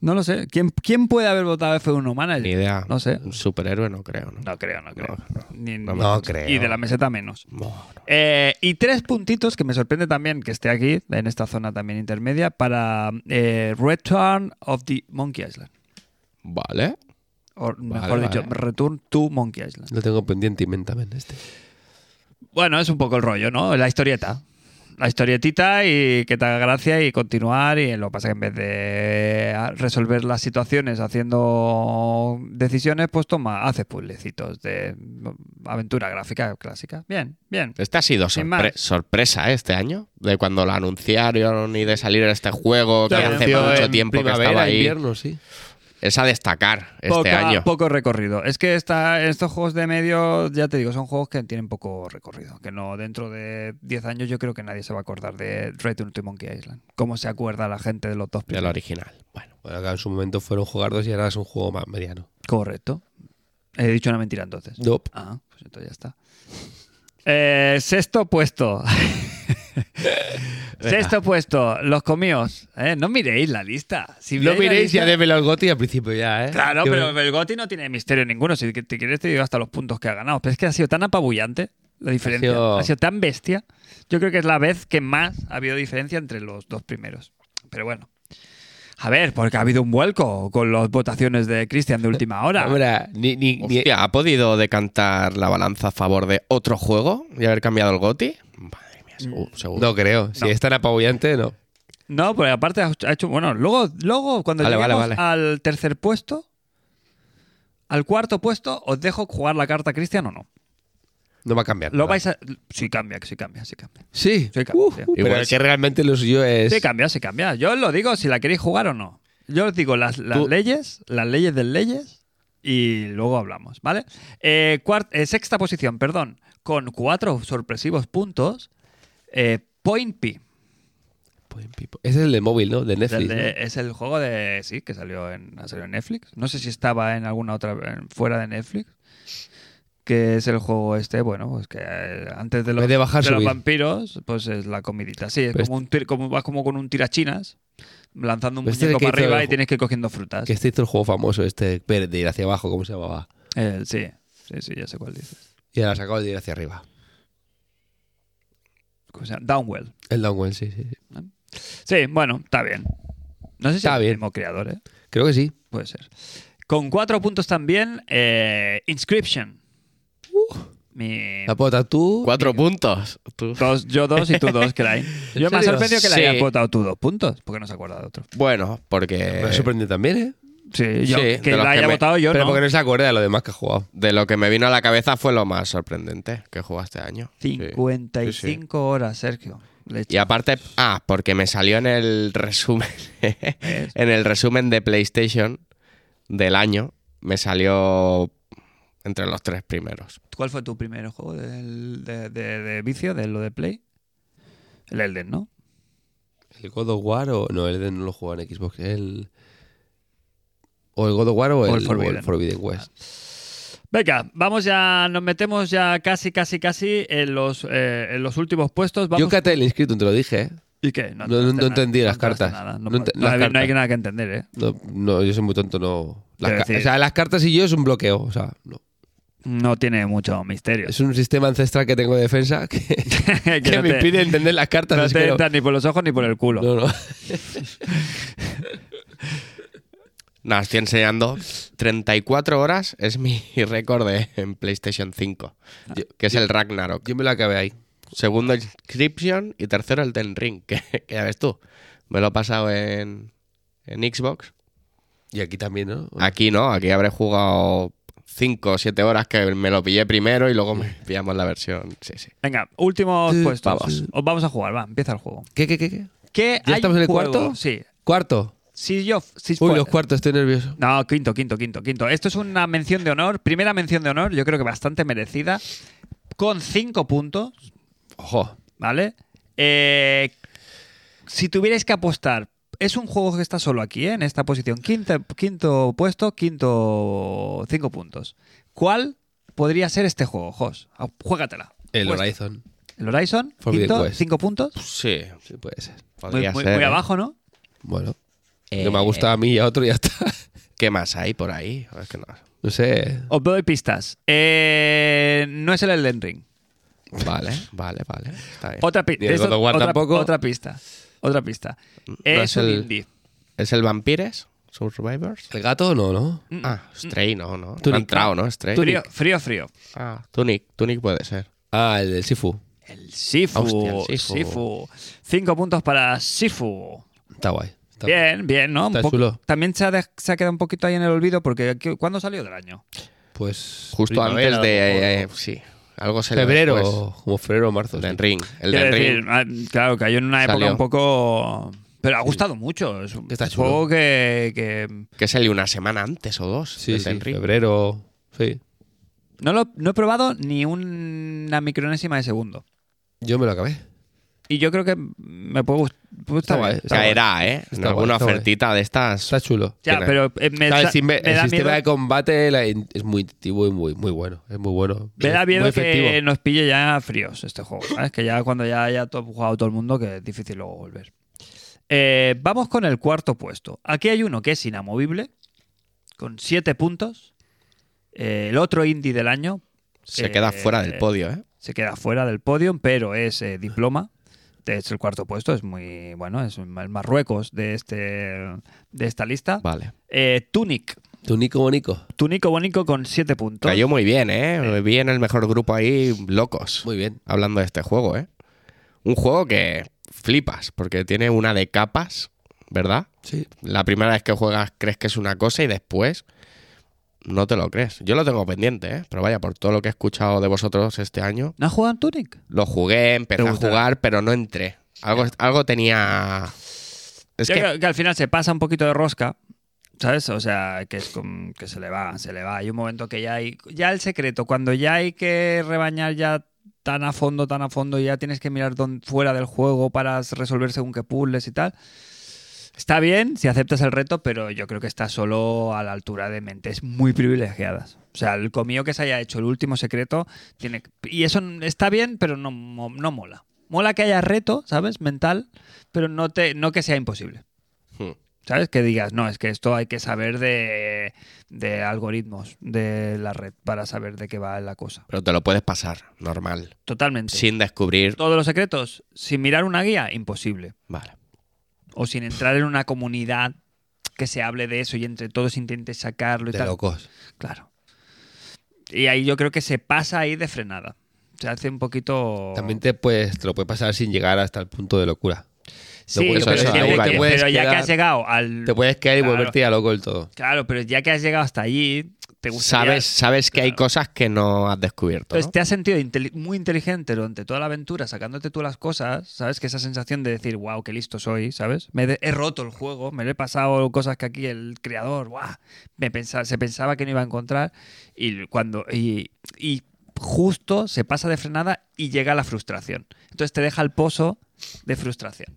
S2: No lo sé. ¿Quién, quién puede haber votado F1 Manager?
S3: Ni idea.
S2: No sé.
S3: Un superhéroe no creo, ¿no?
S2: No creo, no creo. Ni-
S1: no,
S2: ni-
S1: no creo.
S2: Y de la meseta menos.
S3: Bueno.
S2: Eh, y tres puntitos que me sorprende también que esté aquí, en esta zona también intermedia, para eh, Return of the Monkey Island.
S3: Vale.
S2: O mejor
S3: vale.
S2: dicho, Return to Monkey Island.
S1: Lo tengo pendiente y mentamente este.
S2: Bueno, es un poco el rollo, ¿no? La historieta. La historietita y que te haga gracia y continuar. Y lo que pasa es que en vez de ah, resolver las situaciones haciendo decisiones, pues toma, haces puzzlecitos de aventura gráfica clásica. Bien, bien.
S3: Este ha sido
S2: Sin
S3: sorpre-
S2: más.
S3: sorpresa ¿eh? este año, de cuando lo anunciaron y de salir este juego que
S2: Sí,
S3: hace
S2: anunció
S3: mucho
S2: en
S3: tiempo que
S1: Primavera,
S3: estaba ahí.
S1: invierno, sí.
S3: Es a destacar este
S2: Poca-
S3: año.
S2: Poco recorrido. Es que esta, estos juegos de medio, ya te digo, son juegos que tienen poco recorrido. Que no, dentro de 10 años yo creo que nadie se va a acordar de Return to Monkey Island. ¿Cómo se acuerda la gente de los dos
S3: del
S2: primeros?
S3: original. Bueno,
S1: Bueno, que en su momento fueron jugar dos y ahora es un juego más mediano.
S2: Correcto. He dicho una mentira entonces.
S1: Nope. [LAUGHS]
S2: Ah, pues entonces ya está. Eh, sexto puesto. Sexto puesto, los comíos. Eh, No miréis la lista. Si
S1: No
S2: miráis la
S1: miréis ya
S2: lista-
S1: de al Goti al principio ya, ¿eh?
S2: Claro,
S1: Que-
S2: pero Belgotti no tiene misterio ninguno. Si te quieres, te digo hasta los puntos que ha ganado. Pero es que ha sido tan apabullante la diferencia. Ha sido,
S1: sido-
S2: tan bestia. Yo creo que es la vez que más ha habido diferencia entre los dos primeros. Pero bueno. A ver, porque ha habido un vuelco con las votaciones de Cristian de última hora.
S1: Hombre, ni, ni- ni-
S3: Hostia, ¿ha podido decantar la balanza a favor de otro juego y haber cambiado el GOTI? Madre mía, seguro.
S2: Mm. pues.
S3: seguro.
S1: no creo. Si es tan apabullante, no.
S2: No, porque aparte ha ha hecho. Bueno, luego, luego cuando
S3: Vale,
S2: lleguemos
S3: vale,
S2: al tercer puesto, al cuarto puesto, os dejo jugar la carta a Cristian o no.
S1: No va a cambiar.
S2: Lo
S1: nada.
S2: vais a. Sí, cambia, sí, cambia, sí, cambia.
S1: Sí.
S2: Sí, cambia,
S1: Uf,
S2: sí.
S1: pero
S3: Igual
S1: el
S3: sí.
S1: que realmente lo suyo es.
S2: Se cambia, se cambia. Yo os lo digo si la queréis jugar o no. Yo os digo las, las
S1: Tú-
S2: leyes, las leyes del leyes y luego hablamos, ¿vale? Eh, cuart- eh, sexta posición, perdón, con cuatro sorpresivos puntos. eh, Point P.
S1: Ese es el de móvil, ¿no? De
S2: Es el,
S1: Netflix.
S2: de- es el juego de. Sí, que salió en, ha salido en Netflix. No sé si estaba en alguna otra. en- fuera de Netflix. Que es el juego este, bueno, pues que eh, antes de los,
S1: vez de bajar,
S2: los
S1: subir. Pues
S2: vampiros, pues es la comidita. Sí, es
S1: Pero
S2: como un tir- como, vas como con un tirachinas, lanzando un
S1: Pero este
S2: muñeco
S1: que
S2: para
S1: hizo
S2: arriba
S1: el
S2: y
S1: ju-
S2: tienes que ir cogiendo frutas.
S1: ¿no? Que este hizo el juego famoso, este per- de ir hacia abajo, ¿cómo se llamaba?
S2: Eh, sí, sí, sí, ya sé cuál dices.
S1: Y ahora sacado el de ir hacia arriba.
S2: ¿Cómo se llama? Downwell.
S1: El Downwell, sí, sí. sí.
S2: Sí, bueno, está bien. No sé si
S1: Está
S2: es el
S1: bien.
S2: mismo creador, ¿eh?
S1: Creo que sí.
S2: Puede ser. Con cuatro puntos también, eh, Inscription. Mi-
S1: Uh. La pota tú.
S3: Cuatro puntos. Tú.
S2: dos, yo dos y tú dos,
S1: [LAUGHS]
S2: Craig. Yo me ha
S1: serio?
S2: sorprendido que le
S3: Sí.
S2: hayas votado tú dos puntos, porque no se acuerda de otro.
S3: Bueno, porque
S1: Me sorprendió también, ¿eh?
S2: Sí, yo,
S3: Sí, de
S2: que
S3: los
S2: la
S3: que
S2: haya
S3: me-
S2: votado yo
S1: pero
S2: no.
S1: porque no se acuerda de lo demás que ha jugado.
S3: de lo que me vino a la cabeza fue lo más sorprendente que jugaste este año. Sí.
S2: 55
S3: Sí, sí.
S2: horas, Sergio. Le-
S3: Y aparte, ah, porque me salió en el resumen,
S2: ¿Ves?
S3: [LAUGHS] en el resumen de PlayStation del año, me salió entre los tres primeros.
S2: ¿Cuál fue tu primer juego del- de, de- de vicio, de lo de Play? El Elden, ¿no?
S1: ¿El God of War o.? No, el de no lo jugaba en Xbox. El. O el God of War o, el,
S2: Forbidden.
S1: o el Forbidden West.
S2: Venga, vamos ya, nos metemos ya casi, casi, casi en los, eh, en los últimos puestos. Vamos
S1: Yo caté el inscrito, te lo dije, ¿eh?
S2: ¿Y qué?
S1: No-
S2: No,
S1: no-
S2: entraste
S1: no
S2: nada,
S1: entendí las
S2: entraste
S1: cartas.
S2: nada, No,
S1: No ent-
S2: no
S1: las
S2: hay- no hay
S1: cartas.
S2: nada que entender, ¿eh?
S1: No, no, yo soy muy tonto, no. Las
S2: Quiero
S1: ca-
S2: decir-
S1: O sea, las cartas y yo es un bloqueo. O sea, no.
S2: No tiene mucho misterio.
S1: Es un sistema ancestral que tengo de defensa que,
S2: [LAUGHS] que
S1: que
S2: no
S1: me
S2: te-
S1: impide entender las cartas.
S2: No
S1: es
S2: te
S1: que no-
S2: entran ni por los ojos ni por el culo.
S1: no, [LAUGHS] no.
S3: No, estoy enseñando. 34 horas es mi [LAUGHS] récord de- en PlayStation 5,
S1: Ah, Yo-
S3: que es el Ragnarok.
S1: Yo me lo acabé ahí.
S3: Segundo Inscription y tercero el Ten Ring, [LAUGHS] que, que ya ves tú. Me lo he pasado en, en Xbox.
S1: Y aquí también, ¿no?
S3: Aquí no, aquí habré jugado 5 o 7 horas que me lo pillé primero y luego me pillamos la versión. Sí, sí.
S2: Venga, últimos
S1: Sí,
S2: puestos.
S1: vamos.
S2: Os vamos a jugar, va, empieza el juego.
S1: ¿Qué, qué, qué? qué?
S2: ¿Qué
S1: ¿Ya
S2: hay
S1: estamos en el
S2: juego?
S1: cuarto?
S2: Sí.
S1: ¿Cuarto?
S2: Si yo. si
S1: Uy,
S2: fuera-
S1: los cuartos, estoy nervioso.
S2: No, quinto, quinto, quinto, quinto. Esto es una mención de honor, primera mención de honor, yo creo que bastante merecida, con cinco puntos,
S1: Ojo.
S2: ¿vale? Eh, si tuvierais que apostar, es un juego que está solo aquí, ¿eh? en esta posición, quinto, quinto puesto, quinto, cinco puntos. ¿Cuál podría ser este juego, Jos? Ah, Juégatela.
S1: El
S2: Pues-
S1: Horizon.
S2: El Horizon,
S1: Forbidden
S2: quinto,
S1: West.
S2: cinco puntos.
S3: Sí,
S1: Sí, puede ser.
S2: Muy,
S3: podría
S2: muy-
S3: ser,
S2: muy
S3: ¿eh?
S2: abajo, ¿no?
S1: Bueno.
S3: Eh,
S1: No me ha gustado a mí y a otro y ya está. [LAUGHS]
S3: ¿Qué más hay por ahí? Es que no.
S1: No sé.
S2: Os doy pistas. Eh, no es el Elden Ring.
S3: Vale, vale, vale. Está bien.
S2: Otra, pi-
S1: Ni el
S2: esto-
S1: God of War
S2: otra-
S1: tampoco.
S2: otra pista. Otra pista. Eh, es
S3: es
S2: un
S3: el-
S2: indie.
S3: ¿Es el Vampires? ¿Survivors?
S1: ¿El gato no, no?
S2: Mm,
S3: Ah, Stray no, ¿no?
S1: Tunic.
S3: No ha entrado, ¿no? Stray.
S2: Frío, frío, frío.
S3: Ah, Tunic. Tunic puede ser.
S1: Ah, el del Sifu.
S2: El Sifu.
S3: Hostia, el
S2: Sifu.
S3: Sifu.
S2: Cinco puntos para Sifu.
S1: Está guay. Está-
S2: Bien, bien, ¿no? Un
S1: Está
S2: poco-
S1: chulo.
S2: También se ha, de- se ha quedado un poquito ahí en el olvido porque aquí- ¿cuándo salió del año?
S1: Pues.
S3: Justo
S1: primavera,
S3: antes de...
S1: o-
S3: eh, sí. Algo se
S1: febrero. Pues, Como febrero o marzo.
S3: El
S1: sí.
S3: del Ring. El
S2: Quiero
S3: del
S2: decir,
S3: Ring.
S2: ah, claro, cayó en una época
S3: Salió.
S2: un poco... Pero ha gustado mucho. Es un
S1: Está chulo.
S2: juego que- que
S3: Que salió una semana antes o dos.
S1: Sí,
S3: del
S1: sí.
S3: Elden Ring.
S1: Febrero. Sí.
S2: No, lo, no he probado ni una micronésima de segundo.
S1: Yo me lo acabé.
S2: y yo creo que me puede gustar.
S1: Está guay.
S3: Caerá, ¿eh? En
S1: Está
S3: alguna
S1: guay, está guay.
S3: ofertita de estas.
S1: Está chulo.
S2: Ya,
S3: Tiene-
S2: pero eh, me,
S1: ¿Sabes?
S2: da-
S1: Sí, me-
S2: me
S1: el
S2: da
S1: sistema
S2: miedo,
S1: de combate la- es muy intuitivo y muy, muy bueno. Es muy bueno.
S2: me da
S1: Es
S2: miedo
S1: muy
S2: que
S1: efectivo.
S2: nos pille ya fríos este juego. ¿sabes? Que ya cuando ya haya to- jugado todo el mundo, que es difícil luego volver. Eh, vamos con el cuarto puesto. Aquí hay uno que es inamovible, con siete puntos. Eh, el otro indie del año
S3: Se
S2: eh,
S3: queda fuera del podio, ¿eh?
S2: se queda fuera del podium, pero es eh, diploma. Es el cuarto puesto, es muy bueno, es el Marruecos de, este, de esta lista.
S3: Vale.
S2: Eh, Tunic,
S1: Tu Nico Bonico.
S2: Tunico Bonico con siete puntos.
S3: Cayó muy bien, ¿eh? Vi en el mejor grupo ahí, locos,
S1: Muy bien.
S3: hablando de este juego, ¿eh? Un juego que flipas, porque tiene una de capas, ¿verdad?
S1: Sí.
S3: La primera vez que juegas crees que es una cosa y después no te lo crees. Yo lo tengo pendiente, ¿eh? Pero vaya, por todo lo que he escuchado de vosotros este año,
S2: ¿No has jugado en Tunic?
S3: lo jugué, empecé
S2: Te
S3: a
S2: gustará.
S3: jugar, pero no entré. Algo, algo tenía... Es
S2: Yo
S3: que
S2: creo que al final se pasa un poquito de rosca, ¿sabes? O sea, que es com- que se le va, se le va. Hay un momento que ya hay. Ya el secreto, cuando ya hay que rebañar ya tan a fondo, tan a fondo, y ya tienes que mirar don- fuera del juego para resolver según qué puzzles y tal. Está bien si aceptas el reto, pero yo creo que está solo a la altura de mentes muy privilegiadas. O sea, el comío que se haya hecho el último secreto tiene. Y eso está bien, pero no, mo- no mola. Mola que haya reto, ¿sabes? Mental, pero no, te, no que sea imposible.
S3: Hmm.
S2: ¿Sabes? Que digas, no, es que esto hay que saber de, de algoritmos de la red para saber de qué va la cosa.
S3: Pero te lo puedes pasar, normal.
S2: Totalmente.
S3: Sin descubrir.
S2: Todos los secretos, sin mirar una guía, imposible.
S3: Vale.
S2: O sin entrar en una comunidad que se hable de eso y entre todos intentes sacarlo y
S1: De
S2: tal.
S1: locos.
S2: Claro. Y ahí yo creo que se pasa ahí de frenada. Se hace un poquito.
S1: También te, puedes, te lo puede pasar sin llegar hasta el punto de locura.
S2: Sí,
S1: puedes
S2: pero,
S3: hacer
S2: siempre
S3: sin
S2: que-
S3: guía.
S1: Puedes
S2: pero ya que
S1: quedar-
S2: has llegado al.
S1: Te puedes quedar y
S2: Claro.
S1: volverte a loco del todo.
S2: Claro, pero ya que has llegado hasta allí, te gustaría
S3: Sabes, sabes que hay
S2: claro.
S3: cosas que no has descubierto.
S2: Entonces
S3: ¿no?
S2: te has sentido inteli- muy inteligente durante toda la aventura, sacándote tú las cosas, ¿sabes? Que esa sensación de decir, wow, qué listo soy, ¿sabes? Me he de- he roto el juego, me lo he pasado cosas que aquí el creador, guau, me pensa- se pensaba que no iba a encontrar. Y cuando. Y, y justo se pasa de frenada y llega la frustración. Entonces te deja el pozo de frustración.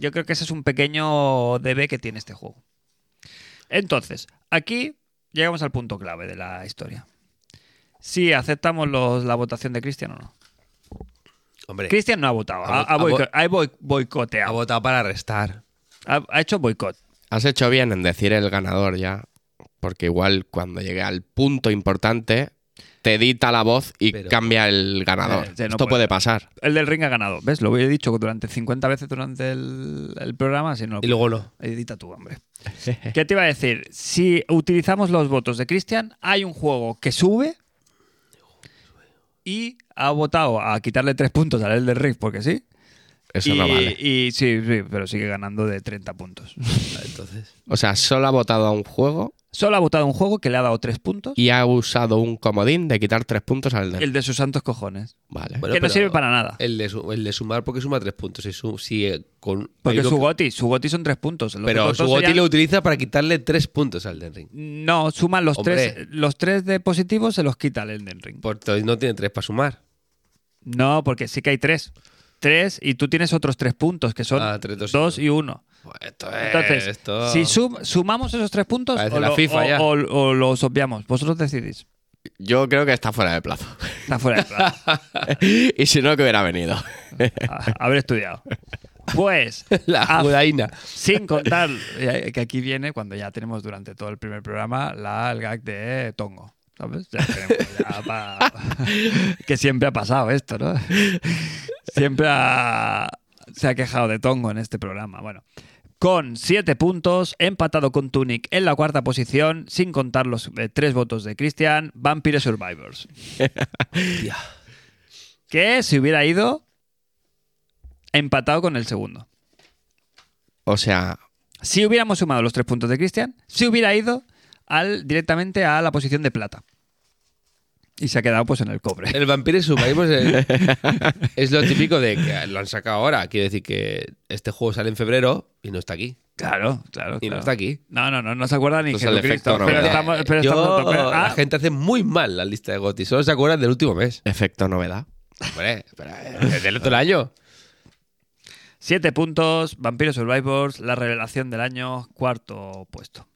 S2: Yo creo que ese es un pequeño debe que tiene este juego. Entonces, aquí llegamos al punto clave de la historia. Si aceptamos los- la votación de Cristian o no.
S1: Hombre,
S2: Cristian no ha votado, ha,
S1: Ha
S2: ha
S1: vo- ha
S2: boico- ha boi-
S1: ha
S2: boicoteado,
S1: votado para restar.
S2: ha, ha hecho boicot.
S3: Has hecho bien en decir el ganador ya. Porque igual cuando llegue al punto importante, te edita la voz y
S1: Pero-
S3: cambia el ganador.
S2: Eh, sí, no
S3: Esto
S2: puede
S3: puede pasar.
S2: El del ring ha ganado, ¿ves? Lo he dicho durante 50 veces durante el, el programa, si no lo
S1: Y luego no.
S2: Edita tú, hombre. [LAUGHS] ¿Qué te iba a decir? Si utilizamos los votos de Cristian, hay un juego que sube y ha votado a quitarle tres puntos al del Ring, porque sí.
S3: Eso
S2: y,
S3: no vale.
S2: y sí, sí, pero sigue ganando de 30 puntos.
S1: Entonces,
S3: O sea, solo ha votado a un juego
S2: Solo ha votado un juego que le ha dado tres puntos.
S3: y ha usado un comodín de quitar tres puntos al del.
S2: El de sus santos cojones.
S3: Vale.
S1: Bueno,
S2: que no
S1: pero- eh,
S2: sirve para nada.
S1: el de, su- el de sumar porque suma tres puntos. Si su- si, eh, con,
S2: Porque
S1: hay uno
S2: su
S1: que-
S2: goti, su goti son tres puntos. Los
S1: Pero
S2: otros
S1: su
S2: dos
S1: goti
S2: serían-
S1: lo utiliza para quitarle tres puntos al Den Ring.
S2: No, suman los
S1: Hombre.
S2: tres. Los tres de positivos se los quita el Elden Ring.
S1: Por to- no tiene tres para sumar.
S2: No, porque sí que hay tres. Tres y tú tienes otros tres puntos que son
S1: Ah, tres,
S2: dos,
S1: dos y
S2: y uno.
S1: Pues Esto es-
S2: Entonces,
S1: esto-
S2: si sum- sumamos esos tres puntos
S1: Parece
S2: o,
S1: la
S2: lo-
S1: FIFA
S2: o-
S1: ya.
S2: o- o los obviamos, vosotros decidís.
S3: Yo creo que está fuera de plazo. [LAUGHS]
S2: Está fuera de
S1: [LAUGHS]
S2: plazo.
S3: y si no, que hubiera venido.
S2: A- Haber estudiado. Pues,
S3: [LAUGHS]
S1: La
S2: a-
S1: judaína.
S2: sin contar eh, que aquí viene cuando ya tenemos durante todo el primer programa la el gag de Tongo. ¿Sabes? Ya tenemos ya pa- que siempre ha pasado esto, ¿no? Siempre ha- se ha quejado de Tongo en este programa. Bueno, con siete puntos, empatado con Tunic en la cuarta posición, sin contar los eh, tres votos de Christian, Vampire Survivors.
S1: Hostia.
S2: Que si hubiera ido empatado con el segundo.
S3: O sea,
S2: Si hubiéramos sumado los tres puntos de Cristian, si hubiera ido al, directamente a la posición de plata. Y se ha quedado pues en el cobre.
S1: El Vampire Survivors [LAUGHS] es, pues, eh, es lo típico de que lo han sacado ahora. Quiere decir que este juego sale en febrero y no está aquí.
S2: Claro, claro.
S1: Y no
S2: claro.
S1: está aquí.
S2: No, no, no, no se acuerda ni
S3: Esto es el
S2: Jesucristo.
S3: efecto
S2: Pero
S3: novedad.
S2: estamos, pero
S1: Yo-
S2: estamos- pero-
S1: la
S2: ah,
S1: gente hace muy mal la lista de Gotti. Solo se acuerdan del último mes.
S3: efecto novedad.
S1: Hombre, espera, eh, del otro año.
S2: Siete puntos, Vampiro Survivors, la revelación del año, cuarto puesto.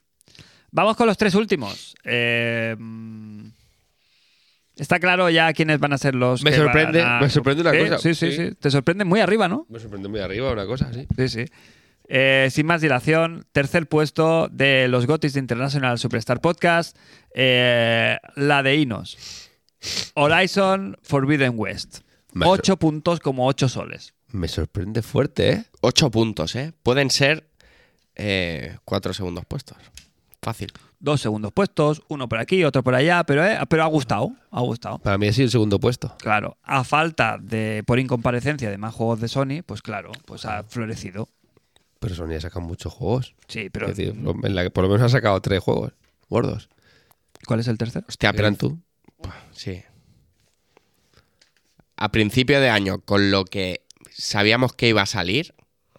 S2: Vamos con los tres últimos. Eh, está claro ya quiénes van a ser los.
S1: Me
S2: que
S1: sorprende-
S2: van a-
S1: me sorprende una
S2: Sí,
S1: cosa.
S2: Sí, sí,
S1: Sí.
S2: sí. Te sorprende muy arriba, ¿no?
S1: Me sorprende muy arriba una cosa, sí.
S2: Sí, sí. Eh, sin más dilación, tercer puesto de los Gotis de International Superstar Podcast, eh, la de Inos. Horizon Forbidden West.
S1: Me sor-
S2: Ocho puntos como ocho soles.
S1: Me sorprende fuerte, ¿eh?
S3: Ocho puntos, ¿eh? Pueden ser eh, cuatro segundos puestos. Fácil.
S2: Dos segundos puestos, uno por aquí, otro por allá, pero, eh, pero ha gustado, ha gustado.
S1: Para mí ha sido el segundo puesto.
S2: Claro, a falta de, por incomparecencia de más juegos de Sony, pues claro, pues ha florecido.
S1: Pero Sony ha sacado muchos juegos.
S2: Sí, pero
S1: Es decir, lo- en la que por lo menos ha sacado tres juegos gordos.
S2: ¿cuál es el tercero?
S3: Hostia, pero
S1: Gran tú.
S3: Sí. A principio de año, con lo que sabíamos que iba a salir,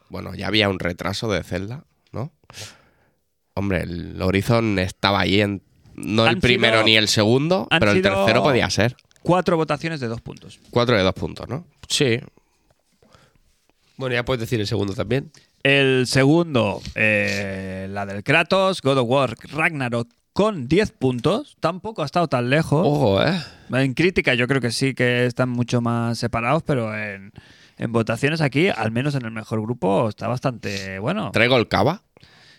S3: bueno, ya había un retraso de Zelda, ¿no? Hombre, el Horizon estaba ahí en. No
S2: Han
S3: el primero
S2: sido-
S3: ni el segundo,
S2: han
S3: pero el
S2: sido-
S3: tercero podía ser.
S2: Cuatro votaciones de dos puntos.
S3: Cuatro de dos puntos, ¿no? Sí.
S1: Bueno, ya puedes decir el segundo también.
S2: El segundo, eh, la del Kratos, God of War, Ragnarok con 10 puntos. Tampoco ha estado tan lejos.
S1: Ojo, ¿eh?
S2: En crítica yo creo que sí que están mucho más separados, pero en, en votaciones aquí, al menos en el mejor grupo, está bastante bueno.
S3: Traigo el cava.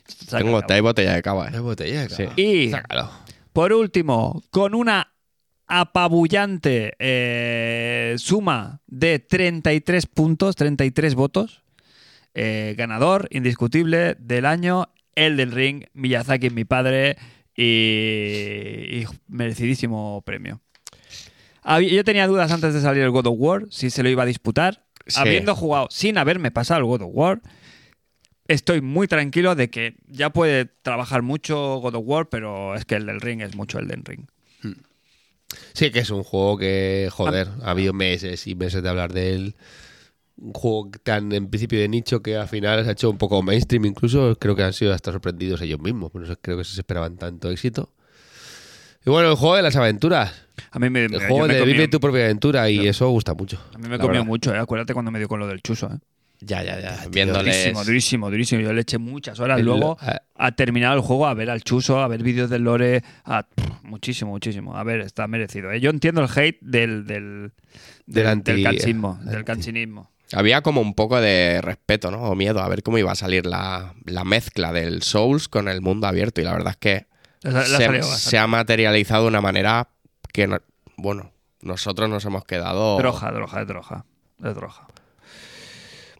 S2: Se ha
S3: Tengo
S2: acabado.
S3: hay botella de cava,
S1: La
S3: ¿eh?
S1: botella,
S3: Sí.
S1: cabrón.
S2: Y
S1: Sácalo.
S2: por último, con una apabullante eh, suma de 33 puntos, 33 votos, eh, ganador indiscutible del año, el del ring, Miyazaki, mi padre, y, y merecidísimo premio. Hab- Yo tenía dudas antes de salir el God of War, si se lo iba a disputar.
S3: Sí.
S2: Habiendo jugado sin haberme pasado el God of War, estoy muy tranquilo de que ya puede trabajar mucho God of War, pero es que el del ring es mucho el del ring.
S1: Sí, que es un juego que, joder, ha habido meses y meses de hablar de él. Un juego tan en principio de nicho que al final se ha hecho un poco mainstream, incluso creo que han sido hasta sorprendidos ellos mismos. Por eso creo que se esperaban tanto éxito. Y bueno, el juego de las aventuras.
S2: A mí me,
S1: El
S2: me- yo
S1: juego
S2: me
S1: de
S2: comí-
S1: vive tu propia aventura y eso gusta mucho.
S2: a mí me
S3: la
S2: comió
S3: verdad.
S2: mucho, ¿eh? acuérdate cuando me dio con lo del chuso. ¿eh?
S3: Ya, ya, ya. Viéndoles.
S2: Durísimo, durísimo, durísimo. Yo le eché muchas horas
S1: El-
S2: luego
S1: a-
S2: a terminar el juego, a ver al Chuso, a ver vídeos del Lore, a pff, muchísimo, muchísimo. A ver, está merecido. ¿eh? Yo entiendo el hate del del del,
S1: anti-
S2: del cansinismo, del
S1: anti-
S2: cansinismo.
S3: Había como un poco de respeto, ¿no? O miedo a ver cómo iba a salir la, la mezcla del Souls con el mundo abierto. Y la verdad es que
S2: La- la
S3: se,
S2: salió
S3: se
S2: bastante.
S3: ha materializado de una manera que, no- bueno, nosotros nos hemos quedado...
S2: Droja, droja, es droja, es droja.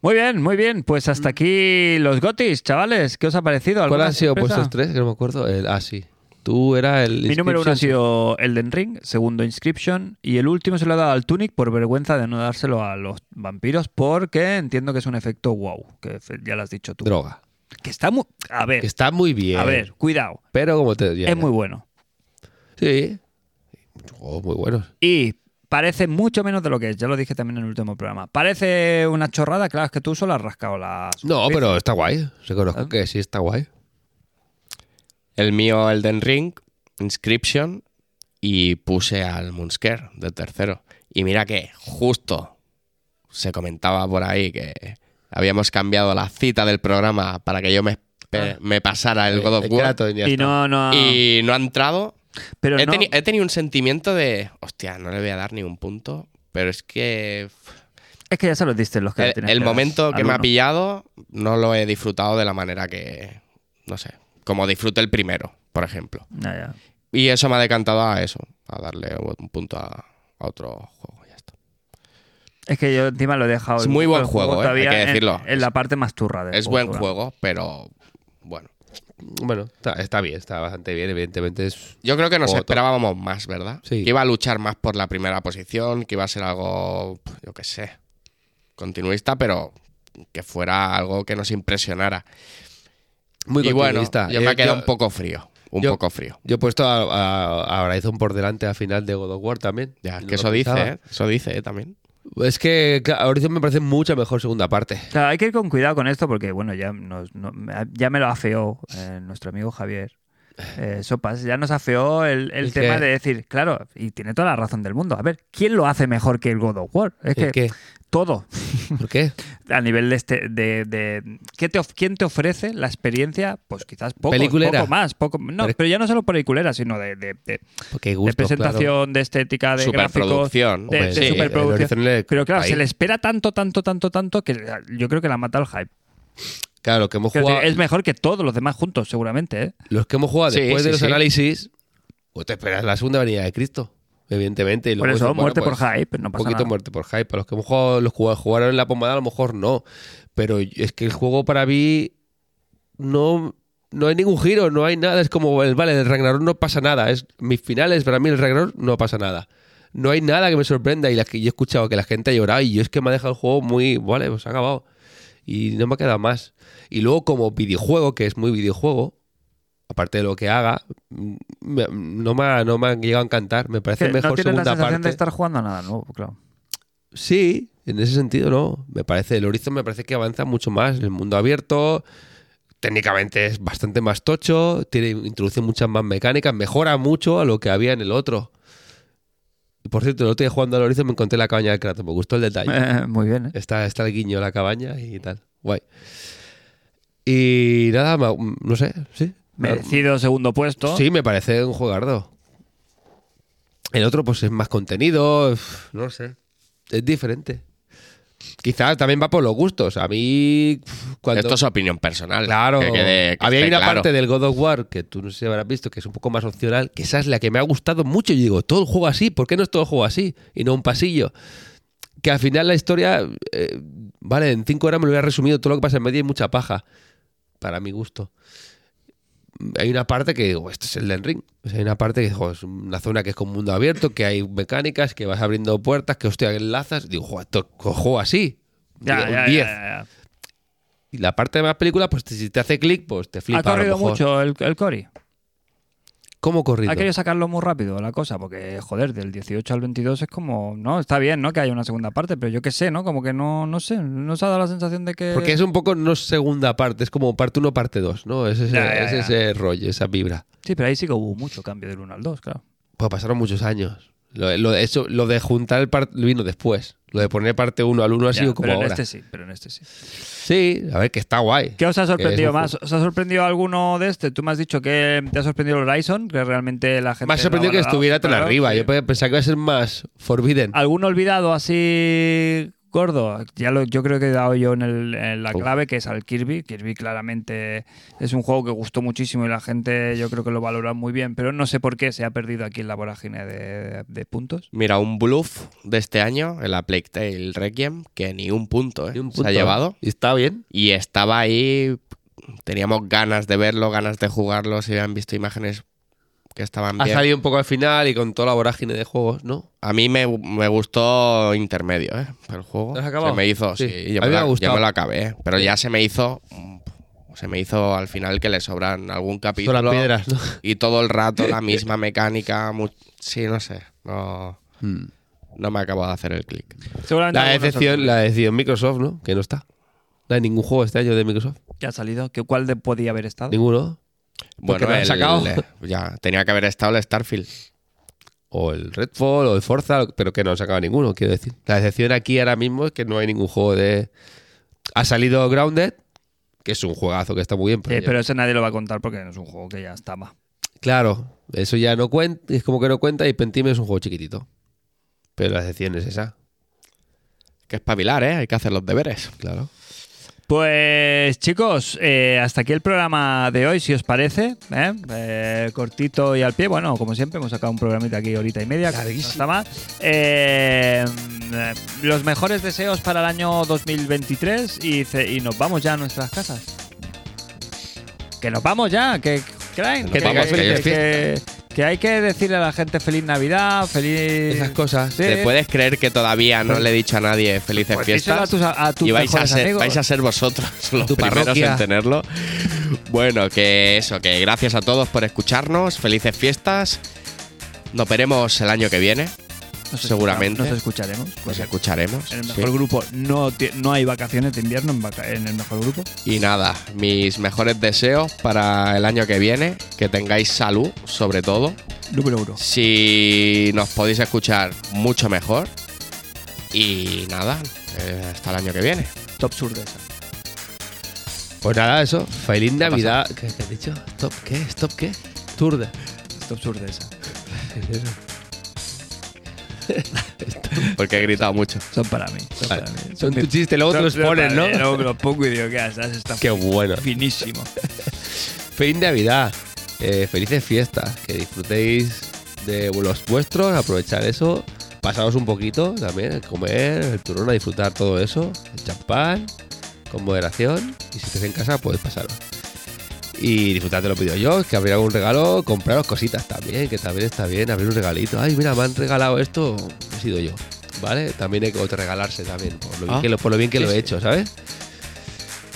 S2: Muy bien, muy bien. Pues hasta aquí los gotis, chavales. ¿Qué os ha parecido?
S1: Mm. ¿Cuál
S2: ¿Alguna
S1: han sido Pues puestos
S2: sorpresa?
S1: tres? Que no me acuerdo. El- ah, sí. Tú era el.
S2: Mi número uno ha
S1: Inscription.
S2: sido Elden Ring, segundo Inscription y el último se lo he dado al Tunic por vergüenza de no dárselo a los vampiros porque entiendo que es un efecto wow, que fe- ya lo has dicho tú.
S1: Droga.
S2: Que está muy... A ver,
S1: Que está muy bien.
S2: a ver, cuidado,
S1: Pero como te. ya, ya.
S2: es muy bueno.
S1: Sí. Muchos juegos muy buenos.
S2: Y parece mucho menos de lo que es, ya lo dije también en el último programa. Parece una chorrada, claro, es que tú solo has rascado la...
S1: No, pero está guay. Reconozco
S2: ¿Ah?
S1: que sí está guay.
S3: El mío Elden Ring, Inscription, y puse al Moonsker de tercero. Y mira que justo se comentaba por ahí que habíamos cambiado la cita del programa para que yo me,
S1: Ah.
S3: me pasara el
S1: Eh,
S3: God of
S1: el
S3: War.
S1: Kratos ya
S2: Y
S1: está.
S2: no, no... ha-
S3: Y no ha entrado.
S2: pero
S3: he,
S2: no-
S3: teni- he tenido un sentimiento de, hostia, no le voy a dar ni un punto, pero es que
S2: es que ya se los diste los que le
S3: el,
S2: tenías
S3: el
S2: dar
S3: momento que
S2: al
S3: me ha
S2: uno.
S3: pillado no lo he disfrutado de la manera que, no sé, como disfruté el primero, por ejemplo.
S2: Ya, ya.
S3: Y eso me ha decantado a eso, a darle un punto a, a otro juego. ya está.
S2: Es que yo encima lo he dejado.
S3: Es
S2: el-
S3: muy buen
S2: el
S3: juego, eh, hay
S2: todavía
S3: que
S2: en-
S3: decirlo.
S2: En, la parte más turra del
S3: Es buen
S2: todavía.
S3: juego, pero bueno.
S1: Bueno, está, está bien, está bastante bien, evidentemente. Es...
S3: Yo creo que nos
S1: Juego top.
S3: esperábamos más, ¿verdad?
S1: Sí.
S3: Que iba a luchar más por la primera posición, que iba a ser algo, pf, yo qué sé, continuista, pero que fuera algo que nos impresionara.
S1: Muy
S3: y bueno,
S1: continuista.
S3: yo me
S1: Eh,
S3: ha quedado un poco frío, un
S1: yo-
S3: poco frío.
S1: yo he puesto a, a, a Horizon por delante al final de God of War también.
S3: Ya,
S1: Y
S3: es
S1: no
S3: que
S1: lo
S3: eso dice,
S1: pensaba.
S3: ¿eh? Eso dice, ¿eh? También.
S1: Es que claro, Horizon me parece mucha mejor segunda
S2: [LAUGHS]
S1: parte.
S2: Claro, hay que ir con cuidado con esto porque, bueno, ya, nos- no- ya me lo afeó eh, nuestro amigo Javier. eh, sopas. Ya nos afeó el, el
S1: ¿El
S2: tema
S1: qué?
S2: de decir, claro, y tiene toda la razón del mundo. A ver, ¿quién lo hace mejor que el God of War? Es que
S1: ¿El qué?
S2: todo.
S1: ¿Por qué?
S2: A nivel de este, de, de- ¿qué te of- quién te ofrece la experiencia, pues quizás poco,
S1: Peliculera.
S2: poco más, poco, no,
S1: Pero-
S2: pero ya no solo peliculera, sino de, de- de- de
S1: Porque gusto,
S2: presentación, de estética, de gráficos,
S3: Superproducción.
S2: de, de
S1: Hombre, sí,
S2: superproducción.
S1: el Horizon Lake,
S2: Pero claro,
S1: ahí.
S2: se le espera tanto, tanto, tanto, tanto que yo creo que la mata el hype.
S1: Claro, claro lo que hemos
S2: Quiero
S1: jugado,
S2: decir, es mejor que todos los demás juntos, seguramente. ¿eh?
S1: los que hemos jugado
S3: Sí,
S1: después
S3: sí,
S1: de los
S3: sí.
S1: análisis, pues te esperas la segunda venida de Cristo, evidentemente. y
S2: Por
S1: luego
S2: eso,
S1: dices, bueno,
S2: muerte
S1: pues,
S2: por hype, no
S1: Un
S2: pasa
S1: poquito
S2: nada.
S1: muerte por hype. Para los que hemos jugado, los que jugaron en la pomada, a lo mejor no. Pero es que el juego para mí no, no hay ningún giro, no hay nada. Es como el vale, el Ragnarok no pasa nada. Es mis finales, para mí el Ragnarok no pasa nada. No hay nada que me sorprenda. Y la que yo he escuchado que la gente ha llorado. Y yo es que me ha dejado el juego muy. Vale, pues se ha acabado. Y no me ha quedado más. Y luego, como videojuego, que es muy videojuego. Aparte de lo que haga, mm, me- no, me ha, no me han llegado a encantar. Me parece
S2: Que
S1: mejor
S2: no tienes la
S1: segunda
S2: sensación
S1: parte.
S2: de estar jugando a nada nuevo, claro.
S1: Sí, en ese sentido no. Me parece, el Horizon me parece que avanza mucho más. El mundo abierto, técnicamente es bastante más tocho, tiene, introduce muchas más mecánicas, mejora mucho a lo que había en el otro. Y por cierto, el otro día jugando al Horizon me encontré la cabaña del Kratos, me gustó el detalle.
S2: Eh, [LAUGHS] muy bien, ¿eh?
S1: Está, está el guiño, la cabaña y tal. Guay. Y nada, ma- no sé, sí.
S2: Merecido segundo puesto.
S1: Sí, me parece un jugardo. El otro, pues es más contenido, uf, no sé. Es diferente. Quizás también va por los gustos. A mí, uf, cuando.
S3: Esto es opinión personal.
S1: Claro,
S3: Que quede- que
S1: había
S3: esté
S1: una
S3: claro.
S1: parte del God of War que tú no sé si habrás visto, que es un poco más opcional, que esa es la que me ha gustado mucho. Y digo, todo el juego así, ¿por qué no es todo el juego así? Y no un pasillo. Que al final la historia, eh, vale, en cinco horas me lo hubiera resumido todo lo que pasa en medio y mucha paja, para mi gusto. Hay una parte que digo, esto es el del ring. O sea, hay una parte que jo, es una zona que es con mundo abierto, que hay mecánicas, que vas abriendo puertas, que hostia, enlazas. Digo, jo, esto juego así.
S2: Ya,
S1: Un
S2: ya, ya,
S1: 10.
S2: ya, ya.
S1: Y la parte de más película, pues te- si te hace clic, pues te flipa.
S2: Ha
S1: a lo
S2: corrido
S1: mejor.
S2: mucho el, el Cory.
S1: ¿Cómo corrido?
S2: Ha querido sacarlo muy rápido la cosa, porque joder, del 18 al 22 es como, no, está bien, ¿no? Que haya una segunda parte, pero yo qué sé, ¿no? Como que no, no sé, no se ha dado la sensación de que...
S1: Porque es un poco no segunda parte, es como parte 1, parte 2, ¿no? Es ese,
S2: Ya, ya,
S1: es
S2: ya.
S1: ese rollo, esa vibra.
S2: Sí, pero ahí sí que hubo mucho cambio del 1 al 2, claro.
S1: Pues pasaron muchos años. Lo, lo- eso, lo de juntar el par- vino después. Lo de poner parte 1 al 1 ha
S2: Ya,
S1: sido como
S2: pero
S1: ahora.
S2: en este sí, pero en este sí.
S1: Sí, a ver, que está guay.
S2: ¿Qué os ha
S1: Que es
S2: sorprendido
S1: un
S2: más? ¿Os ha sorprendido alguno de este? Tú me has dicho que te ha sorprendido el Horizon, que realmente la gente...
S1: Me ha
S2: lo
S1: sorprendido que
S2: valorado,
S1: estuviera tan
S2: claro,
S1: arriba.
S2: sí. Ah,
S1: Yo pe- pensaba que iba a ser más Forbidden.
S2: ¿Algún olvidado así gordo? Ya lo, yo creo que he dado yo en, el- en la
S1: Uf.
S2: clave, que es al Kirby. Kirby claramente es un juego que gustó muchísimo y la gente yo creo que lo valora muy bien, pero no sé por qué se ha perdido aquí en la vorágine de, de puntos.
S3: Mira, un bluff de este año en la Plague Tale Requiem que ni un punto, ¿eh?
S1: Y un
S3: se
S1: punto.
S3: ha llevado.
S1: Y está bien.
S3: Y estaba ahí, teníamos ganas de verlo, ganas de jugarlo, se habían visto imágenes que estaban
S1: Ha
S3: bien.
S1: salido un poco al final y con toda la vorágine de juegos, ¿no?
S3: A mí me, me gustó intermedio, ¿eh? El juego.
S1: ¿Lo has acabado?
S3: Se me hizo,
S1: Sí.
S3: sí.
S1: A mí
S3: yo, me
S1: me ha
S3: la,
S1: gustado.
S3: yo me lo acabé, ¿eh? Pero ya se me hizo. mm, Se me hizo al final que le sobran algún capítulo.
S1: Todas las piedras, ¿no? [LAUGHS]
S3: Y todo el rato la misma mecánica. mu- Sí, no sé. No,
S1: Mm.
S3: no me acabo de hacer el clic.
S2: Seguramente
S1: La
S2: alguno
S1: decepción,
S2: sorprende.
S1: la decepción Microsoft, ¿no? Que no está. No hay ningún juego este año de Microsoft.
S2: ¿Qué ha salido? ¿Qué, ¿Cuál de podía haber estado?
S1: Ninguno.
S3: Bueno,
S1: lo han
S3: el-
S1: sacado.
S3: eh, ya, tenía que haber estado el Starfield.
S1: o el Redfall o el Forza, pero que no han sacado ninguno, quiero decir. La decepción aquí ahora mismo es que no hay ningún juego de... Ha salido Grounded, que es un juegazo que está muy bien, pero,
S2: Eh,
S1: ya-
S2: pero ese nadie lo va a contar porque es un juego que ya estaba.
S1: claro, eso ya no cuenta, es como que no cuenta y Pentime es un juego chiquitito. Pero la decepción es esa,
S3: Que espabilar, ¿eh? Hay que hacer los deberes.
S1: claro.
S2: Pues chicos, eh, hasta aquí el programa de hoy, si os parece. ¿eh? Eh, cortito y al pie. Bueno, como siempre, hemos sacado un programita aquí horita y media. que no está mal. Eh, eh, los mejores deseos para el año 2023 y, ce- y nos vamos ya a nuestras casas. Que nos vamos ya, que creen
S3: nos
S2: que,
S3: vamos,
S2: que-
S3: que ya es
S2: que- que- que hay que decirle a la gente feliz Navidad, feliz...
S1: Esas cosas.
S2: Sí.
S3: ¿Te puedes creer que todavía no
S1: Pues
S3: le he dicho a nadie felices
S2: Pues díselo
S3: fiestas?
S2: a tus, a tus
S3: y vais a,
S2: mejores
S3: ser,
S2: amigos.
S3: vais a ser vosotros [LAUGHS] los
S1: tu
S3: primeros
S1: parroquia.
S3: en tenerlo. Bueno, que eso, que gracias a todos por escucharnos. Felices fiestas. Nos veremos el año que viene.
S2: Nos
S3: Seguramente.
S2: escucha- Nos escucharemos.
S3: Nos
S2: porque
S3: escucharemos.
S2: En el
S3: sí.
S2: mejor grupo no, ti- no hay vacaciones de invierno en, vaca- en el mejor grupo.
S3: Y nada, mis mejores deseos para el año que viene, que tengáis salud, sobre todo.
S2: Número uno.
S3: Si nos podéis escuchar, mucho mejor. Y nada, eh, hasta el año que viene.
S2: Top sur de esa.
S1: Pues nada, eso. Feliz
S3: Ha
S1: Navidad. ¿Qué, qué has dicho? ¿Top qué? ¿Stop qué? Tour de.
S2: Top sur de esa.
S1: ¿Qué es eso?
S3: Porque he gritado mucho.
S2: Son para mí.
S1: [LAUGHS]
S2: Son
S1: Vale.
S2: para mí.
S1: Son
S2: mi-
S1: tus chistes, luego te los
S2: son- son
S1: pones,
S2: para
S1: ¿no?
S2: mí, Luego me los pongo y digo, ¿qué haces? Está
S1: Qué bueno.
S2: finísimo.
S1: Feliz Navidad. eh, felices fiestas. Que disfrutéis de los vuestros. Aprovechar eso. Pasaros un poquito también. El comer, el turrón, a disfrutar todo eso. El champán. Con moderación. Y si estáis en casa, podéis pasaros. Y disfrutad de los videojuegos, que abrir algún regalo, compraros cositas también, que también está bien, abrir un regalito. Ay, mira, me han regalado esto, he sido yo. ¿Vale? También hay que autorregalarse también, por lo bien
S3: Ah,
S1: que lo, por lo, bien que
S3: sí,
S1: lo he
S3: sí.
S1: hecho, ¿sabes?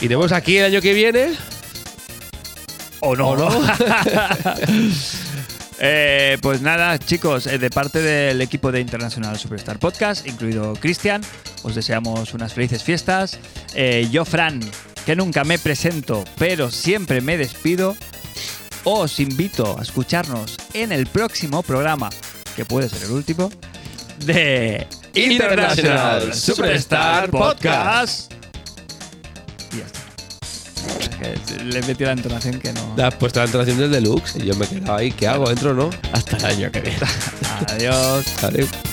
S1: Y nos vemos aquí el año que viene.
S2: ¿O no?
S1: ¿O no?
S2: [LAUGHS] Eh, pues nada, chicos, eh, de parte del equipo de Internacional Superstar Podcast, incluido Cristian, os deseamos unas felices fiestas. Eh, yo, Fran, que nunca me presento, pero siempre me despido, os invito a escucharnos en el próximo programa, que puede ser el último, de
S1: International Superstar Podcast.
S2: Y ya está. Es que Le metí la entonación que no.
S1: Te has puesto la entonación del deluxe y yo me he quedado ahí. ¿Qué hago? ¿Entro o no?
S2: 哎
S3: Hasta el año que viene.
S2: Adiós.
S1: Vale.